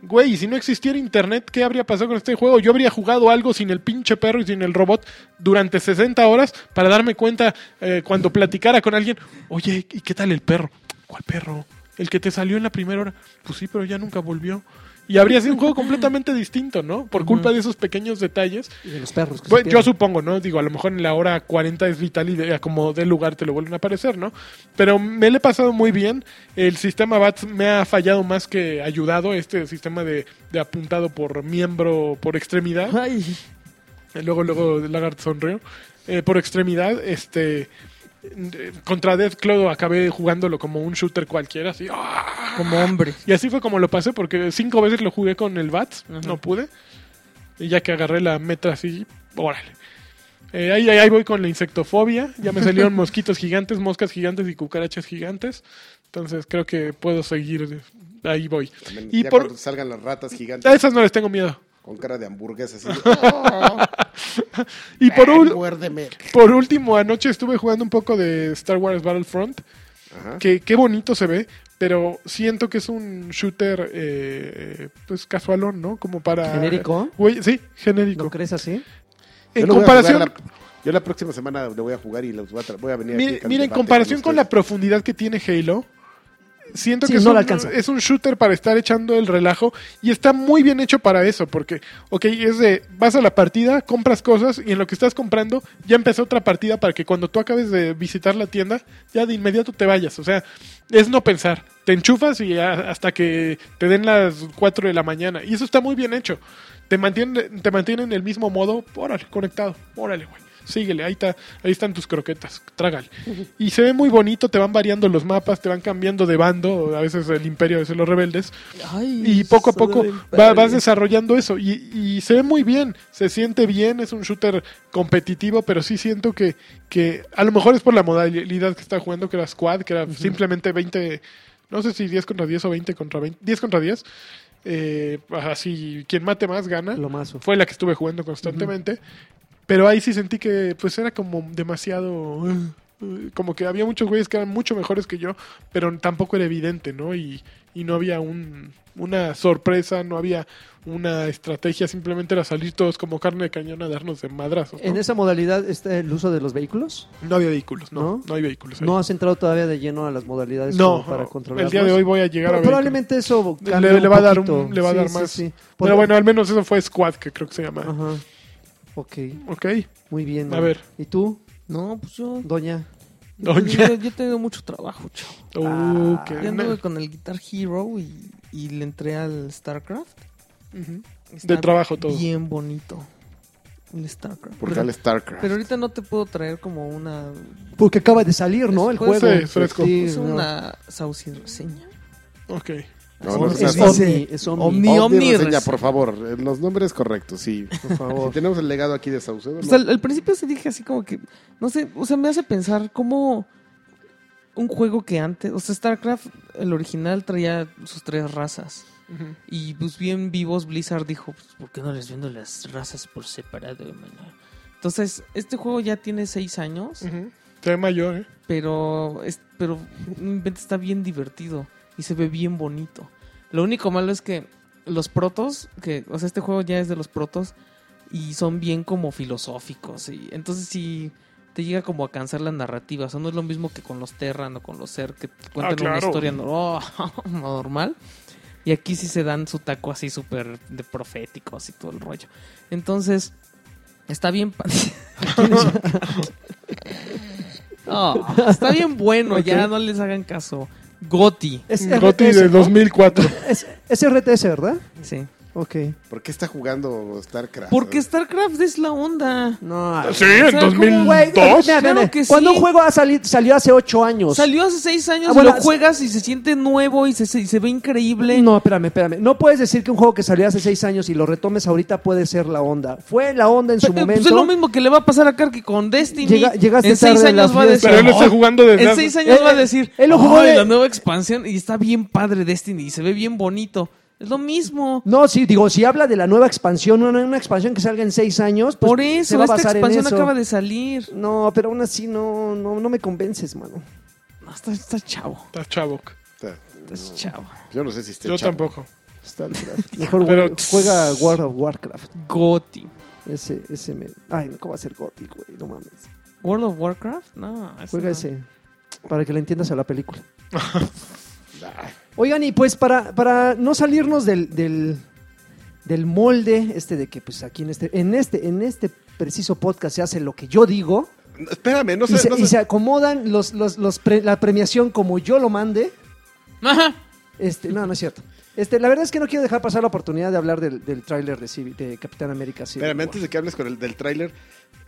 Güey, si no existiera internet, ¿qué habría pasado con este juego? Yo habría jugado algo sin el pinche perro y sin el robot durante 60 horas para darme cuenta eh, cuando platicara con alguien, oye, ¿y qué tal el perro? ¿Cuál perro? El que te salió en la primera hora. Pues sí, pero ya nunca volvió. Y habría sido un juego completamente distinto, ¿no? Por culpa de esos pequeños detalles. Y de los perros. que se Bueno, yo pierden. supongo, ¿no? Digo, a lo mejor en la hora 40 es vital y de, a como del lugar te lo vuelven a aparecer, ¿no? Pero me le he pasado muy bien. El sistema BATS me ha fallado más que ayudado, este sistema de, de apuntado por miembro, por extremidad. Ay, Eh, Luego, luego Lagarde sonrió. Eh, por extremidad, este. eh, Contra Deathclaw acabé jugándolo como un shooter cualquiera, así. ¡ah! como hombre. Y así fue como lo pasé, porque cinco veces lo jugué con el Bats, Ajá. no pude. Y ya que agarré la meta así, órale. Eh, ahí, ahí- ahí voy con la insectofobia. Ya me salieron mosquitos gigantes, moscas gigantes y cucarachas gigantes. Entonces creo que puedo seguir. Ahí voy. También, Y ya por- cuando salgan las ratas A gigantes esas no les tengo miedo. con cara de hamburguesas (laughs) así. ¡Oh, Y por, ul- muérdeme! por último, anoche estuve jugando un poco de Star Wars Battlefront. Ajá. que qué bonito se ve, pero siento que es un shooter eh, pues casualón, ¿no? Como para ¿Genérico? Güey, sí, genérico. ¿No crees así? Yo en lo voy a comparación jugar la- yo la próxima semana lo voy a jugar y los voy a, tra- voy a venir aquí mire, al mira, en debate comparación con la ustedes. profundidad que tiene Halo, siento Sí, que es, no un, la alcanza. es un shooter para estar echando el relajo y está muy bien hecho para eso, porque, ok, es de, vas a la partida, compras cosas y en lo que estás comprando ya empezó otra partida para que cuando tú acabes de visitar la tienda, ya de inmediato te vayas, o sea, es no pensar, te enchufas y a- hasta que te den las 4 de la mañana y eso está muy bien hecho. Te mantienen, te mantienen el mismo modo, órale, conectado, órale, güey. Síguele, ahí, está, ahí están tus croquetas, trágale. Y se ve muy bonito, te van variando los mapas, te van cambiando de bando, a veces el imperio, a veces los rebeldes. Ay, Y poco a solo poco del va- vas padre. desarrollando eso. Y, y se ve muy bien, se siente bien, es un shooter competitivo, pero sí siento que, que a lo mejor es por la modalidad que está jugando, que era squad, que era simplemente 20, no sé si 10 contra 10 o 20 contra 20, 10 contra 10. eh, así, quien mate más gana Lo mazo. fue la que estuve jugando constantemente. Pero ahí sí sentí que pues era como demasiado... (laughs) uh, uh, como que había muchos güeyes que eran mucho mejores que yo, pero tampoco era evidente, ¿no? Y, y no había un, una sorpresa, no había una estrategia, simplemente era salir todos como carne de cañón a darnos de madrazos. ¿no? En esa modalidad está el uso de los vehículos. No había vehículos, no. No, ¿No? hay vehículos. ahí. No has entrado todavía de lleno a las modalidades No, como para controlar. el día de hoy voy a llegar a vehículos. probablemente eso Le- cambie le un va a dar un- poquito. le va a Sí, dar sí, más. sí. Por- Pero bueno, al menos eso fue Squad, que creo que se llama. Ajá. Ok, Ok, muy bien. A ver. ¿Y tú, No, pues yo. doña? Yo, Doña. yo- yo tengo mucho trabajo, chavo. Ah, Uh, qué- Yo anduve no. con el Guitar Hero y, y le entré al StarCraft. Ujú. Está De trabajo todo. Bien bonito. El StarCraft. Porque pero, al StarCraft. Oh, pero ahorita no te puedo traer como una. Porque acaba de salir, ¿no? El Pues, juego. sí, fresco. Sí, Es no. una saucy reseña. Ok. No, no Es, seas- Omni, Omni, es Omni. Omni. Ovni Omni reseña, reseña. por favor, eh, los nombres correctos, sí. Por (laughs) favor. Si tenemos el legado aquí de Saucedo. Pues ¿no? al, al principio se dije así como que. No sé, o sea, me hace pensar cómo. Un juego que antes. O sea, StarCraft, el original, traía sus tres razas. Ujú. Y pues bien vivos, Blizzard dijo, pues, ¿por qué no les vendo las razas por separado, hermano? Entonces, este juego ya tiene seis años, Ujú. Se ve mayor, ¿eh? pero, es, pero no inventes, está bien divertido y se ve bien bonito. Lo único malo es que los protos, que, o sea, este juego ya es de los protos y son bien como filosóficos. Y, entonces, si te llega como a cansar la narrativa. O sea, no es lo mismo que con los Terran o con los Ser que te cuentan una claro. historia no- (laughs) normal. Y aquí sí se dan su taco así súper de proféticos y todo el rollo. Entonces, está bien. pa- Oh, está bien bueno, ya no les hagan caso. Goti. Es Goti RTS, de ¿no? 2004. Es, es RTS, ¿verdad? Sí. Ok. ¿Por qué está jugando StarCraft? Ah. Porque StarCraft es la onda. No, Sí, sea, en como- Güey, 2002. mira, mira, Claro mira. que sí. Cuando un juego ha sali- salió hace 8 años. Salió hace seis años, Ah, bueno, lo juegas y se siente nuevo y se, se- y se ve increíble. No, espérame, espérame. No puedes decir que un juego que salió hace 6 años y lo retomes ahorita puede ser la onda. Fue la onda en su Pero, (laughs) pues, momento. es lo mismo que le va a pasar a Karki con Destiny. Llega- llegaste en seis tarde a la años va a fiesta. decir. Pero él está "Ay, jugando desde En hace- seis años Él- va a decir. él lo jugó "Ay, de- la nueva expansión y está bien padre Destiny y se ve bien bonito. Es lo mismo. No, sí, digo, si habla de la nueva expansión, una, una expansión que salga en 6 años, pues Por se eso, va a esta basar en expansión eso. acaba de salir. No, pero aún así no, no, no me convences, mano. No, está, está chavo. Está chavo. Está- Está chavo. Yo no sé si esté Yo chavo. tampoco. StarCraft. Mejor Pero- güey, juega World of Warcraft. Goti. Ese, ese me... Ay, no, ¿cómo va a ser Gothic, güey? No mames. World of Warcraft? No, eso Juega no. ese. Para que le entiendas a la película. Oigan, y pues para, para no salirnos del, del, del molde este de que pues aquí en este, en este, en este preciso podcast se hace lo que yo digo No, (laughs) espérame, no sé. y, se, no y sé. se acomodan los, los, los pre- la premiación como yo lo mande. Ajá. Este, no, no es cierto. Este, la verdad es que no quiero dejar pasar la oportunidad de hablar del, del tráiler de, Civi- de Capitán América. Civil Espérame, War. antes de que hables con el del tráiler,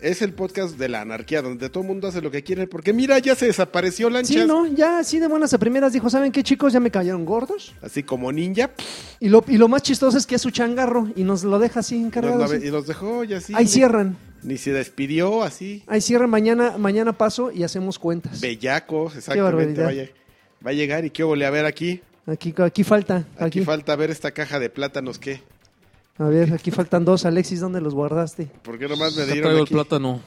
es el podcast de la anarquía, donde todo el mundo hace lo que quiere, porque mira, ya se desapareció Lanchas. Sí, no, ya así de buenas a primeras dijo, ¿saben qué chicos? Ya me cayeron gordos. Así como ninja, pff, Y lo, y lo más chistoso es que es su changarro y nos lo deja así nos encargado. la así. ve- y nos dejó y así. Ahí cierran, Ni se despidió, así. ahí cierran, mañana, mañana paso y hacemos cuentas. Bellacos, exactamente. barbaridad. Va a, lle- va a llegar y qué ole, a ver aquí. Aquí, aquí falta, Aquí aquí, falta ver esta caja de plátanos, ¿qué? a ver, aquí faltan dos, Alexis, ¿dónde los guardaste? ¿Por qué nomás me Te dieron traigo el aquí? plátano.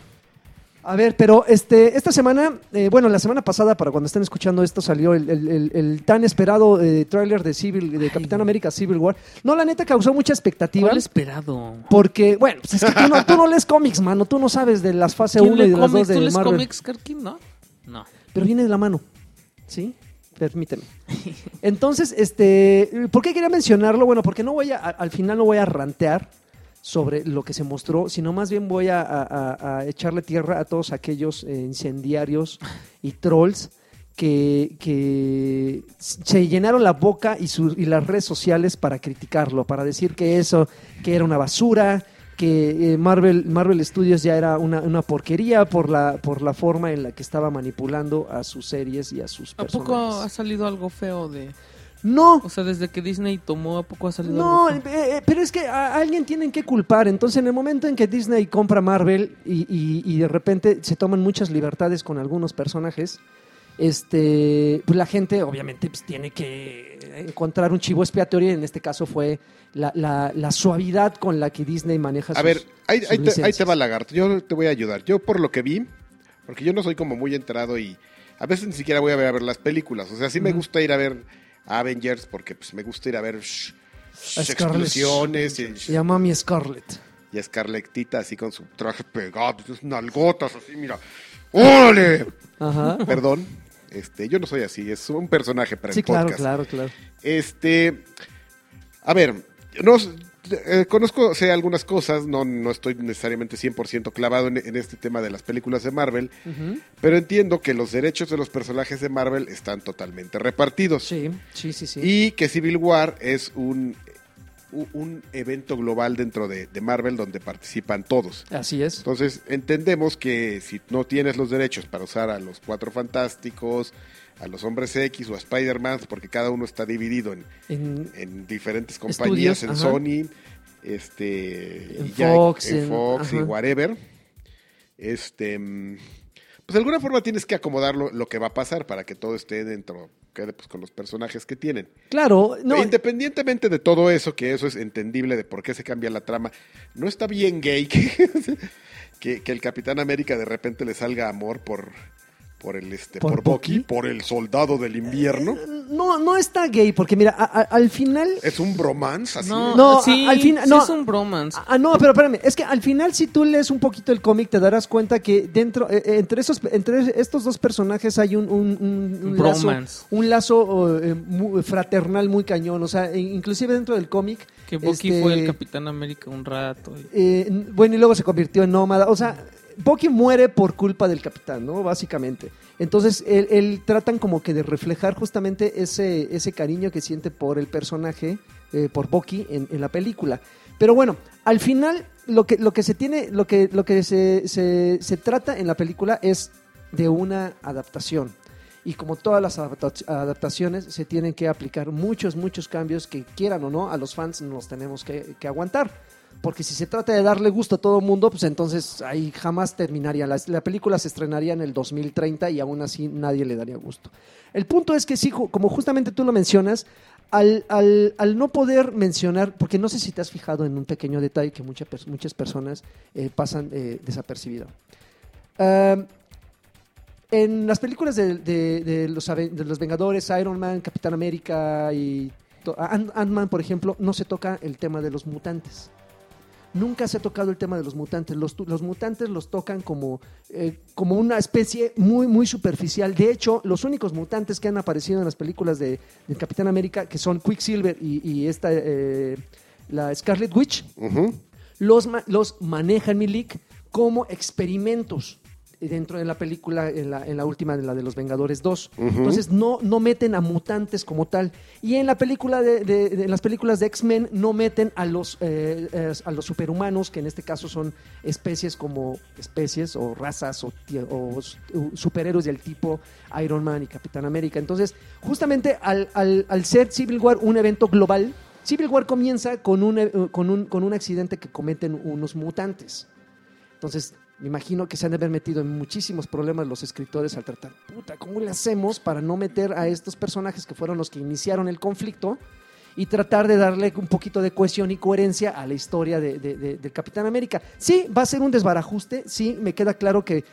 A ver, pero este, esta semana, eh, bueno, la semana pasada, para cuando estén escuchando esto, salió el, el- el- el tan esperado eh, tráiler de Civil, de Capitán América Civil War. No, la neta causó mucha expectativa. ¿Cuál esperado? Porque, bueno, pues es que tú no, tú no lees cómics, mano. Tú no sabes de las fase 1 y de las 2 ¿Tú de lees Marvel. cómics, Karki? No. No. Pero viene de la mano. ¿Sí? Permíteme. Entonces, este, ¿por qué quería mencionarlo? Bueno, porque no voy a, a- al final no voy a rantear sobre lo que se mostró, sino más bien voy a, a- a- a echarle tierra a todos aquellos eh, incendiarios y trolls que, que se llenaron la boca y, su- y las redes sociales para criticarlo, para decir que eso, que era una basura, que eh, Marvel, Marvel Studios ya era una, una porquería por la, por la forma en la que estaba manipulando a sus series y a sus ¿A poco ha personajes. salido algo feo de.? No, O sea, desde que Disney tomó, ¿a poco ha salido no, algo feo? eh, eh, pero es que a alguien tienen que culpar. Entonces, en el momento en que Disney compra Marvel y, y- y de repente se toman muchas libertades con algunos personajes, este, pues la gente obviamente pues, tiene que encontrar un chivo expiatorio. Y en este caso fue la, la- la suavidad con la que Disney maneja A sus- ver, ahí, sus ahí te, ahí licencias. te va Lagarto. Yo te voy a ayudar. Yo, por lo que vi, porque yo no soy como muy enterado y a veces ni siquiera voy a ver, a ver las películas. O sea, sí me gusta ir a ver Avengers porque pues, me gusta ir a ver shh, shh, Scarlett. explosiones y, Se llama mi Scarlett. y Scarlettita así con su traje pegado, sus nalgotas así, mira. (laughs) ¡Órale! Ajá. Perdón. Este, yo no soy así, es un personaje para Sí, el podcast. claro, claro, claro. Este, a ver, no, eh, conozco, sé algunas cosas, no, no estoy necesariamente 100% clavado en, en este tema de las películas de Marvel, pero entiendo que los derechos de los personajes de Marvel están totalmente repartidos Sí, sí, sí, sí. y que Civil War es un, u- un evento global dentro de, de Marvel donde participan todos. Así es. Entonces entendemos que si no tienes los derechos para usar a los Cuatro Fantásticos, a los Hombres X o a Spider-Man, porque cada uno está dividido en, En- en diferentes compañías, Estudios, en ajá. Sony, este, En y ya- Fox, en en- Fox y ajá. whatever. Este, mm, pues de alguna forma tienes que acomodar lo, lo que va a pasar para que todo esté dentro, quede, pues, con los personajes que tienen. E claro, no. Independientemente de todo eso, que eso es entendible de por qué se cambia la trama, no está (laughs) bien gay que, que, que el Capitán América de repente le salga amor por, por el este ¿Por por Bucky, Bucky? por el soldado del invierno. No, no está gay, porque mira, a- a- al final. Es un bromance así. No, No, sí, a- al fin- sí no. es un bromance. Ah, no, pero espérame, es que al final si tú lees un poquito el cómic te darás cuenta que dentro eh, eh, entre esos entre estos dos personajes hay un un, un- un lazo, Bromance. un lazo eh, mu- fraternal muy cañón, o sea, e- inclusive dentro del cómic Que Bucky este, fue el Capitán América un rato. y- eh, n- bueno, y luego se convirtió en nómada. O sea, Bucky muere por culpa del capitán, ¿no? Básicamente. Entonces, él, él tratan como que de reflejar justamente ese, ese cariño que siente por el personaje, eh, por Bucky, en, en la película. Pero bueno, al final, lo que, lo que se tiene, lo que, lo que se, se- se trata en la película es de una adaptación. Y como todas las adapta- adaptaciones, se tienen que aplicar muchos, muchos cambios que quieran o no, a los fans nos tenemos que- que aguantar. Porque si se trata de darle gusto a todo el mundo, pues entonces ahí jamás terminaría. La, la película se estrenaría en el 2030 y aún así nadie le daría gusto. El punto es que sí, ju- como justamente tú lo mencionas, al, al- al no poder mencionar, porque no sé si te has fijado en un pequeño detalle que mucha pers- muchas personas eh, pasan eh, desapercibido. Ah, en las películas de, de- de los, Aven- de los Vengadores, Iron Man, Capitán América y to- Ant- Ant-Man, por ejemplo, no se toca el tema de los mutantes nunca se ha tocado el tema de los mutantes. Los, tu- los mutantes los tocan como, eh, como una especie muy, muy superficial. De hecho, los únicos mutantes que han aparecido en las películas de, de Capitán América, que son Quicksilver y, y esta, eh, la Scarlet Witch, Ujú. los, ma- los maneja Milik como experimentos dentro de la película, en la, en la última, de la de los Vengadores 2. Entonces no, no meten a mutantes como tal. Y en la película de, de- de- en las películas de X-Men no meten a los, eh, eh, a los superhumanos, que en este caso son especies como especies o razas o, tie- o s- u- superhéroes del tipo Iron Man y Capitán América. Entonces, justamente al, al- al ser Civil War un evento global, Civil War comienza con un, eh, con un, con un accidente que cometen unos mutantes. Entonces, me imagino que se han de haber metido en muchísimos problemas los escritores al tratar, puta, ¿cómo le hacemos para no meter a estos personajes que fueron los que iniciaron el conflicto y tratar de darle un poquito de cohesión y coherencia a la historia de, de- de- del Capitán América? Sí, va a ser un desbarajuste, sí, me queda claro que eh,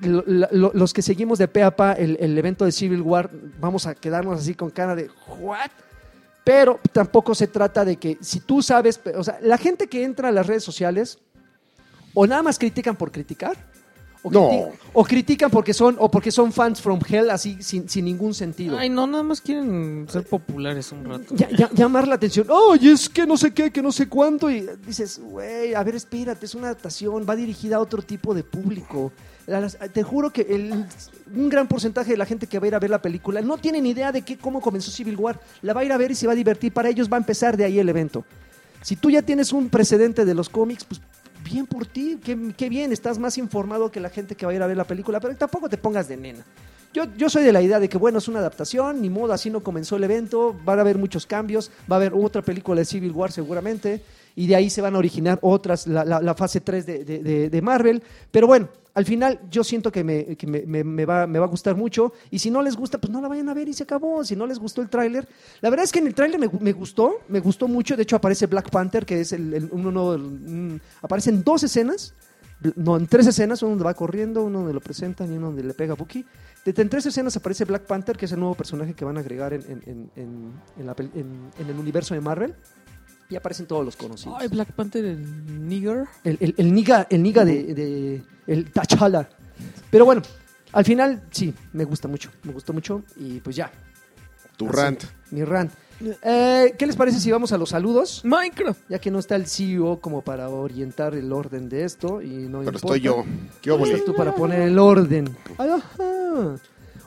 lo- lo- los que seguimos de pe a pa el, el evento de Civil War vamos a quedarnos así con cara de, ¿what? Pero tampoco se trata de que si tú sabes, o sea, la gente que entra a las redes sociales o nada más critican por criticar. O, No. criti- o critican porque son o porque son fans from hell así sin, sin ningún sentido. Ay, no, nada más quieren ser populares un rato. Ya- ya- llamar la atención. Oye, es que no sé qué, que no sé cuánto. Y dices, güey, a ver, espérate, es una adaptación, va dirigida a otro tipo de público. A las- Te juro que el- un gran porcentaje de la gente que va a ir a ver la película no tiene ni idea de qué, cómo comenzó Civil War. La va a ir a ver y se va a divertir. Para ellos va a empezar de ahí el evento. Si tú ya tienes un precedente de los cómics, pues bien por ti, qué, qué bien, estás más informado que la gente que va a ir a ver la película, pero tampoco te pongas de nena. Yo, yo soy de la idea de que, bueno, es una adaptación, ni modo, así no comenzó el evento, van a haber muchos cambios, va a haber otra película de Civil War seguramente, y de ahí se van a originar otras, la, la- la fase 3 de, de- de- de Marvel, pero bueno, al final yo siento que, me, que me- me- me va, me va a gustar mucho, y si no les gusta, pues no la vayan a ver y se acabó, si no les gustó el tráiler, la verdad es que en el tráiler me, gu- me gustó, me gustó mucho, de hecho aparece Black Panther, que es el, el- uno, del- mm, aparecen dos escenas, no, en tres escenas, uno donde va corriendo, uno donde lo presentan y uno donde le pega a Bucky. De- En tres escenas aparece Black Panther, que es el nuevo personaje que van a agregar en, en- en- en- en la pel- en- en el universo de Marvel. Y aparecen todos los conocidos. Ay, Black Panther, el nigger. El, el, el niga, el niga de, de- El T'Challa. Pero bueno, al final sí, me gusta mucho. Me gustó mucho y pues ya. Tu Así, rant. Mi rant. Eh, ¿Qué les parece si vamos a los saludos? Minecraft. Ya que no está el CEO como para orientar el orden de esto y no Pero importa. estoy yo. ¿Qué óvole? Estás tú para poner el orden. Ajá.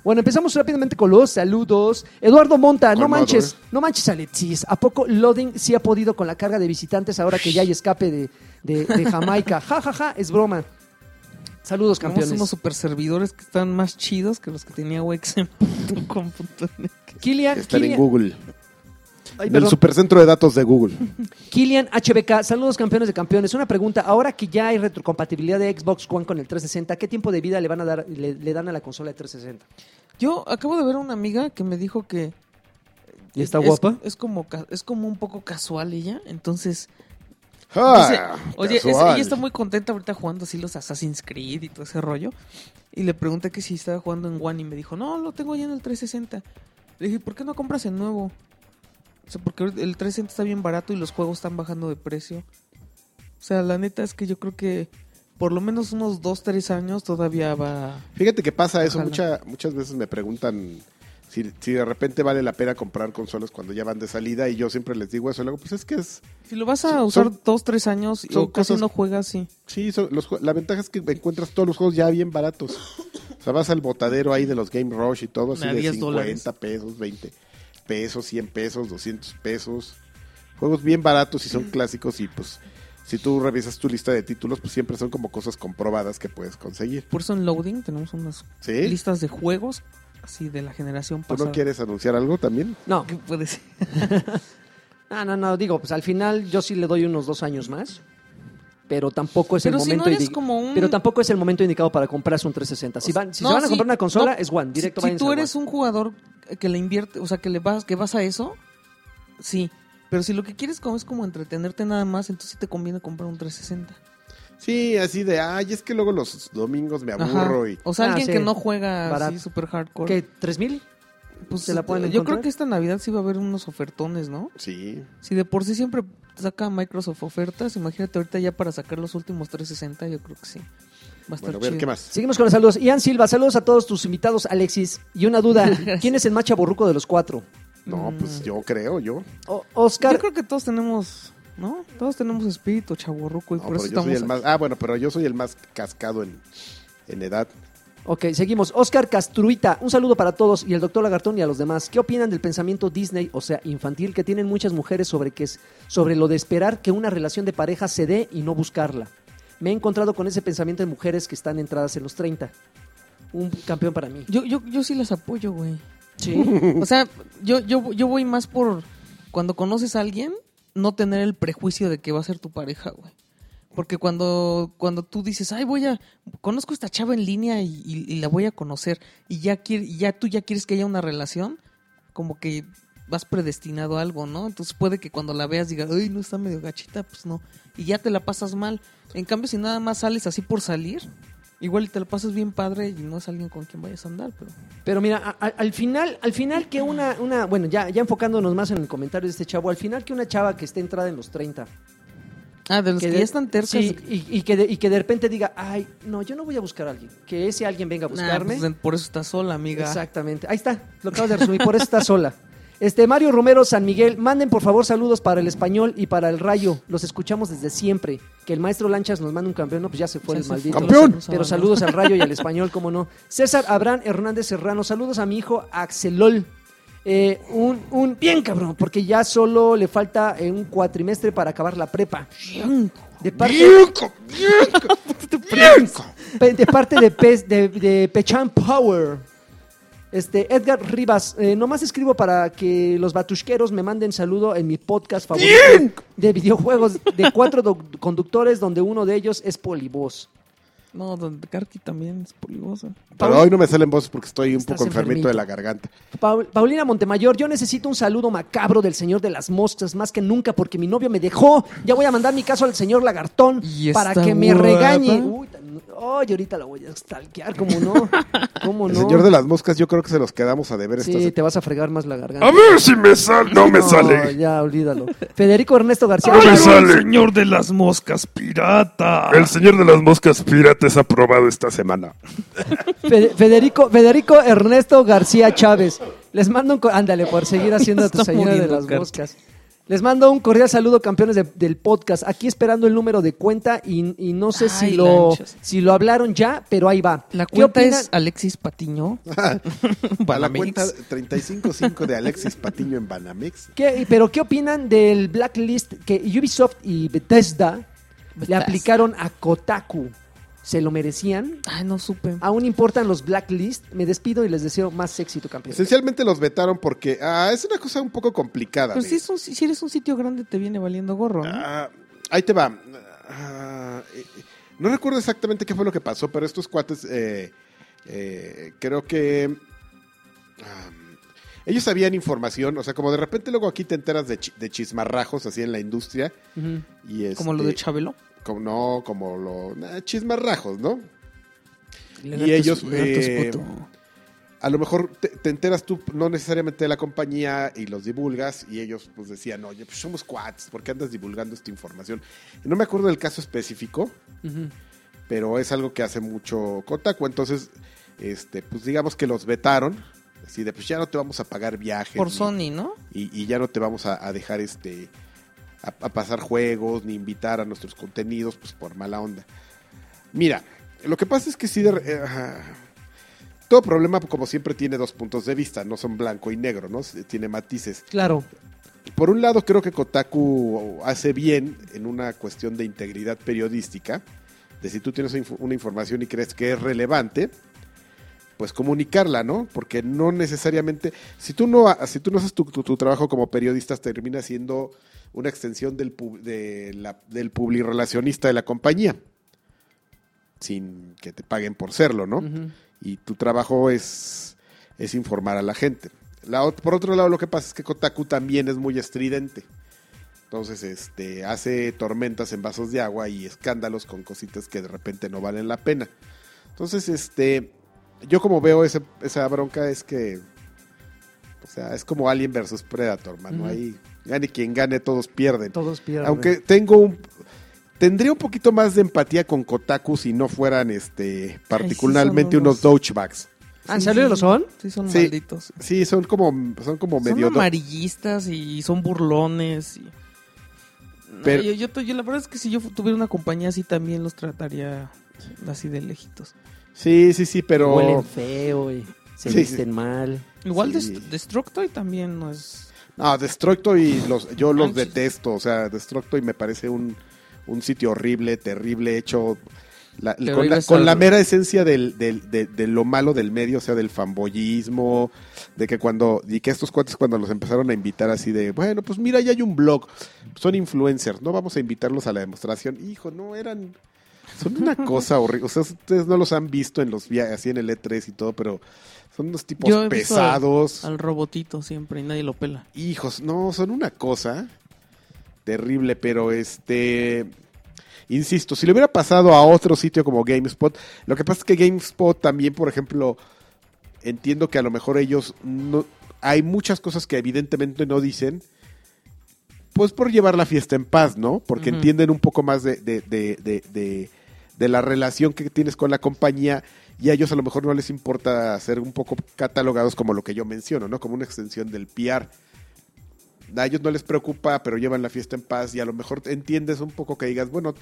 Bueno, empezamos rápidamente con los saludos. Eduardo Monta, Con no manches, modo, no manches Alexis. ¿A poco Loading sí ha podido con la carga de visitantes ahora que ya hay escape de, de- de (laughs) Jamaica? Ja, ja, ja, es broma. Saludos, Campeones. campeones. Somos super servidores que están más chidos que los que tenía Wex en (laughs) .com.net. Kilian, Están en Kilian- Google. en Ay, el perdón. supercentro de datos de Google. Kilian HBK, saludos campeones de campeones. Una pregunta, ahora que ya hay retrocompatibilidad de Xbox One con el 360, ¿qué tiempo de vida le van a dar, le, le dan a la consola de 360? Yo acabo de ver a una amiga que me dijo que. ¿Y está es- guapa? Es como, ca- es como un poco casual ella, entonces (laughs) Dice, Ah, oye, es- casual. ella está muy contenta ahorita jugando así los Assassin's Creed y todo ese rollo. Y le pregunté que si estaba jugando en One y me dijo, no, lo tengo allá en el 360. Le dije, ¿por qué no compras el nuevo? O sea, porque el 360 está bien barato y los juegos están bajando de precio. O sea, la neta es que yo creo que por lo menos unos 2, 3 años todavía va... Fíjate que pasa eso. Ojalá. Mucha, muchas veces me preguntan si, si de repente vale la pena comprar consolas cuando ya van de salida y yo siempre les digo eso. Luego, pues es que es... Si lo vas Son- a usar son- 2, 3 años y son o casi cosas- no juegas, sí. Sí, son- los jue- la ventaja es que encuentras todos los juegos ya bien baratos. O sea, vas al botadero ahí de los Game Rush y todo, así A de 10 50 dólares. pesos, 20 pesos, 100 pesos, 200 pesos. Juegos bien baratos y son clásicos y pues si tú revisas tu lista de títulos, pues siempre son como cosas comprobadas que puedes conseguir. Por eso en Loading tenemos unas ¿Sí? listas de juegos así de la generación ¿Tú pasada. ¿Eh? Pues no quieres anunciar algo también? No, ¿Qué puede ser? no, no, no, digo, pues al final yo sí le doy unos dos años más. Pero tampoco es Pero el si no momento eres indi- como un- Pero tampoco es el momento indicado para comprarse un 360. Si, van, si No, se van a sí, comprar una consola, no, es One, directo si, si váyanse tú al eres One. un jugador que le invierte, o sea, que le vas, que vas a eso, sí. Pero si lo que quieres como es como entretenerte nada más, entonces sí te conviene comprar un 360. Sí, así de, ay, es que luego los domingos me aburro y... O sea, Ah, alguien sí. que no juega Barato. así super hardcore. ¿Qué? ¿Tres mil? Pues, ¿Se la pueden yo encontrar? creo que esta Navidad sí va a haber unos ofertones, ¿no? Sí, Si de por sí siempre saca Microsoft ofertas, imagínate ahorita ya para sacar los últimos 360, yo creo que sí. Va a estar bueno, a ver, chido. ¿qué más? Seguimos con los saludos. Ian Silva, saludos a todos tus invitados, Alexis. Y una (laughs) duda, ¿quién es el más chaborruco de los cuatro? No, Mm. pues yo creo, yo. O- Yo Oscar, creo que todos tenemos, ¿no? Todos tenemos espíritu chaborruco y No, por pero eso yo estamos soy el aquí. más, ah, bueno, pero yo soy el más cascado en, en edad. ok, seguimos. Oscar Castruita, un saludo para todos y el doctor Lagartón y a los demás. ¿Qué opinan del pensamiento Disney, o sea, infantil, que tienen muchas mujeres sobre, que es, sobre lo de esperar que una relación de pareja se dé y no buscarla? Me he encontrado con ese pensamiento de mujeres que están entradas en los 30. Un campeón para mí. Yo, yo, yo sí las apoyo, güey. Sí. O sea, yo, yo, yo voy más por cuando conoces a alguien, no tener el prejuicio de que va a ser tu pareja, güey. Porque cuando, cuando tú dices, ay, voy a, conozco a esta chava en línea y, y- y la voy a conocer, y ya, quiere- y ya tú ya quieres que haya una relación, como que vas predestinado a algo, ¿no? Entonces puede que cuando la veas digas, ay, no está medio gachita, pues no, y ya te la pasas mal. En cambio, si nada más sales así por salir, igual y te la pasas bien padre y no es alguien con quien vayas a andar, pero... (laughs) Pero mira, a- a- al final, al final que una, una, bueno, ya, ya enfocándonos más en el comentario de este chavo, al final que una chava que esté entrada en los 30, Ah, de los que, de- ya están tercas. sí, y, y que de, y que de repente diga, ay, no, yo no voy a buscar a alguien, que ese alguien venga a Nah, buscarme. pues, por eso estás sola, amiga. Exactamente, ahí está, lo acabas de resumir, por eso está sola. Este, Mario Romero San Miguel, manden por favor saludos para el español y para el rayo, los escuchamos desde siempre. Que el maestro Lanchas nos mande un campeón, no, pues ya se fue Ya el se maldito. fue. ¡Campeón! Rosa Pero Balón. saludos al Rayo y al español, como no. César Abrán Hernández Serrano, saludos a mi hijo Axelol. Eh, un, un bien cabrón, porque ya solo le falta eh, un cuatrimestre para acabar la prepa. De parte, ¡Bienco! ¡Bienco! ¡Bienco! pe- de, parte de, Pez- de, de Pechan Power. Este, Edgar Rivas, eh, nomás escribo para que los batusqueros me manden saludo en mi podcast favorito de videojuegos de cuatro do- conductores, donde uno de ellos es Polivoz. No, don Karki también es polivosa. Pero hoy no me salen voces porque estoy un Estás poco enfermito enfermito. de la garganta. Paul- Paulina Montemayor, yo necesito un saludo macabro del señor de las moscas más que nunca porque mi novio me dejó. Ya voy a mandar mi caso al señor Lagartón ¿Y para está que me guapa? regañe. Uy, tan- ay, ahorita la voy a stalkear, ¿cómo no? ¿Cómo El no? señor de las moscas, yo creo que se los quedamos a deber esta Sí, semana. te vas a fregar más la garganta. A ver si me sale. Ah, No me No, sale. Ya, olvídalo. Federico Ernesto García. No me Luna, sale. Señor de las moscas pirata. El señor de las moscas pirata es aprobado esta semana. Fede- Federico, Federico Ernesto García Chávez. Les mando un... co- Ándale, por seguir haciendo a tu (laughs) Está señora de muriendo, las Carlos. moscas. Les mando un cordial saludo, campeones de- del podcast. Aquí esperando el número de cuenta y, y no sé si Ay, lo, lanchas. si lo hablaron ya, pero ahí va. La ¿Qué cuenta opinan? es Alexis (laughs) Patiño. A Ah, la Banamex. cuenta 355 de Alexis Patiño en (laughs) Banamex. ¿Qué- ¿Pero qué opinan del blacklist que Ubisoft y Bethesda, le Bethesda. aplicaron a Kotaku? ¿Se lo merecían? Ay, no supe. Ah, ¿Aún importan los blacklist? Me despido y les deseo más éxito, campeones. Esencialmente los vetaron porque ah, es una cosa un poco complicada. Pues Pero de- si, es un- si eres un sitio grande te viene valiendo gorro, ¿no? Ah, ahí te va. Ah, eh, eh, no recuerdo exactamente qué fue lo que pasó, pero estos cuates eh, eh, creo que... ah, Ellos sabían información, o sea, como de repente luego aquí te enteras de, chi- de chismarrajos así en la industria. Ujú. Y este, Como lo de Chabelo. como- no, como lo. nah, chismarrajos, ¿no? Lagarto es- ellos, lagarto es eh, puto. A lo mejor te, te enteras tú, no necesariamente de la compañía, y los divulgas, y ellos pues decían, oye, pues somos quads, ¿por qué andas divulgando esta información? No me acuerdo del caso específico, Ujú. pero es algo que hace mucho Kotaku, entonces, este, pues digamos que los vetaron, así de, pues ya no te vamos a pagar viajes. Por ni- Sony, ¿no? y, y ya no te vamos a, a dejar este a, a pasar juegos ni invitar a nuestros contenidos pues por mala onda mira lo que pasa es que sí de re- eh, ajá. todo problema como siempre tiene dos puntos de vista no son blanco y negro no Se- tiene matices Claro. por un lado creo que Kotaku hace bien en una cuestión de integridad periodística de si tú tienes inf- una información y crees que es relevante pues comunicarla, ¿no? Porque no necesariamente, si tú no, ha- si tú no haces tu, tu- tu trabajo como periodista, termina siendo una extensión del, pub- de la- del publirrelacionista de la compañía, sin que te paguen por serlo, ¿no? Ujú. y tu trabajo es, es informar a la gente. La ot- por otro lado, lo que pasa es que Kotaku también es muy estridente. Entonces, este, hace tormentas en vasos de agua y escándalos con cositas que de repente no valen la pena. Entonces, este, yo como veo ese- esa bronca es que, o sea, es como Alien versus Predator, mano. Ujú. Ahí gane quien gane, todos pierden. Todos pierden. Aunque tengo un. Tendría un poquito más de empatía con Kotaku si no fueran este particularmente son unos unos- douchebags. Ah, ¿en serio lo son? Sí, son Sí. malditos. Sí, son como son como Son medio do- amarillistas y son burlones. y- No, Pero- yo, yo, yo la verdad es que si yo fu- tuviera una compañía así también los trataría así de lejitos. Sí, sí, sí, pero Huelen feo y Sí, se sí. visten mal. Igual Sí. Dest- Destructoid también no es... no, Destructoid los yo los Manches. detesto, o sea, Destructoid me parece un, un sitio horrible, terrible, hecho la- Pero con, la, ibas con al- la mera esencia del, del- de, de lo malo del medio, o sea, del fanboyismo, de que cuando, y que estos cuates cuando los empezaron a invitar así de, bueno, pues mira, ya hay un blog, son influencers, no vamos a invitarlos a la demostración. Hijo, no eran, son (laughs) una cosa horrible, o sea, ustedes no los han visto en los viajes, así en el E3 y todo, pero son unos tipos Yo he visto al- pesados. Al robotito siempre y nadie lo pela. Hijos, no, son una cosa terrible, pero este. Insisto, si le hubiera pasado a otro sitio como GameSpot, lo que pasa es que GameSpot también, por ejemplo, entiendo que a lo mejor ellos no. Hay muchas cosas que evidentemente no dicen, pues por llevar la fiesta en paz, ¿no? Porque Ujú. entienden un poco más de, de- de- de- de- de la relación que tienes con la compañía y a ellos a lo mejor no les importa ser un poco catalogados como lo que yo menciono, ¿no? Como una extensión del PR. A ellos no les preocupa, pero llevan la fiesta en paz y a lo mejor entiendes un poco que digas, bueno,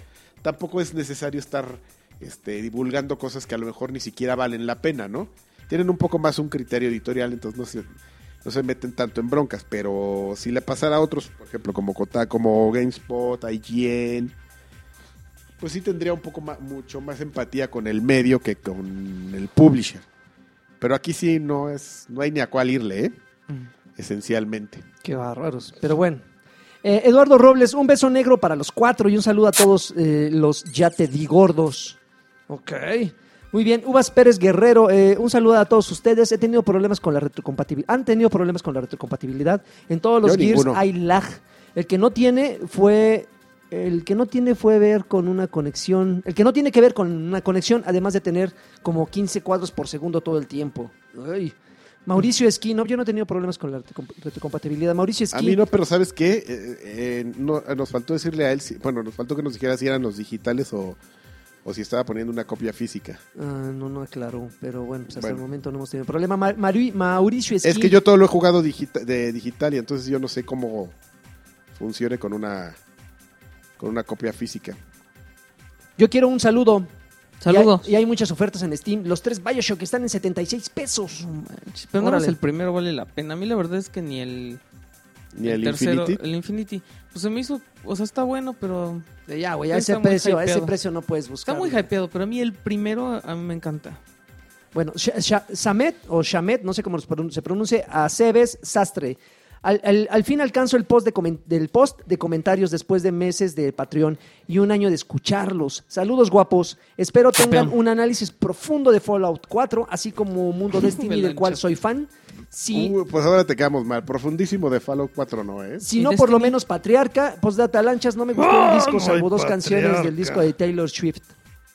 tampoco es necesario estar este, divulgando cosas que a lo mejor ni siquiera valen la pena, ¿no? Tienen un poco más un criterio editorial, entonces no se, no se meten tanto en broncas, pero si le pasara a otros, por ejemplo, como Kota, como GameSpot, IGN, pues sí tendría un poco más, mucho más empatía con el medio que con el publisher. Pero aquí sí no es, no hay ni a cuál irle, ¿eh? esencialmente. Qué bárbaros. Pero bueno. Eh, Eduardo Robles, un beso negro para los cuatro y un saludo a todos eh, los ya te di gordos. Ok. Muy bien, Uvas Pérez Guerrero, eh, un saludo a todos ustedes. He tenido problemas con la retrocompatibilidad. Han tenido problemas con la retrocompatibilidad. En todos los Yo Gears ninguno. hay lag. El que no tiene fue. El que no tiene fue ver con una conexión. El que no tiene que ver con una conexión, además de tener como 15 cuadros por segundo todo el tiempo. Ay. Mauricio Esquino, yo no he tenido problemas con la retrocomp- retrocompatibilidad. A Mauricio Esquino. mí no, pero ¿sabes qué? Eh, eh, no, eh, nos faltó decirle a él, si- bueno, nos faltó que nos dijera si eran los digitales o, o si estaba poniendo una copia física. Ah, no, no aclaró, pero bueno, pues hasta Bueno. el momento no hemos tenido problema. Ma- Maru- Mauricio Esquí. Es que yo todo lo he jugado digita- de digital y entonces yo no sé cómo funcione con una con una copia física. yo quiero un saludo. Saludos. Y hay, y hay muchas ofertas en Steam. Los tres Bioshock están en 76 pesos. No manches, Pero no Órale. es el primero, vale la pena. A mí la verdad es que ni el, Ni el, tercero, Infinity. el Infinity, pues se me hizo, o sea, está bueno, pero Eh, Ya, güey, a Está ese muy precio, a ese hypeado. precio no puedes está buscar. muy güey. hypeado, pero a mí el primero a mí me encanta. Bueno, Sha- Sha- Samet o Shamet, no sé cómo se pronun- se pronuncia, a Cebes Sastre. Al, al- al fin alcanzo el post de, comen- del post de comentarios después de meses de Patreon y un año de escucharlos. Saludos guapos. Espero tengan Campeón. un análisis profundo de Fallout 4, así como (laughs) Mundo Destiny, del cual soy fan. Si, Uy, pues ahora te quedamos mal. Profundísimo de Fallout 4 no, ¿eh? si Uh, ¿Y no, Destiny? ¡Ah! por lo menos Patriarca. Postdata Lanchas, no me gustó el disco, Ay, salvo dos Patriarca. canciones del disco de Taylor Swift.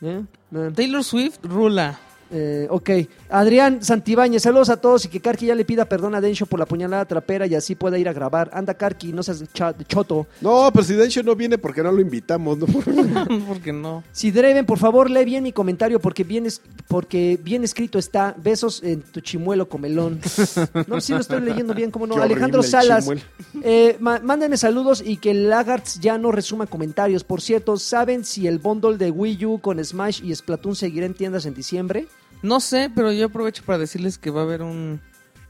¿Eh? Eh. Taylor Swift rula. (laughs) Eh, ok, Adrián Santibáñez, saludos a todos y que Karki ya le pida perdón a Dencho por la puñalada trapera y así pueda ir a grabar. Anda Karki, no seas cha- choto. No, pero si Densho no viene porque no lo invitamos, ¿no? Porque no. Si Draven, por favor, lee bien mi comentario porque bien, es, porque bien escrito está. Besos en tu (laughs) chimuelo comelón. No, sí lo estoy leyendo bien, ¿cómo no? Qué horrible Alejandro el Salas, chimuelo. eh, ma- mándenme saludos y que Lagarts ya no resuma comentarios. Por cierto, ¿saben si el bundle de Wii U con Smash y Splatoon seguirá en tiendas en diciembre? No sé, pero yo aprovecho para decirles que va a haber un,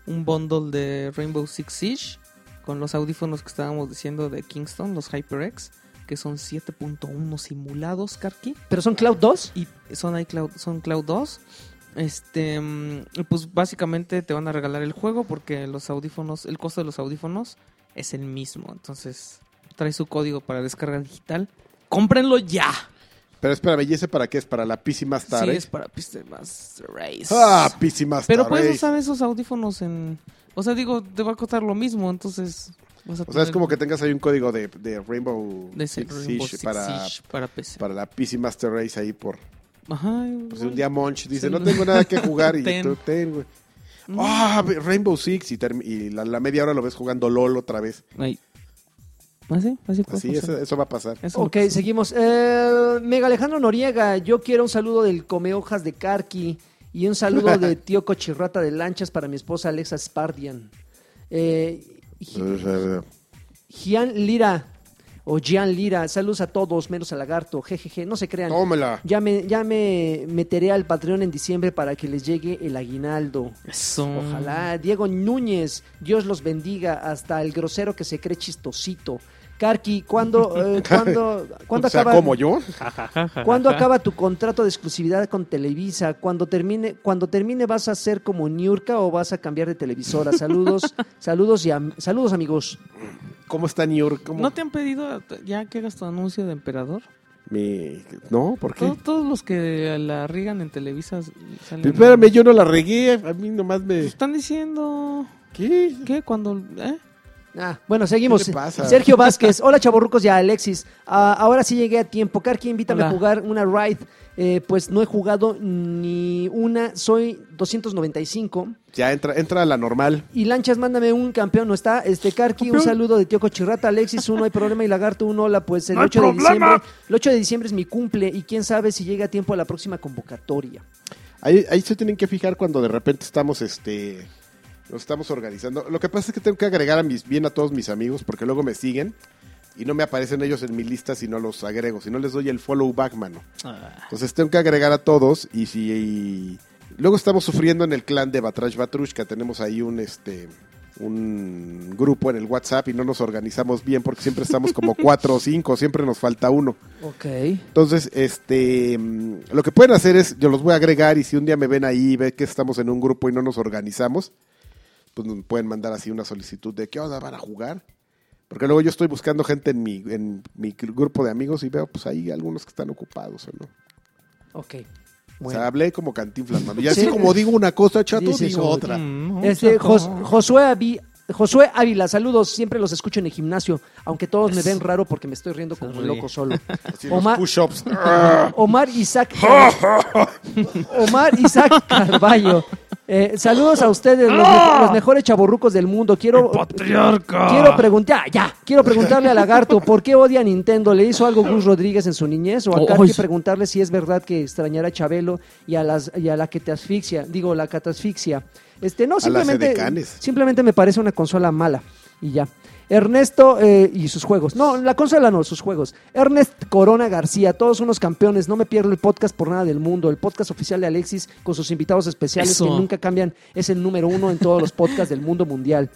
un bundle de Rainbow Six Siege con los audífonos que estábamos diciendo de Kingston, los HyperX, que son 7.1 simulados, Karki. ¿Pero son Cloud 2? y son iCloud, son Cloud 2. Este, mm, y pues básicamente te van a regalar el juego porque los audífonos, el costo de los audífonos es el mismo. Entonces, trae su código para descarga digital. ¡Cómprenlo ya! Pero espérame, ¿y ese para qué es? ¿Para la PC Master Sí, Race? es para Piste Master Race. Ah, PC Master Pero puedes Race. usar esos audífonos en. O sea, digo, te va a costar lo mismo, entonces. vas a O sea, es tener- como que tengas ahí un código de, de Rainbow, de ese Six Rainbow Siege Six para, Siege para PC. para la PC Master Race ahí por... Ajá. Pues igual. un día Monch dice, Sí, no lo- tengo nada que (laughs) jugar y Ten. tú ten, güey. Ah, ve- Rainbow Six y, term- y la, la media hora lo ves jugando LOL otra vez. Ahí. Así, así puede Así, pasar. eso, eso va a pasar. Eso Ok, lo- seguimos. Eh, Mega Alejandro Noriega, yo quiero un saludo del Come Hojas de Karki y un (laughs) saludo de Tío Cochirrata de Lanchas para mi esposa Alexa Spardian. Eh, Gi- Gian Lira o Gian Lira, saludos a todos, menos a Lagarto, jejeje, no se crean. Tómela. Ya me, ya me meteré al Patreon en diciembre para que les llegue el aguinaldo. Eso. Ojalá. Mm. Diego Núñez, Dios los bendiga. Hasta el grosero que se cree chistosito. Karki, ¿cuándo, (laughs) eh, ¿cuándo, ¿cuándo o sea, acaba? como yo. ¿Cuándo acaba tu contrato de exclusividad con Televisa? Cuando termine, cuando termine vas a ser como Niurka o vas a cambiar de (laughs) televisora. Saludos, saludos y am- saludos amigos. ¿Cómo está New York? ¿Cómo? ¿No te han pedido t- ya que hagas tu anuncio de emperador? Mi- No, ¿por qué? Todo- todos los que la riegan en Televisa s- salen. Espérame, yo no la regué. A mí nomás me... Están diciendo. ¿Qué? ¿Qué? Cuando. ¿Eh? Ah, bueno, seguimos. ¿Qué le pasa? Sergio (laughs) Vázquez. Hola, chavorrucos y a Alexis. Ah, ahora sí llegué a tiempo. Karki, invítame Hola. a jugar una raid. Eh, pues no he jugado ni una. Soy 295. Ya entra, entra a la normal. Y Lanchas, mándame un campeón, ¿no está? Este Karki, un saludo de Tío Cochirrata, Alexis, uno, hay problema, y Lagarto, un hola, pues el No hay 8 de problema. diciembre. El 8 de diciembre es mi cumple y quién sabe si llega a tiempo a la próxima convocatoria. Ahí, ahí se tienen que fijar cuando de repente estamos, este, nos estamos organizando. Lo que pasa es que tengo que agregar a mis, bien a todos mis amigos porque luego me siguen y no me aparecen ellos en mi lista si no los agrego, si no les doy el follow back, mano. Entonces tengo que agregar a todos y si y- luego estamos sufriendo en el clan de Batrash Batrushka, tenemos ahí un, este, un grupo en el WhatsApp y no nos organizamos bien porque siempre estamos como cuatro o cinco, siempre nos falta uno. Ok. Entonces, este, mm, lo que pueden hacer es, yo los voy a agregar y si un día me ven ahí y ve que estamos en un grupo y no nos organizamos, pues nos pueden mandar así una solicitud de qué onda van a jugar. Porque luego yo estoy buscando gente en mi, en mi gr- grupo de amigos y veo pues ahí algunos que están ocupados o no. Ok. O sea, Bueno. hablé como cantinflas, mano. Y así Sí. como digo una cosa, chato, Dices digo otra. otra. Mm, no, Este, chaco. Jos- Josué Avi- Josué Ávila, saludos, siempre los escucho en el gimnasio, aunque todos me ven raro porque me estoy riendo como un ríe. loco (laughs) solo. Así los Omar- (laughs) push-ups. Omar Isaac Car- Omar Isaac Carballo. Eh, saludos a ustedes, los, mejo- los mejores chaborrucos del mundo. Quiero, quiero preguntar, ya, quiero preguntarle a Lagarto, ¿por qué odia a Nintendo? ¿Le hizo algo Gus Rodríguez en su niñez? O a Oh, Karki ay. preguntarle si es verdad que extrañará a Chabelo y a, las, y a la que te asfixia, digo, la catasfixia. Este, no, las simplemente, edecanes. simplemente me parece una consola mala y ya. Ernesto eh, y sus juegos. No, la consola no, sus juegos. Ernest Corona García, todos unos campeones. No me pierdo el podcast por nada del mundo. El podcast oficial de Alexis con sus invitados especiales Eso. que nunca cambian. Es el número uno en todos los podcasts del mundo mundial.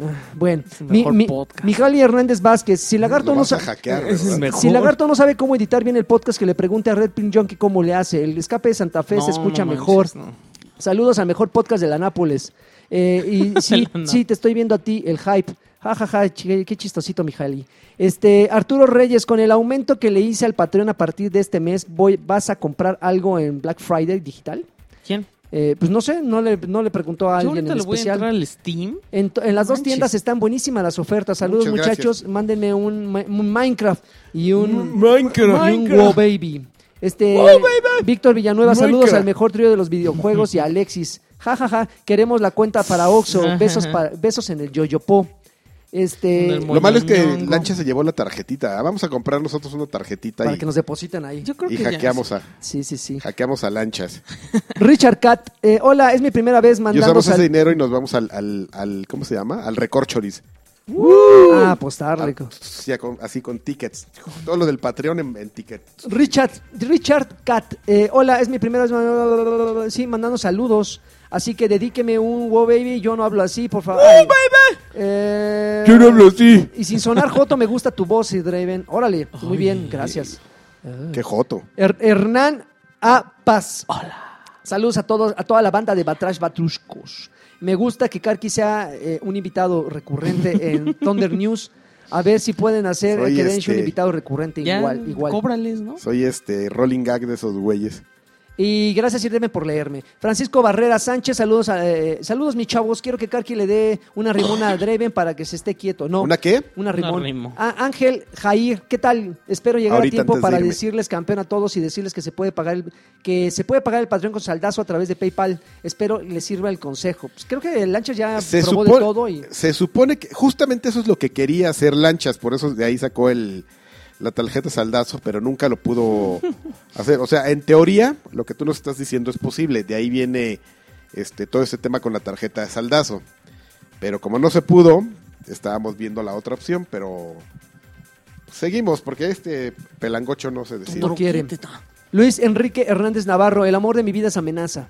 Ah, Bueno, el mi, mejor mi- podcast. Mijaly Hernández Vázquez, si Lagarto Lo no vas a sabe... hackear, Ese es ¿verdad? mejor. Si Lagarto no sabe cómo editar bien el podcast, que le pregunte a Red Pin Junkie cómo le hace. El escape de Santa Fe se No, escucha no mejor. manches, no. Saludos al mejor podcast de la Nápoles. Eh, (laughs) y sí, No. sí, te estoy viendo a ti, el hype. Ja, ja, ja, chi- qué chistosito, Mijali. Este, Arturo Reyes, con el aumento que le hice al Patreon a partir de este mes, voy, ¿vas a comprar algo en Black Friday digital? ¿Quién? Eh, pues no sé, no le, no le preguntó a Yo alguien ahorita en le voy a especial. entrar al Steam. En, to- en las dos Manches. tiendas están buenísimas las ofertas. Saludos Muchas muchachos, mándenme un, ma- un Minecraft y un Minecraft. y un Wow Baby. Este Víctor Villanueva, saludos al mejor trío de los videojuegos y a Alexis. Ja ja ja, queremos la cuenta para Oxxo. Besos pa- besos en el Yoyopo. En el Este mo- Lo malo es que Moñongo. Lancha se llevó la tarjetita. Ah, Vamos a comprar nosotros una tarjetita para y, que nos depositan ahí. Yo creo y que ya hackeamos, a, Sí, sí, sí. hackeamos a Lanchas. Richard Cat, eh, hola, es mi primera vez Y mandando usamos ese sal- dinero y nos vamos al, al, al- ¿cómo se llama? Al recorcholis. a apostarle. co- Así, con, así con tickets. Todo lo del Patreon en, en tickets. Richard, Richard Cat, eh, hola, es mi primera vez. Sí, mandando saludos. Así que dedíqueme un wow baby, yo no hablo así, por favor. ¡Wow baby! Yo no hablo así. Y sin sonar Joto, me gusta tu voz, Draven. Órale, muy bien, gracias. Qué joto. Her- Hernán A. Paz. Hola. Saludos a todos, a toda la banda de Batrash Batruscos. Me gusta que Karki sea eh, un invitado recurrente en Thunder News. A ver si pueden hacer Soy que den este- un invitado recurrente Ya, igual, igual. cóbrales, ¿no? Soy este rolling gag de esos güeyes. Y gracias, Irdeme, por leerme. Francisco Barrera Sánchez, saludos, a- eh, saludos, mis chavos. Quiero que Karki le dé una rimona a Draven para que se esté quieto. No, ¿Una qué? una Una rimón. rimo. Ah, Ángel Jair, ¿qué tal? Espero llegar Ahorita a tiempo antes de para irme. decirles campeón a todos y decirles que se puede pagar el, que se puede pagar el Patreon con saldazo a través de PayPal. Espero les sirva el consejo. Pues creo que el Lancha ya Se probó supone, de todo y se supone que justamente eso es lo que quería hacer Lanchas, por eso de ahí sacó el, la tarjeta saldazo, pero nunca lo (laughs) pudo hacer. O sea, en teoría, lo que tú nos estás diciendo es posible, de ahí viene este todo ese tema con la tarjeta de saldazo. Pero como no se pudo, estábamos viendo la otra opción, pero seguimos, porque este pelangocho no se decide. no quieren. Luis Enrique Hernández Navarro, el amor de mi vida es amenaza.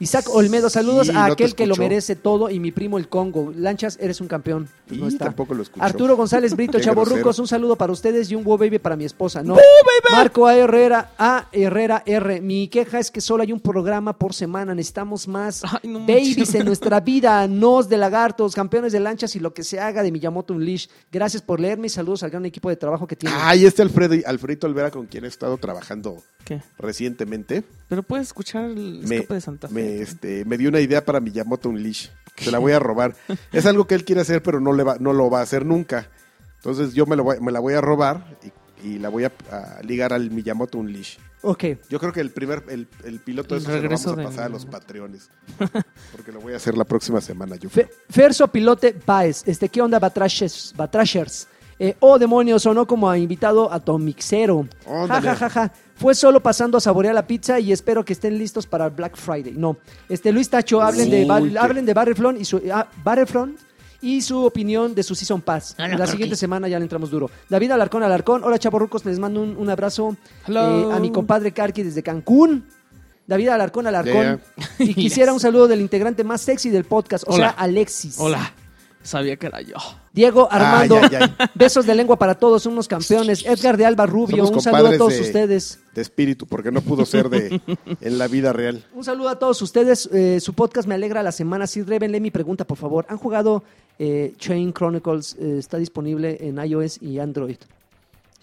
Isaac Olmedo, saludos Sí, a no te aquel que lo escuchó. merece todo y mi primo el Congo. Lanchas, eres un campeón. Pues Y no está. tampoco lo escuchó. Arturo (laughs) González Brito, Qué Chaborrucos, grosero. un saludo para ustedes y un wow baby para mi esposa. No. Marco A. Herrera, A. Herrera R. Mi queja es que solo hay un programa por semana. Necesitamos más Ay, no manches. babies en nuestra vida. Nos de lagartos, campeones de lanchas y lo que se haga de Miyamoto Unleash. Gracias por leerme y saludos al gran equipo de trabajo que tiene. Ah, y este Alfredo, Alfredito Olvera con quien he estado trabajando ¿Qué? recientemente. Pero puedes escuchar el me, escape de Santa Fe. me, este, me dio una idea para Miyamoto (laughs) Unleash. Se la voy a robar. es algo que él quiere hacer, pero no, le va, no lo va a hacer nunca. Entonces yo me, lo voy- me la voy a robar y, y la voy a, a ligar al Miyamoto Unleash. Ok. Yo creo que el primer, el, el piloto El de eso se lo vamos regreso a de pasar a los Miyamoto. patreones. Porque lo voy a hacer la próxima semana, (laughs) yo Fe- Ferso Pilote Baez, este, ¿qué onda Batrashers? Batrashers? Eh, oh, demonios, sonó como a invitado a Tomixero. Ja, Ándale. ja, ja, ja. Fue solo pasando a saborear la pizza y espero que estén listos para el Black Friday. No, este Luis Tacho, hablen de, Uy, Bar- qué- hablen de Battlefront y su ah, Battlefront y su opinión de su Season Pass. Ah, no, la creo siguiente que- semana ya le entramos duro. David Alarcón, Alarcón. Hola, chavorrucos, les mando un, un abrazo Hello. eh, a mi compadre Karki desde Cancún. David Alarcón, Alarcón. Y quisiera Yes. un saludo del integrante más sexy del podcast, o Hola. sea, Alexis. Hola. Sabía que era yo. Ah, Diego Armando, Ay, ay, ay. besos de lengua para todos, son unos campeones. Edgar de Alba Rubio, Somos un saludo a compadres todos de- ustedes. De espíritu, porque no pudo ser (laughs) de en la vida real. Un saludo a todos ustedes. eh, su podcast me alegra la semana. Sí, Reven, lee mi pregunta, por favor. ¿Han jugado eh, Chain Chronicles? Eh, está disponible en iOS y Android.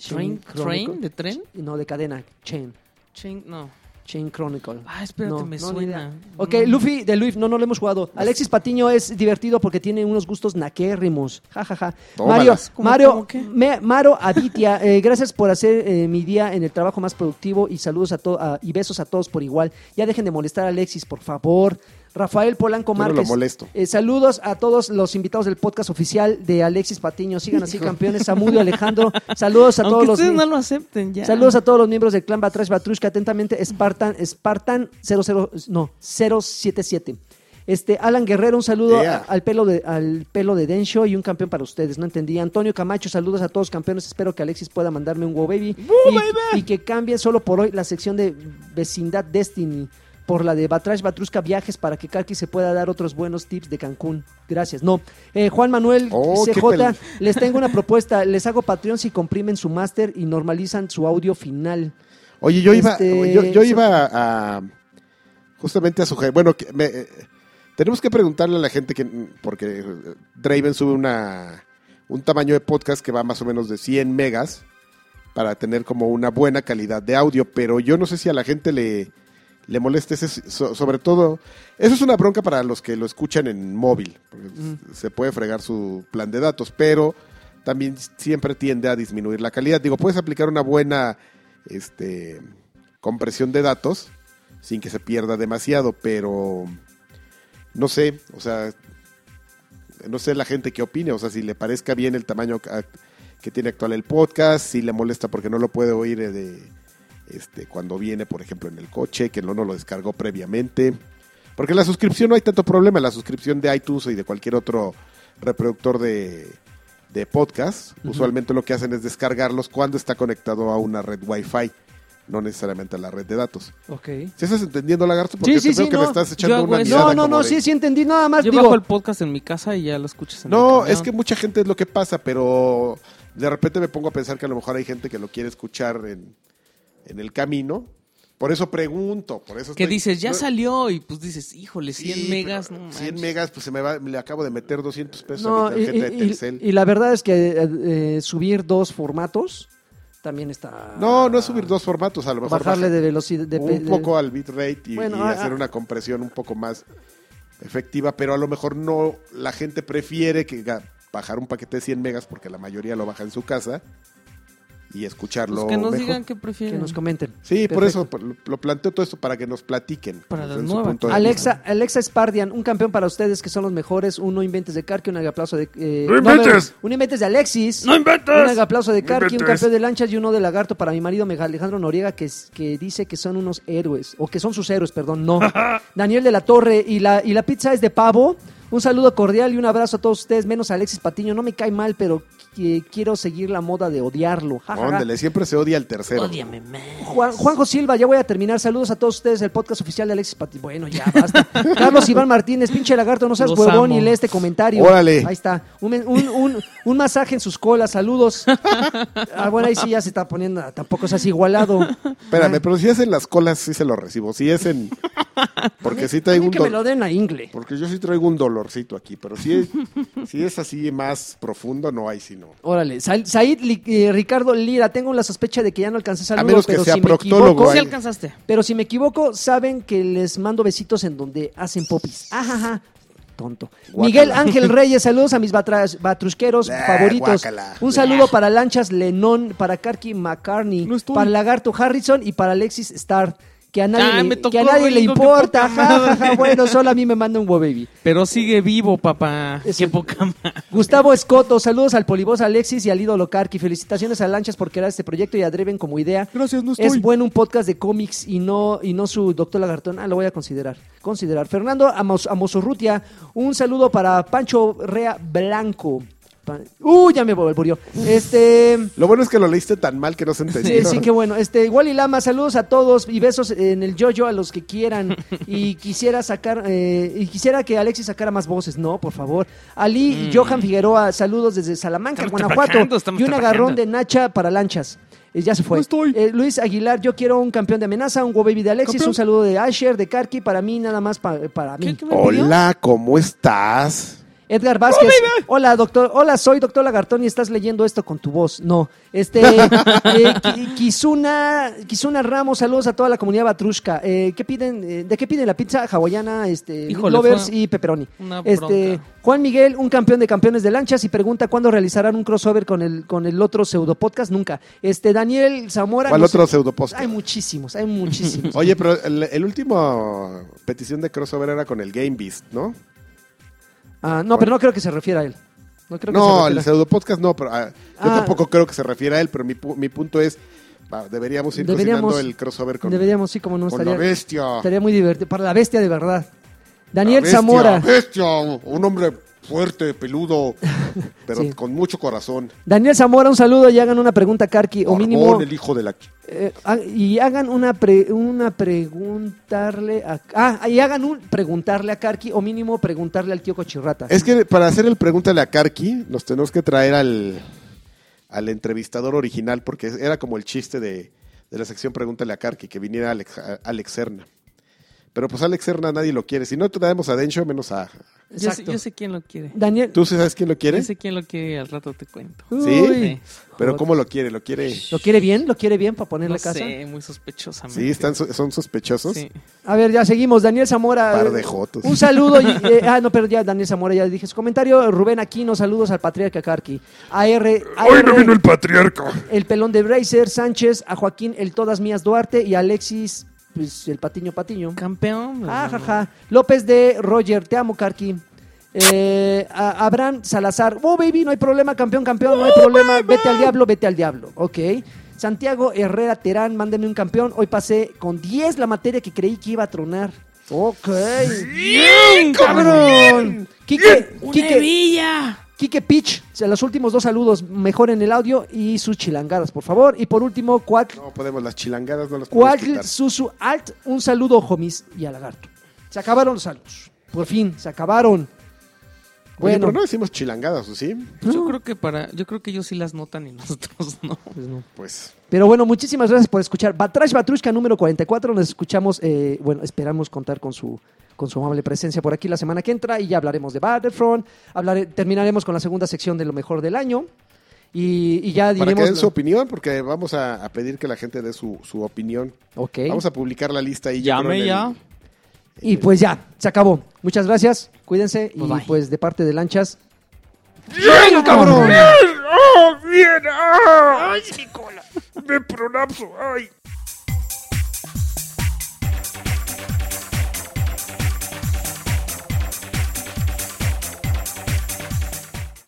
Train, train, Chronicle. de tren. No, de cadena. Chain. Chain, no. Chain Chronicle. Ah, espérate, me ni suena. idea. Ok, No. Luffy de Luffy, no, no lo hemos jugado. Alexis Patiño es divertido porque tiene unos gustos naquérrimos. Ja, ja, ja. Mario, Tómalas. ¿Cómo, Mario, cómo qué? me- Maro Abitia, eh, gracias por hacer eh, mi día en el trabajo más productivo y saludos a todos y besos a todos por igual. Ya dejen de molestar a Alexis, por favor. Rafael Polanco Yo no lo Márquez. molesto. eh, saludos a todos los invitados del podcast oficial de Alexis Patiño. Sigan así, campeones. (laughs) Samudio Alejandro. Saludos a Aunque todos los. ustedes mi- no lo acepten ya. Saludos a todos los miembros del clan Batrash Batrushka. Atentamente, Spartan, Spartan 00, no, 077. Este, Alan Guerrero, un saludo Yeah. a- al, pelo de, al pelo de Densho y un campeón para ustedes. No entendí. Antonio Camacho, saludos a todos campeones. Espero que Alexis pueda mandarme un wow baby. y, y que cambie solo por hoy la sección de vecindad Destiny por la de Batrash Batrushka Viajes para que Karki se pueda dar otros buenos tips de Cancún. Gracias. No. Eh, Juan Manuel Oh, qué CJ, pel- les tengo una propuesta. Les hago Patreon si comprimen su máster y normalizan su audio final. Oye, yo iba, Este, yo, yo se- iba a, justamente a sugerir, bueno, que me, eh, Tenemos que preguntarle a la gente que porque eh, Draven sube una un tamaño de podcast que va más o menos de 100 megas para tener como una buena calidad de audio, pero yo no sé si a la gente le le moleste ese so- sobre todo eso es una bronca para los que lo escuchan en móvil, porque se puede fregar su plan de datos, pero también siempre tiende a disminuir la calidad. Digo, puedes aplicar una buena este compresión de datos sin que se pierda demasiado, pero no sé, o sea, no sé la gente que opine, o sea, si le parezca bien el tamaño ac- que tiene actual el podcast, si le molesta porque no lo puede oír eh, de este cuando viene, por ejemplo, en el coche, que no, no lo descargó previamente. Porque en la suscripción no hay tanto problema, en la suscripción de iTunes y de cualquier otro reproductor de, de podcast, usualmente lo que hacen es descargarlos cuando está conectado a una red Wi-Fi, no necesariamente a la red de datos. Ok. Si estás entendiendo, lagarto, porque Sí, te sí, veo sí, que me no. estás Yo echando hago una eso. mirada No, no, como no, de- sí, sí entendí, nada más Yo digo. bajo el podcast en mi casa y ya lo escuchas en el No, camión. es que mucha gente es lo que pasa, pero de repente me pongo a pensar que a lo mejor hay gente que lo quiere escuchar en, en el camino. Por eso pregunto, por eso Que estoy- dices, ya no- salió y pues dices, híjole, 100 Sí, megas. pero No 100 manches. megas, pues se me va, le acabo de meter 200 pesos a No, mi y, tarjeta y- de y- Telcel. y la verdad es que eh, eh, subir dos formatos también está. no, no es subir dos formatos, a lo mejor Bajarle baja de velocidad. de- un de- poco al bitrate y, Bueno, y ah, hacer ah. una compresión un poco más efectiva, pero a lo mejor no la gente prefiere que ga- bajar un paquete de 100 megas porque la mayoría lo baja en su casa y escucharlo Pues que nos mejor. digan qué Que prefieren. nos comenten. Sí, por Perfecto. eso por- lo- lo planteo todo esto para que nos platiquen. Para pues, las en su nuevas. punto de Alexa, Alexa Spardian, un campeón para ustedes que son los mejores. Uno inventes de Karki, un aplauso de. eh, no, inventes! no, un inventes de Alexis. ¡No inventes! Un aplauso de ¡No Karki, un inventes! campeón de lanchas y uno de lagarto para mi marido Mega Alejandro Noriega que, es- que dice que son unos héroes. O que son sus héroes, perdón, (laughs) no. Daniel de la Torre y la, y la pizza es de pavo. Un saludo cordial y un abrazo a todos ustedes, menos a Alexis Patiño. No me cae mal, pero qui- quiero seguir la moda de odiarlo. Ja, ja, ja. vista. Óndele, siempre se odia al tercero. Ódiame más. Juan, Juanjo Silva, ya voy a terminar. Saludos a todos ustedes, el podcast oficial de Alexis Pati. Bueno, ya (laughs) basta. Carlos Iván Martínez, pinche lagarto, no seas Los huevón amo. y lee este comentario. Órale. Ahí está. Un, men- un- un- un masaje en sus colas, saludos. Ah, bueno, ahí sí ya se está poniendo, tampoco seas igualado. Ah. Espérame, pero si es en las colas, sí se lo recibo. Si es (laughs) en. Porque sí Ay, traigo un que me dolor. lo den a Ingle. Porque yo sí traigo un dolorcito aquí, pero si es, si es así más profundo, no hay sino. Órale, Sa- Said Li- eh, Ricardo Lira, tengo la sospecha de que ya no alcancé saludos, menos que pero sea si me proctólogo, equivoco, Pues Sí Ay. alcanzaste. pero si me equivoco, saben que les mando besitos en donde hacen popis. Ajaja. Tonto. Guácala. (laughs) Miguel Ángel Reyes, saludos a mis batras- batrusqueros Bleh, favoritos. guácala. Pues Un saludo para Lanchas Lenón, para Karki McCartney, No estoy. para Lagarto Harrison y para Alexis Starr. Que a nadie, Ah, le, me tocó, que a nadie le gringo, qué importa. poca Ja, ja, madre. ja. Bueno, solo a mí me manda un wow baby. Pero sigue vivo, papá. Eso- Qué poca madre. Gustavo Escoto, saludos al Polibos Alexis y al ídolo Karki. Felicitaciones a Lanchas por crear este proyecto y a Dreven como idea. Gracias, no estoy. Es bueno un podcast de cómics y no, y no su doctor Lagartón. Ah, lo voy a considerar. Considerar. Fernando Amos- Amosorrutia, un saludo para Pancho Rea Blanco. Pa- Uh, ya me volvió. Este. Lo bueno es que lo leíste tan mal que no se Sí, entendió. sí, qué bueno. Este, Wally Lama, saludos a todos y besos en el yoyo a los que quieran. (laughs) Y quisiera sacar, eh, y quisiera que Alexis sacara más voces, no, por favor. Ali Johan Figueroa, saludos desde Salamanca, Mm. Estamos trabajando, Guanajuato. estamos Y un agarrón trabajando. de Nacha para lanchas. Eh, ya se fue. No estoy. Eh, Luis Aguilar, yo quiero un campeón de amenaza, un Go Baby de Alexis, Campeón. un saludo de Asher, de Karki, para mí, nada más pa- para mí. ¿Qué- qué me pidió? Hola, ¿cómo estás? Edgar Vázquez. hola, doctor. Hola, soy doctor Lagartón y estás leyendo esto con tu voz. No. Este. eh, Ki- Kizuna, Kizuna Ramos, saludos a toda la comunidad batrushka. Eh, ¿qué piden, eh, ¿De qué piden la pizza hawaiana, este, Híjole, lovers fue y pepperoni? una Este, bronca. Juan Miguel, un campeón de campeones de lanchas y pregunta cuándo realizarán un crossover con el, con el otro pseudo podcast. Nunca. Este, Daniel Zamora. ¿Cuál no otro sé- pseudopost? Hay muchísimos, hay (laughs) muchísimos. Oye, pero el, el último petición de crossover era con el Game Beast, ¿no? Ah, no, pero no creo que se refiera a él. No, creo que se No, refiera. el pseudo podcast no, pero ah, yo Ah. tampoco creo que se refiera a él, pero mi, pu- mi punto es, va, deberíamos ir Deberíamos- cocinando el crossover con, Deberíamos, sí, como no con la estaría. bestia. Estaría muy divertido. Para la bestia de verdad. Ah. La Daniel bestia, Zamora. Bestia, un hombre fuerte, (laughs) peludo, pero Sí. con mucho corazón. Daniel Zamora, un saludo y hagan una pregunta, Karki. O mínimo. Barbón, el hijo de la... eh, ha- y hagan una, pre- una preguntarle a. Ah, y hagan un preguntarle a Karki o mínimo preguntarle al tío Cochirrata. Es que para hacer el pregúntale a Karki, nos tenemos que traer al, al entrevistador original, porque era como el chiste de, de la sección pregúntale a Karki, que viniera Alex, Alex Serna. Pero pues Alex Serna nadie lo quiere. Si no traemos a Dencho, menos a... Yo sé, Exacto. yo sé quién lo quiere. Daniel. ¿Tú sí sabes quién lo quiere? Yo sé quién lo quiere y al rato te cuento. Sí. Pero ¿cómo lo quiere? Lo quiere... ¿Lo quiere bien? ¿Lo quiere bien para ponerle No casa? sé, muy sospechosamente. Sí, están, so- son sospechosos. Sí. A ver, ya seguimos. Daniel Zamora. Par eh, de jotos. Un saludo. y- eh, ah, no, pero ya Daniel Zamora ya dije su comentario. Rubén Aquino, saludos al patriarca Carqui. A R. Hoy no AR, vino el patriarca. el pelón de Bracer, Sánchez, a Joaquín, el Todas Mías Duarte y a Alexis, pues, el Patiño Patiño. Campeón. Ah, jaja. López de Roger, te amo, Carqui. Eh, a- Abraham Salazar, oh baby, no hay problema, campeón, campeón, no hay problema, vete al diablo, vete al diablo, ok. Santiago Herrera Terán, mándeme un campeón, hoy pasé con 10 la materia que creí que iba a tronar. Ok. ¡Bien, cabrón! Quique, Quique, ¡Nevilla! Quique Pitch, o sea, los últimos dos saludos, mejoren el audio y sus chilangadas, por favor. Y por último, Cuatl No podemos, las chilangadas no las podemos Cuatl, quitar. Susu, Alt, un saludo, homies y a Lagarto. Se acabaron los saludos. Por fin, se acabaron. Oye, Bueno, pero no decimos chilangadas, ¿o sí? Pues Yo creo que para, yo creo que ellos sí las notan y (laughs) nosotros no. pues no. Pues... Pero bueno, muchísimas gracias por escuchar. Batrash Batrushka número 44. Nos escuchamos, eh, bueno, esperamos contar con su con su amable presencia por aquí la semana que entra y ya hablaremos de Battlefront. Hablaré, terminaremos con la segunda sección de lo mejor del año. Y, y ya Para que diremos. den su opinión, porque vamos a, a pedir que la gente dé su, su opinión. Ok. Vamos a publicar la lista y Llame ya. Y pues ya, se acabó. Muchas gracias, cuídense. y Bye-bye. pues de parte de Lanchas. ¡Bien, cabrón! ¡Oh, bien! ¡Ah! ¡Ay, mi cola! ¡Me prolapso! ¡Ay!